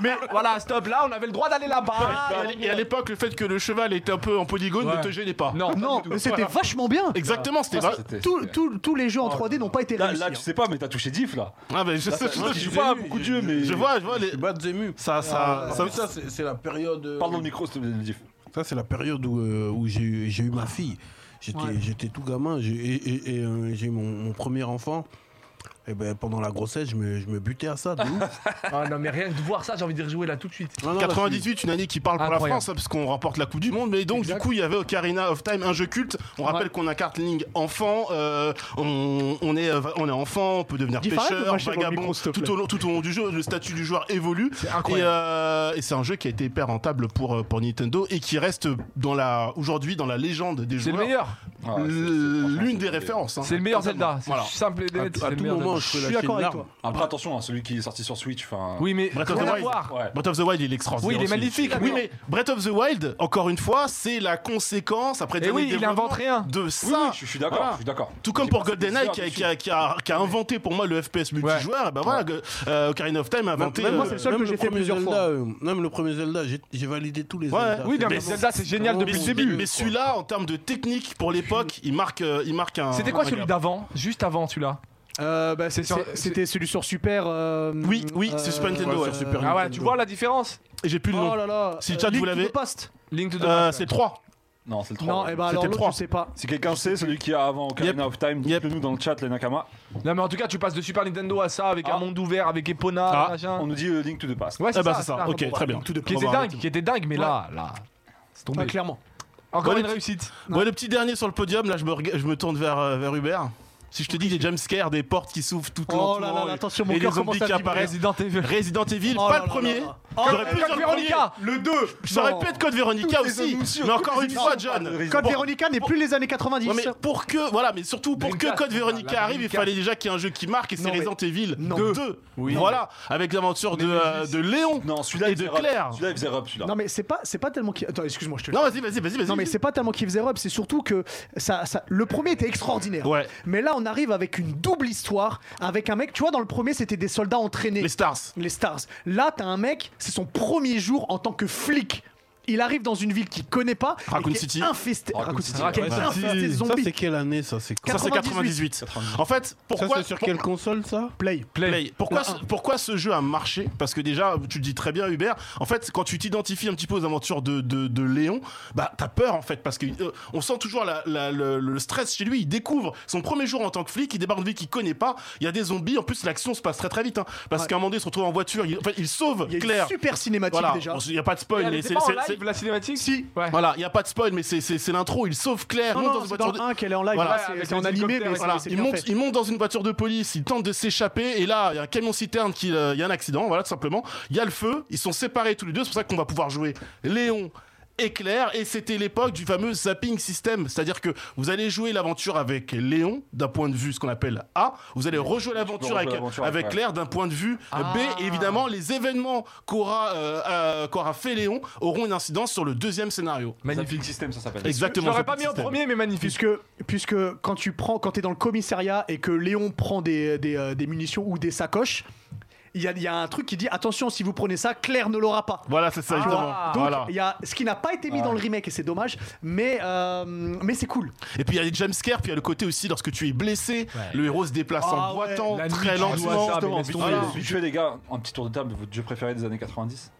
Mais voilà, stop là, on avait le droit d'aller là-bas. Et à l- Et à l'époque, le fait que le cheval était un peu en polygone ne te gênait pas. Non, non, mais c'était vachement bien. Ah, Exactement, c'était vrai. C'était- Tous- c'était- tous- tous les jeux Oh en 3D n'ont pas été Là, réussis. hein. là, tu sais pas, mais t'as touché Diff là. Ah, mais je sais, Moi, je- je je suis vois. pas beaucoup de dieux, mais. Je vois, je vois les. Bad the Mu. Ça, ça, ça- Ça, ça, c'est c'est la période. euh, Parle dans le micro, s'il te plaît, Diff. Ça, c'est la période où, euh, où j'ai eu, j'ai eu ma fille. J'étais j'étais tout gamin. j'ai- Et, et- et, euh, j'ai eu mon, mon premier enfant. Et ben, pendant la grossesse, je me, je me butais à ça. de ouf. Ah non, mais rien que de voir ça, j'ai envie de rejouer là tout de suite. Non, non, là, je suis- 98, une année qui parle pour la Incroyable. France, hein, parce qu'on remporte la Coupe du Monde. Mais donc, du coup, il y avait Ocarina of Time, un jeu culte. On rappelle Ouais. qu'on incarne Link enfant. euh, on, on est, euh, on est enfant, on peut devenir Dis, arrête de pêcheur, mâcher dans le vagabond. micro, s'il te Tout plaît. au, long, tout au long du jeu, le statut du joueur évolue. Et, incroyable. euh, et c'est un jeu qui a été hyper rentable pour, euh, pour Nintendo et qui reste euh, dans la aujourd'hui dans la légende des C'est le joueurs. meilleur. Ah, c'est- c'est- franchement, L'une c'est- des références. hein. C'est le meilleur Totalement. Zelda. C'est Voilà. simple et net. à, à c'est le tout meilleur moment, Zelda. je Je peux suis lâcher d'accord une avec larme. toi. Après, attention, hein, celui qui est sorti sur Switch, enfin. Oui, mais Breath of rien the à Wild. voir. Ouais. Breath of the Wild, il est extraordinaire. Oui, il est aussi. magnifique. Oui, mais Breath of the Wild, encore une fois, c'est la conséquence après des Et Eh oui, années de il a développement inventé un. de Oui, ça. oui, je je suis d'accord, Voilà. je suis d'accord. Tout comme J'ai pour passé des GoldenEye heures qui a, dessus. qui, a, qui, a, qui a inventé pour moi le FPS multijoueur, et ben voilà, que- euh, Ocarina of Time a inventé. même moi, euh, c'est le seul que j'ai fait premier plusieurs Zelda, fois. euh, même le premier Zelda, j'ai- j'ai validé tous les Ouais. Zelda. Oui, non, mais Mais- Zelda, c'est génial mais- depuis le mais- début. Mais celui-là, en termes de technique pour l'époque, il marque, euh, il marque un. C'était quoi un celui gap. d'avant Juste avant celui-là Ah Euh, bah, c'est- sur- c'est- C'était celui sur Super. euh, Oui, oui, c'est Super Nintendo, ouais, euh, sur Super Ah ouais, tu vois la différence Et J'ai plus le nom. Oh là là. Si le euh, chat, vous Link to l'avez. the Past. Link to the Euh, Past, c'est le 3. Non, c'est le 3. Non, et bah C'était alors le l'autre, trois. je sais pas. Si quelqu'un sait, celui qui a avant Ocarina of Time, Yep. dites-le nous dans le chat, les Nakama. ouais. Non, mais en tout cas, tu passes de Super Nintendo à ça avec un Ah. monde ouvert, avec Epona, Ah, machin. On nous dit euh, Link to the Past. Ouais, Ah bah c'est ça, ok, très bien. Qui était dingue, qui était dingue, mais là, là. C'est tombé. Ah, clairement. Encore Bon, une les- réussite. Bon, le petit dernier sur le podium, là je me, rega- je me tourne vers, euh, vers Hubert. Si je te dis des jumpscares, des portes qui s'ouvrent tout le Oh là là, là, attention, mon et les cœur zombies commence à qui vibrer. apparaissent. Resident Evil. Resident Evil, Oh pas là le là premier. là Oh. là. J'aurais Code pu dire le premier. Veronica Le 2 J'aurais Non. pu être Code Véronica Toutes les aussi. émotions, Mais encore toutes une les fois, émotions. John. Resident- Code Bon, Véronica n'est plus les années 90. Ouais, mais pour que voilà, mais surtout pour que Dreamcast, Code Veronica la arrive, il Dreamcast. fallait déjà qu'il y ait un jeu qui marque et c'est Non, mais- Resident Evil Non. 2. Oui. Voilà, avec l'aventure de, euh, de Léon. Non, celui-là Et il de faisait rub. Claire. Celui-là il faisait rub, celui-là. Non mais c'est pas c'est pas tellement qui Attends, excuse-moi, je te Non, vas-y, vas-y, vas-y, vas-y. Non mais c'est pas tellement qu'il faisait rub, c'est surtout que ça, ça- le premier était extraordinaire. Ouais. Mais là on arrive avec une double histoire avec un mec, tu vois dans le premier c'était des soldats entraînés, les les, stars. stars. Là t'as un mec, c'est son premier jour en tant que flic. il arrive dans une ville qu'il connaît pas, et Raccoon qui est City. infestée- Raccoon Raccoon City, City, qui est ouais. infestée de Ça, zombies. c'est quelle année, ça C'est Ça, c'est 98. En fait, Ça, pourquoi c'est sur quelle console, ça Play. Play. Pourquoi, ce, pourquoi ce jeu a marché Parce que déjà, tu le dis très bien, Hubert. En fait, quand tu t'identifies un petit peu aux aventures de, de, de Léon, bah t'as peur en fait parce que euh, on sent toujours la- la- le, le stress chez lui. Il découvre son premier jour en tant que flic, il débarque dans une ville qu'il connaît pas. Il y a des zombies. En plus, l'action se passe très très vite hein, parce Ouais. qu'à un moment donné, il se retrouve en voiture. Il, enfin, il sauve Il y a Claire. une super cinématique Voilà. déjà. Bon, Il n'y a pas de spoil, mais Elle était c'est pas en c'est- live, c'est- la cinématique Si. Ouais. voilà, il y a pas de spoil, mais c'est- c'est c'est l'intro. Il sauve Claire. Non, monte non, dans une c'est voiture dans de- un qu'elle est en live. Voilà, là, c'est- avec c'est les en animé, hélicoptères, mais voilà, c'est- Ah, c'est il bien monte, fait. il monte dans une voiture de police, il tente de s'échapper, et là, il y a un camion citerne qui, euh, il y a un accident, voilà, tout simplement. Il y a le feu, ils sont séparés tous les deux, c'est pour ça qu'on va pouvoir jouer Léon et Claire, et c'était l'époque du fameux zapping system, c'est-à-dire que vous allez jouer l'aventure avec Léon, d'un point de vue ce qu'on appelle A, vous allez rejouer l'aventure rejouer avec, l'aventure avec après. Claire d'un point de vue Ah. B, et évidemment, les événements qu'aura euh, euh, qu'aura fait Léon auront une incidence sur le deuxième scénario. Magnifique. Magnifique système, ça s'appelle. Je Exactement. l'aurais zapping pas mis en system. premier, mais magnifique. Puisque, puisque quand tu prends, quand t'es dans le commissariat et que Léon prend des, des, euh, des munitions ou des sacoches, il y a, il y a un truc qui dit attention, si vous prenez ça, Claire ne l'aura pas. Voilà, c'est Ah, ça, Tu évidemment. vois Donc, Voilà. il y a ce qui n'a pas été mis dans le remake et c'est dommage, mais, euh, mais c'est cool. Et puis il y a les jumpscares, puis il y a le côté aussi lorsque tu es blessé, le héros se déplace Ah en boitant ouais, la nuit, très tu vois lentement. ça, mais laisse tomber. Voilà. Vite fait, les gars, un petit tour de table de votre jeu préféré des années 90.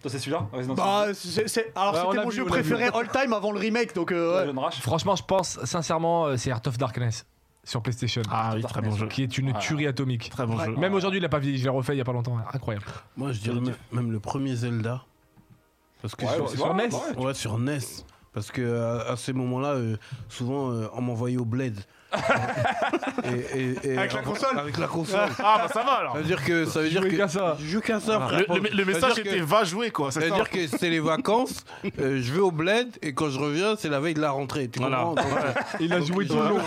Toi, c'est celui-là Resident Bah, Evil c'est- c'est- alors Ouais, on c'était l'a mon vu, jeu on l'a vu. préféré all time avant le remake, donc euh, ouais. John Rush. Franchement, je pense sincèrement, euh, c'est Heart of Darkness sur PlayStation, Ah oui, très bon jeu. qui est une Ah. tuerie atomique. Très bon Ouais. jeu. Même aujourd'hui, il a pas vieilli, je l'ai refait il y a pas longtemps, incroyable. Moi, je dirais même, même le premier Zelda. Parce que Ouais, sur, ouais, sur ouais, NES. ouais. ouais, sur NES. Parce que à, à ces moments-là, euh, souvent, euh, on m'envoyait au bled. avec la console Avec la console. Ah bah ça va alors. Ça veut dire que. Ça veut dire Jouer que qu'à ça. Je joue qu'à ça, Le, frère. le- le Ça veut message dire était que- va jouer quoi. Ça C'est veut ça. dire que c'est les vacances, euh, je vais au bled et quand je reviens, c'est la veille de la rentrée. Tu Voilà. comprends Donc, Il a joué tout le long.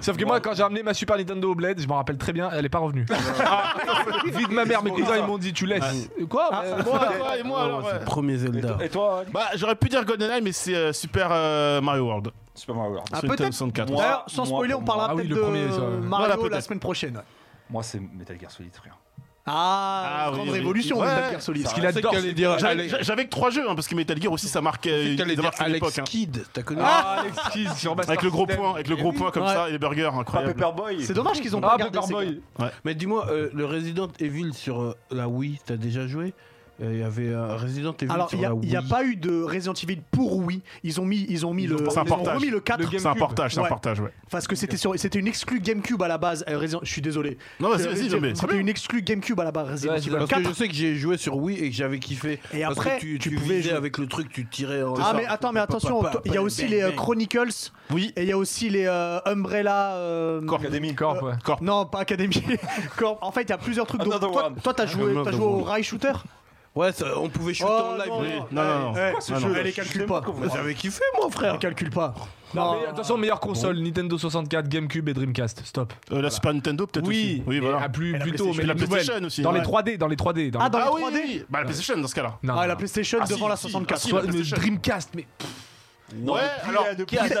Sauf que moi, quand j'ai amené ma Super Nintendo au Bled, je m'en rappelle très bien, elle est pas revenue. Vite ma mère, mes cousins, ils m'ont dit tu laisses. Quoi Euh, Moi, toi et moi alors. c'est ouais. le premier Zelda. Et toi, Ali Bah j'aurais pu dire GoldenEye mais c'est euh, Super euh, Mario World. Super Mario World. Ah, Sur peut-être. Nintendo 64. Moi, D'ailleurs, sans moi, spoiler, pour on parlera moi. Ah oui, peut-être le de euh, premier, ça, ouais. Mario Voilà, peut-être. la semaine prochaine. Moi, c'est Metal Gear Solid, frère. Ah, Ah oui, grande oui. révolution, Ouais. Metal Gear Solid. Parce qu'il adore. qu'elle est dire. J'avais j'a- j'avais que trois jeux hein, parce que Metal Gear aussi ça marquait une T'allais des dire marques de l'époque. Alex hein. Kidd, t'as connu Ah, Alex Kidd sur Master Avec le gros System. point, avec le gros point comme Ouais. ça et les burgers Pas incroyable. Paperboy. C'est dommage qu'ils ont pas Ah, gardé ces Paperboy. Mais dis-moi, euh, le Resident Evil sur euh, la Wii, t'as déjà joué Euh, Il y avait un Resident Evil Alors, sur il n'y la a, Wii. il y a pas eu de Resident Evil pour Wii. Ils ont mis, ils ont mis Ils le, ont pas- c'est un ils ont portage. remis le 4 Le Game- C'est un GameCube. portage, c'est un Ouais. portage ouais. parce que c'était sur, c'était une exclue GameCube à la base. euh, Resident- je suis désolé. Non vas-y vas-y non, mais très C'était bien. une exclue GameCube à la base. Resident Ouais, c'est Evil Parce que je 4. sais que j'ai joué sur Wii et que j'avais kiffé. Et Parce que après, tu tu, tu pouvais pouvais jouer. avec le truc, tu tirais. en- Ah ça. mais attends, mais attention, Pa, pa, pa, il y a pa, aussi bang, les euh, bang. Chronicles Oui. et il y a aussi les euh, Umbrella. euh, Academy. Corp, ouais. Non, pas Academy. Corp. En fait, il y a plusieurs trucs. Donc, Another toi, one. toi, t'as joué, Another t'as joué au one. rail shooter. Ouais, ça- on Oh, pouvait shooter en live. non, oui. non. non, non, Euh, non. Eh, Quoi, ce jeu Elle les calcule pas. J'avais kiffé, moi, frère. Elle calcule pas. Non, Non. mais euh, attention, meilleure console Nintendo 64, GameCube et Dreamcast. Stop. Euh, la Super Nintendo peut-être aussi. et Oui à voilà. plus, Et la plus tôt, PlayStation. mais Et la une nouvelle. PlayStation aussi, Dans les ouais. 3D, dans les 3D. Dans Ah, dans Ah les oui, 3D. oui, bah la PlayStation dans ce cas-là. Non, Ah, non, la non. PlayStation Ah, si, devant la si, 64. si, Soit- la mais PlayStation. Dreamcast, mais Ouais, alors,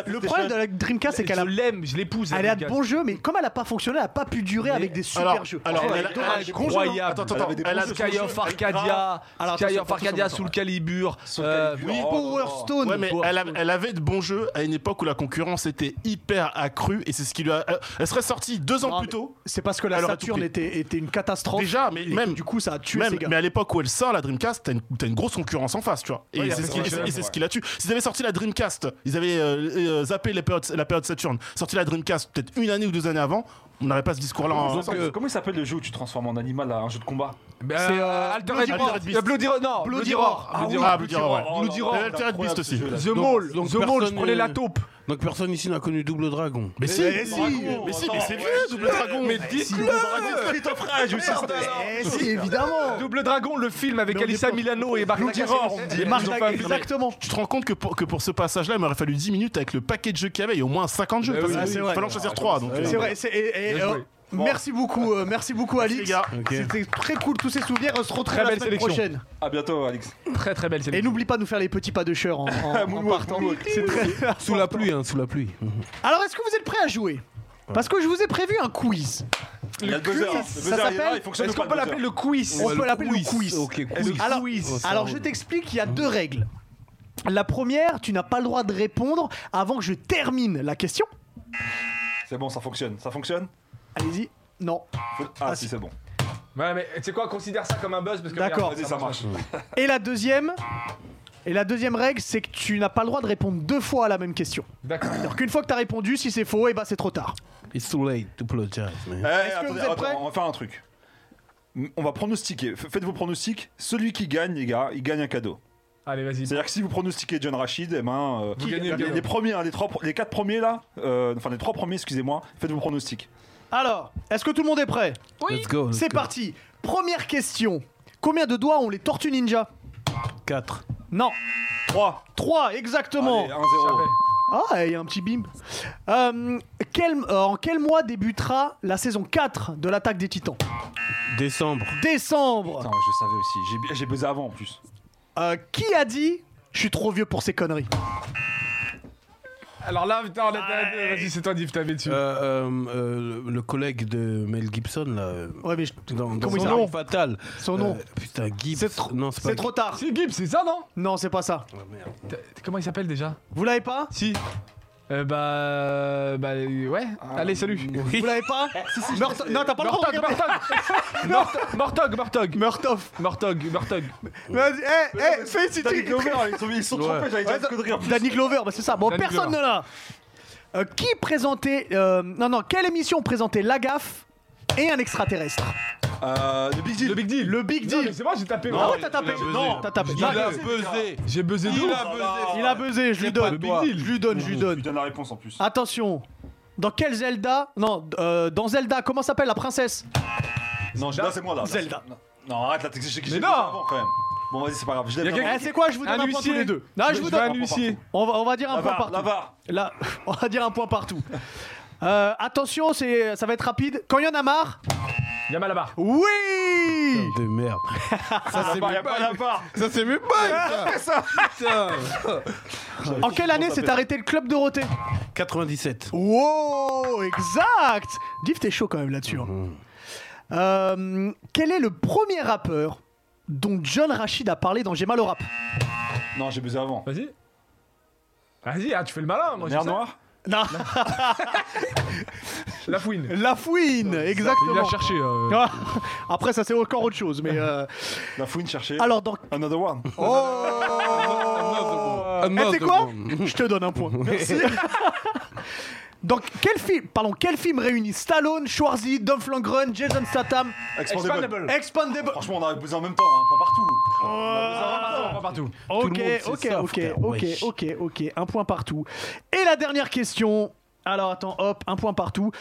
Le problème de la Dreamcast, c'est qu'elle a je l'aime, je l'épouse. la Elle est à de Dreamcast. bons jeux, mais comme elle a pas fonctionné, elle a pas pu durer Mais- avec des super alors, jeux. alors, Ouais, elle a- dommage. elle a des bons jeux, hein. Incroyable. Attends, attends, Elle avait des elle a bons Sky of Arcadia, Alors, Sky attention, of Arcadia, attention, Soul Calibur, Soul euh, Calibur. Oui, Oh, Power oh. Stone. Ouais, mais elle, a- elle avait de bons jeux à une époque où la concurrence était hyper accrue et c'est ce qui lui a. euh, Elle serait sortie deux ans Non, plus tôt. C'est parce que la Elle aurait Saturn tout était, était une catastrophe. Déjà, mais et que même- Du coup, ça a tué Même, ces gars. mais à l'époque où elle sort la Dreamcast, t'as une, t'as une grosse concurrence en face, tu vois. Et Ouais, c'est y a ce qui, pas de et c'est- et c'est concurrence, ce qui la tue. S'ils avaient sorti la Dreamcast, ils avaient euh, euh, zappé les périodes- la période Saturn, sorti la Dreamcast peut-être une année ou deux années avant, on n'aurait pas ce discours-là. en- Comment il- comment il s'appelle le jeu où tu transformes en animal à un jeu de combat C'est C'est, euh, Altered Bloody Beast. Roar. Euh, Bloody Roar, non, Bloody Roar. Ah Bloody oui, Roar. Ah, Bloody Roar, ouais. Bloody Et Roar. Altered Beast aussi. Incroyable, ce The jeu-là. Mall, donc The Mall, je personne, prenais euh, la taupe. Donc personne ici n'a connu Double Dragon. Mais si, Mais si, mais si, mais c'est vieux, Double Dragon. Mais dis-le Ah, Eh si, évidemment. Double Dragon, le film avec Mais on Alyssa est pas- Milano et Marc Bloody Lacassagne. Roar, on dit. Ils Marc ont Lac- pas un film. Exactement. Tu te rends compte que pour, que pour ce passage-là, il m'aurait fallu 10 minutes avec le paquet de jeux qu'il y avait. Il y a au moins 50 jeux. Eh parce oui, que ah, c'est il vrai. fallait en choisir 3. Donc, euh, C'est vrai. c'est- et- et, Bien joué. euh, Merci beaucoup, euh, merci beaucoup les Alix. gars. Ok. C'était très cool tous ces souvenirs. On se retrouve Très la belle semaine sélection. prochaine. À bientôt, Alex. Très très belle Et sélection. n'oublie pas de nous faire les petits pas de chœur en, en- en Moonwalk, partant. moonwalk. C'est très- Sous la pluie, hein, sous la pluie. Alors, est-ce que vous êtes prêts à jouer Parce que je vous ai prévu un quiz. Il y a le quiz, buzzer. hein. ça Le buzzer, il est là, s'appelle- il fonctionne Est-ce ou pas, qu'on peut le l'appeler buzzer le quiz On peut l'appeler le quiz. Ok, Le quiz. Alors, Oh, ça alors roule. je t'explique, il y a deux règles. La première, tu n'as pas le droit de répondre avant que je termine la question. C'est bon, ça fonctionne. Ça fonctionne Allez-y. Non. Faut- Ah, Ah, si, si. c'est bon. Ouais, mais tu sais quoi, considère ça comme un buzz parce que. D'accord. regarde, Vas-y, ça marche. Et la deuxième Et la deuxième règle, c'est que tu n'as pas le droit de répondre deux fois à la même question. D'accord. C'est-à-dire qu'une fois que tu as répondu, si c'est faux, et ben c'est trop tard. It's too late to apologize, man. Est-ce Eh, que attendez, vous êtes prêts attends, on va faire un truc. M- On va pronostiquer. F- Faites vos pronostics. Celui qui gagne, les gars, il gagne un cadeau. Allez, vas-y. C'est-à-dire que si vous pronostiquez John Rachid, eh ben, euh, Vous gagnez le les, cadeau. les premiers, hein, les, trois, pro- les quatre premiers là, euh, enfin les trois premiers, excusez-moi, faites vos pronostics. Alors, est-ce que tout le monde est prêt Oui. Let's go. let's C'est go. parti. Première question. Combien de doigts ont les tortues ninja 4. Non. 3 Trois, exactement. 1-0. Ah, il y a un petit bim. Euh, quel- euh, en quel mois débutera la saison 4 de l'attaque des titans Décembre. Décembre. Putain, je savais aussi. J'ai- J'ai buzzé avant en plus. Euh, qui a dit je suis trop vieux pour ces conneries Alors là, putain, on est- Vas-y, c'est toi, Div, t'avais dessus. Euh, euh, euh, le- le collègue de Mel Gibson, là. euh, Ouais, mais je- Dans, dans Comment il son s'appelle nom fatal. Son nom. putain, Gibbs. C'est trop- Non, Oh Euh, c'est pas Ah, c'est trop tard. C'est Gibbs, c'est ça, non Non, c'est pas ça. T'as- Comment il s'appelle déjà Vous l'avez pas Si. Euh, bah. Bah, ouais. Ah, Allez, salut. Vous l'avez pas Meurt- Non, t'as pas le droit de Mortog, regarder. Mortog Mortog, Mortog, Meurtoff. Mortog, Mortog. Vas-y, eh, eh, félicite. Danny Glover, ils sont, ils sont trompés, j'avais dit un Ouais, coup de rire. Danny Glover, bah, c'est ça. Bon, Danny personne Glover. ne l'a. Euh, qui présentait. euh, non, non, quelle émission présentait La Gaffe et un extraterrestre Euh, le Big Deal. Le Big Deal. Le Big Non, mais Deal. c'est moi, j'ai tapé. Ah moi. ouais, t'as tapé. buzzé. Non, t'as tapé. Il a buzzé. J'ai buzzé de Il ouf. a buzzé. Il a buzzé, je lui le donne. Big Deal. Je lui donne, je lui Je lui donne. donne la réponse en plus. Attention. Dans quel Zelda Non, euh, dans Zelda, comment s'appelle la princesse non, là, c'est moi là. Là, Zelda. c'est- Non, arrête là, t'es- j'ai j'ai Mais buzzé non avant quand même. Bon, vas-y, c'est pas grave, je Y a l'aime. quelqu'un- Eh, c'est quoi Je vous donne un, point Un tous huissier. les deux. Non, je vous veux donne. un huissier. On va, on va dire un La point barre, partout. la barre. Là, on va dire un point partout. Euh, attention, c'est, ça va être rapide. Quand il y en a marre, Yamalabar. oui De merde. Ça, Ah, c'est pas, y a pas la barre. Ça, c'est même pas Putain En quelle année s'est arrêté le club Dorothée 97. Wow, exact Div, t'es chaud quand même là-dessus. hein. Euh, quel est le premier rappeur dont John Rachid a parlé dans J'ai mal au rap Non, j'ai buzzé avant. Vas-y. Vas-y, ah, tu fais le malin, moi. je Mer sais. Noire Non, La fouine. La fouine, Il l'a exactement. cherché. euh. Ah, Après, ça c'est encore autre chose, mais euh, La fouine cherchée. alors dans. Another one. Oh Eh, c'est Ah, quoi Je te donne un point. Merci. Donc quel film Pardon, quel film réunit Stallone, Schwarzy, Dom Flangren, Jason Statham, Expandable. Expandable Franchement, on a buzzé en même temps, hein, point partout. Pas partout. Ok, le monde sait ok, ça, ok, frère, ok, wesh. ok, ok, un point partout. Et la dernière question. Alors attends, hop, un point partout.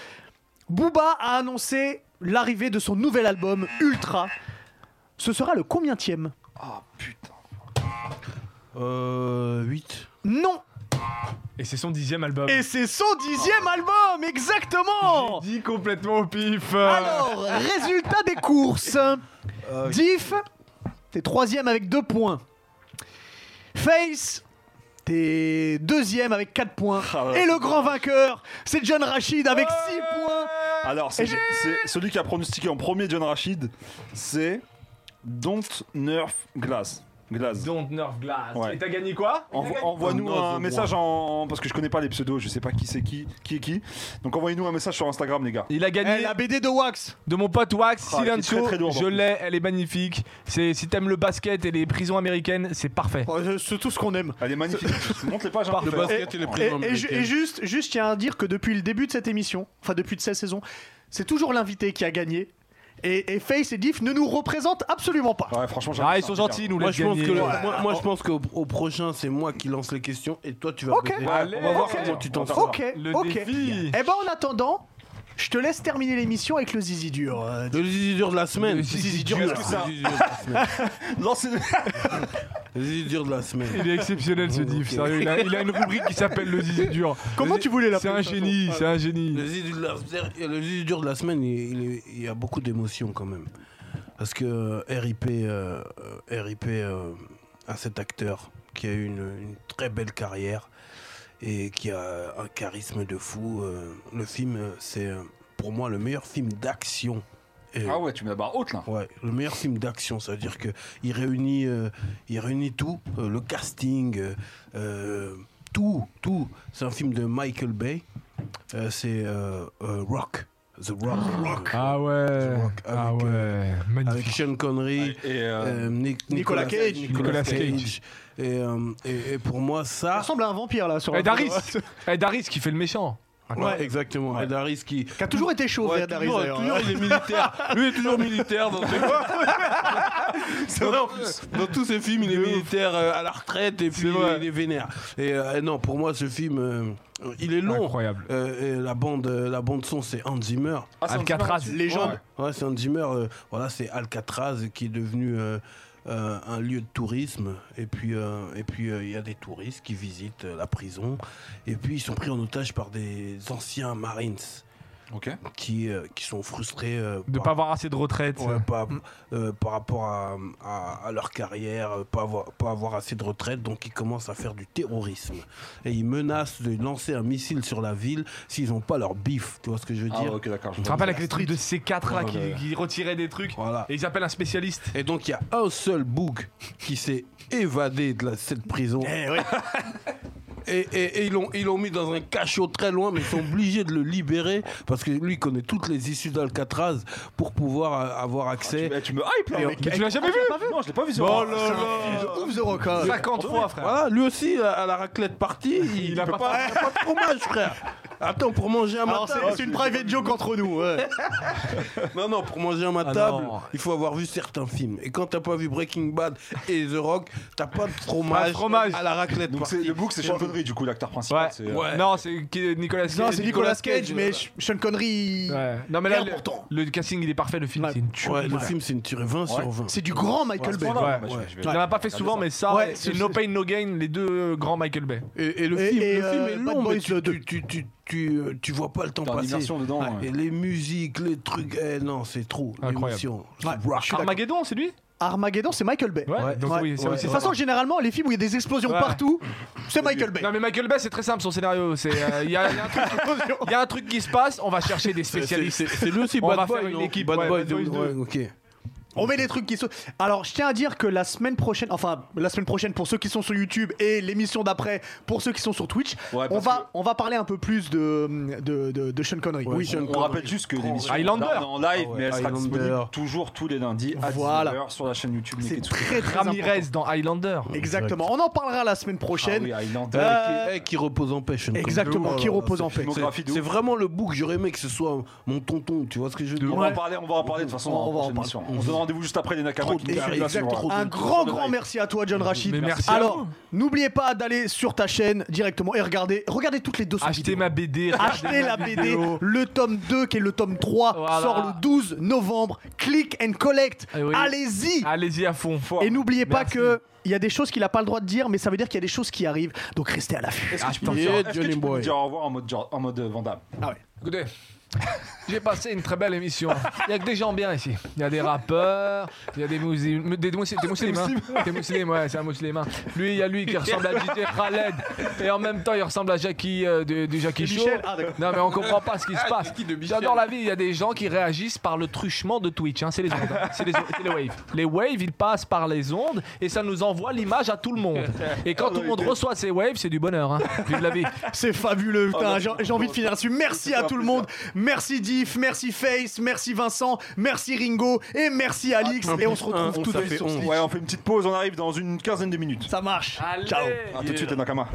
Booba a annoncé l'arrivée de son nouvel album Ultra. Ce sera le combientième Ah putain. Euh. 8. Non. Et c'est son dixième album. Et c'est son dixième album, exactement. dit complètement au pif. Ah, euh. Alors, résultat des courses. Euh, Diff, t'es troisième avec deux points. Face, t'es deuxième avec quatre points. Ah ouais. Et le grand vainqueur, c'est John Rachid avec six points. Alors, c'est c'est celui qui a pronostiqué en premier John Rachid, c'est Don't Nerf Glass. Glass. Don't Nerf Glass. Ouais. Et t'as gagné quoi Envo- Envoie-nous Oh, un message en, en- parce que je connais pas les pseudos, je sais pas qui c'est qui, qui est qui. Donc envoyez-nous un message sur Instagram les gars. Il a Eh, gagné la BD de Wax. de mon pote Wax, Ah, qui est très, Silencio. très lourde, en je plus. l'ai, elle est magnifique. C'est si t'aimes le basket et les prisons américaines, c'est parfait. Oh, euh, C'est tout ce qu'on aime. Elle est magnifique. Montre les pages. hein. Le basket et les Et, prisons et ju- et américaines. juste, juste, je tiens à dire que depuis le début de cette émission, enfin depuis de cette saison, c'est toujours l'invité qui a gagné. Et, et Face et Diff ne nous représentent absolument pas. Ouais, franchement, j'aime Ah, ils ça. sont gentils, ils nous Moi, laissent je pense gagner. que le- moi, moi, je pense qu'au au prochain, c'est moi qui lance les questions et toi, tu vas. Ok. poser. Ouais, on va voir Ok. comment tu t'en sors. Ok, Le ok. défi. Eh ben en attendant, je te laisse terminer l'émission avec le zizi dur. euh, Le zizi dur de la semaine. Le zizi dur de la Le zizi dur de la semaine. Lancez- Le zizi dur de la semaine. Il est exceptionnel Oh, ce diff, sérieux. Il a, il a une rubrique qui s'appelle le zizi dur. Comment Le zi- tu voulais l'appeler, C'est un ça, génie, c'est un Le génie. zizi dur de la, le zizi dur de la semaine, il, il est- il y a beaucoup d'émotions quand même. Parce que euh, RIP, euh, euh, RIP euh, à cet acteur qui a eu une, une très belle carrière et qui a un charisme de fou. euh, le film, euh, c'est euh, pour moi le meilleur film d'action. euh, Et- Ah ouais, tu mets la barre haute là. Ouais, le meilleur film d'action, c'est-à-dire que il réunit, euh, il réunit tout, euh, le casting, euh, euh, tout, tout. C'est un film de Michael Bay. Euh, c'est euh, euh, Rock, The Rock, Ah ouais. Rock, Ah avec, ouais. euh, avec Magnifique. Sean Connery. Et euh, euh, Nic- Nicolas Cage. Nicolas Cage. Et, euh, et- et pour moi, Ça ça. ressemble à un hein. vampire là sur. Et la Ah. Daris. photo. Eh, Daris qui fait le méchant. Ouais, exactement. Ed Harris qui. Qui a toujours été chaud, Ouais, Daris. toujours, d'ailleurs. hein. toujours, il est militaire. Lui est toujours militaire dans ses C'est vrai, en plus. Dans tous ses films, il est militaire euh, à la retraite et puis vrai. il est vénère. Et euh, non, pour moi, ce film, euh, il est long. Incroyable. Euh, et la bande, euh, la bande son, c'est Hans Zimmer. ah, c'est un Alcatraz. petit peu Légende. Ouais. Ouais, c'est Hans Zimmer. euh, voilà, c'est Alcatraz qui est devenu euh, euh, un lieu de tourisme. Et puis, euh, et puis, euh, il y a des touristes qui visitent euh, la prison. Et puis, ils sont pris en otage par des anciens Marines Ok. qui, euh, qui sont frustrés euh, De par- pas avoir assez de retraite. Ouais, pas- euh, par rapport à, à- à leur carrière, euh, pas avoir, pas avoir assez de retraite, donc ils commencent à faire du terrorisme. Et ils menacent de lancer un missile sur la ville s'ils n'ont pas leur bif, tu vois ce que je veux Ah ouais, dire ok, d'accord. Tu te rappelles avec les trucs de C4 là Ouais, qui, ouais, ouais. qui retiraient des trucs Voilà. et ils appellent un spécialiste. Et donc il y a un seul bouc qui s'est évadé de la- cette prison. Et, et- et ils l'ont ils l'ont mis dans un cachot très loin, mais ils sont obligés de le libérer parce que lui connaît toutes les issues d'Alcatraz pour pouvoir euh, avoir accès. Tu, eh, tu me hype là. Et- mec. Mais tu l'as jamais vu Non, je l'ai pas vu. Oh sur là là. Ouf, The Rock. hein. 50 fois frère. Voilà, lui aussi, euh, à à la raclette partie, il, a peut pas- pas, il a pas de fromage, frère. Attends, pour manger à ma Alors, table. c'est c'est une private joke entre nous. ouais. Non, non, pour manger à ma Ah table, non. il faut avoir vu certains films. Et quand t'as pas vu Breaking Bad et The Rock, t'as pas de fromage, Pas de fromage. à la raclette Donc c'est- partie. le book, c'est Sean Connery du coup l'acteur Ouais. principal. c'est, euh, ouais. Non, c'est qui- Nicolas Non, Cage. c'est Nicolas Cage, mais Sh- Sean Connery. Ouais. Non mais là Bien le, pourtant. le casting il est parfait le film Ouais. c'est une tuerie. Ouais, le film, c'est une tirée 20 sur 20. C'est du grand Michael Bay. Voilà, Ouais, bah, je vais- je vais- Il n'en a pas fait souvent mais ça Ouais, et c'est- No Pain No Gain les deux euh, grands Michael Bay. Et, et le Et- film, et, le film euh, est Bad long, Boys mais tu, 2. tu, tu, tu, tu, euh, tu vois pas le temps T'as une passer. immersion dedans, ouais. Ah, Et les musiques, les trucs, eh non, c'est trop. Incroyable. L'émotion. Ouais. C'est rock. Je suis d'accord. Armageddon c'est lui Armageddon, c'est Michael Bay. Ouais, donc oui, ça ouais. De aussi, toute c'est façon, généralement, les films où il y a des explosions Ouais. partout, c'est Michael Bay. Non mais Michael Bay c'est très simple son scénario, c'est euh, il y, a- il y a un truc- il y a un truc qui se passe, on va chercher des C'est- C'est spécialistes. c'est- c'est lui aussi, On va Bad faire Boy, une non équipe, Bad ouais, Boy Bad Boys 2. deux. ouais, ok. On met des trucs qui sont. Alors, je tiens à dire que la semaine prochaine, enfin, la semaine prochaine pour ceux qui sont sur YouTube et l'émission d'après pour ceux qui sont sur Twitch, Ouais, on, parce va, on va parler un peu plus de, de, de, de Sean Connery. Ouais, Oui. Sean On Connery. rappelle juste que l'émission Highlander. est en live, Ah ouais, mais elle sera Highlander. disponible toujours tous les lundis à Voilà. 19h sur la chaîne YouTube C'est Neketsu. très très Ramirez Ah important. dans Highlander. Exactement. On en parlera la semaine Ah prochaine. oui, Highlander. Euh, Qui, eh, qui repose en paix, Sean Connery. Exactement, Oh qui là là, repose euh, c'est- en paix. filmographie c'est- de ouf. C'est vraiment le bouc, j'aurais aimé que ce soit mon tonton, tu vois ce que je veux dire On va en parler, on va en parler de toute façon On va dans la en prochaine parler. émission. On se donne rendez-vous juste après les Nakama Trop qui de- nous arrivent la exactement. suivante. Un Trop grand, de grand live. merci à toi, John Rachid. Mais merci à Alors, vous. n'oubliez pas d'aller sur ta chaîne directement et regardez, regardez toutes les 200 Achetez vidéos. ma BD. Achetez la BD, vidéo. le tome 2 qui est le tome 3 Voilà. sort le 12 novembre. Click and collect. Eh oui. Allez-y. Allez-y à fond. Et n'oubliez pas Merci. que il y a des choses qu'il n'a pas le droit de dire, mais ça veut dire qu'il y a des choses qui arrivent. Donc restez à l'affût. Est-ce que tu peux Ah, me dire- putain. est-ce que Johnny tu peux me Boy. dire au revoir en mode genre- en mode euh, Vandame Écoutez, j'ai passé une très belle émission. Il y a que des gens bien ici. Il y a des rappeurs, il y a des musulmans. Des, moussi- des musulmans. hein. Des musulmans, ouais, c'est un musulman. Lui, il y a lui qui ressemble à DJ Khaled. Et en même temps, il ressemble à Jackie euh, du, du Jackie Show. Michel, ah, d'accord. Ah, non, mais on comprend pas ce qui se passe. J'adore la vie. Il y a des gens qui réagissent par le truchement de Twitch. hein. C'est les ondes. hein. C'est les, c'est les waves. Les waves, ils passent par les ondes et ça nous envoie l'image à tout le monde. Et Ah quand tout le monde reçoit ces waves, c'est du bonheur. Hein. Vive la vie. C'est fabuleux, Oh putain. J'ai j'ai envie de finir dessus. Merci à un tout le plaisir. monde. Merci Diff, merci Face, merci Vincent, merci Ringo et merci Alix. Ah, Et on se retrouve tout de suite. Ouais, on fait une petite pause, on arrive dans une quinzaine de minutes. Ça marche. Allez. Ciao. A tout de suite les Nakama.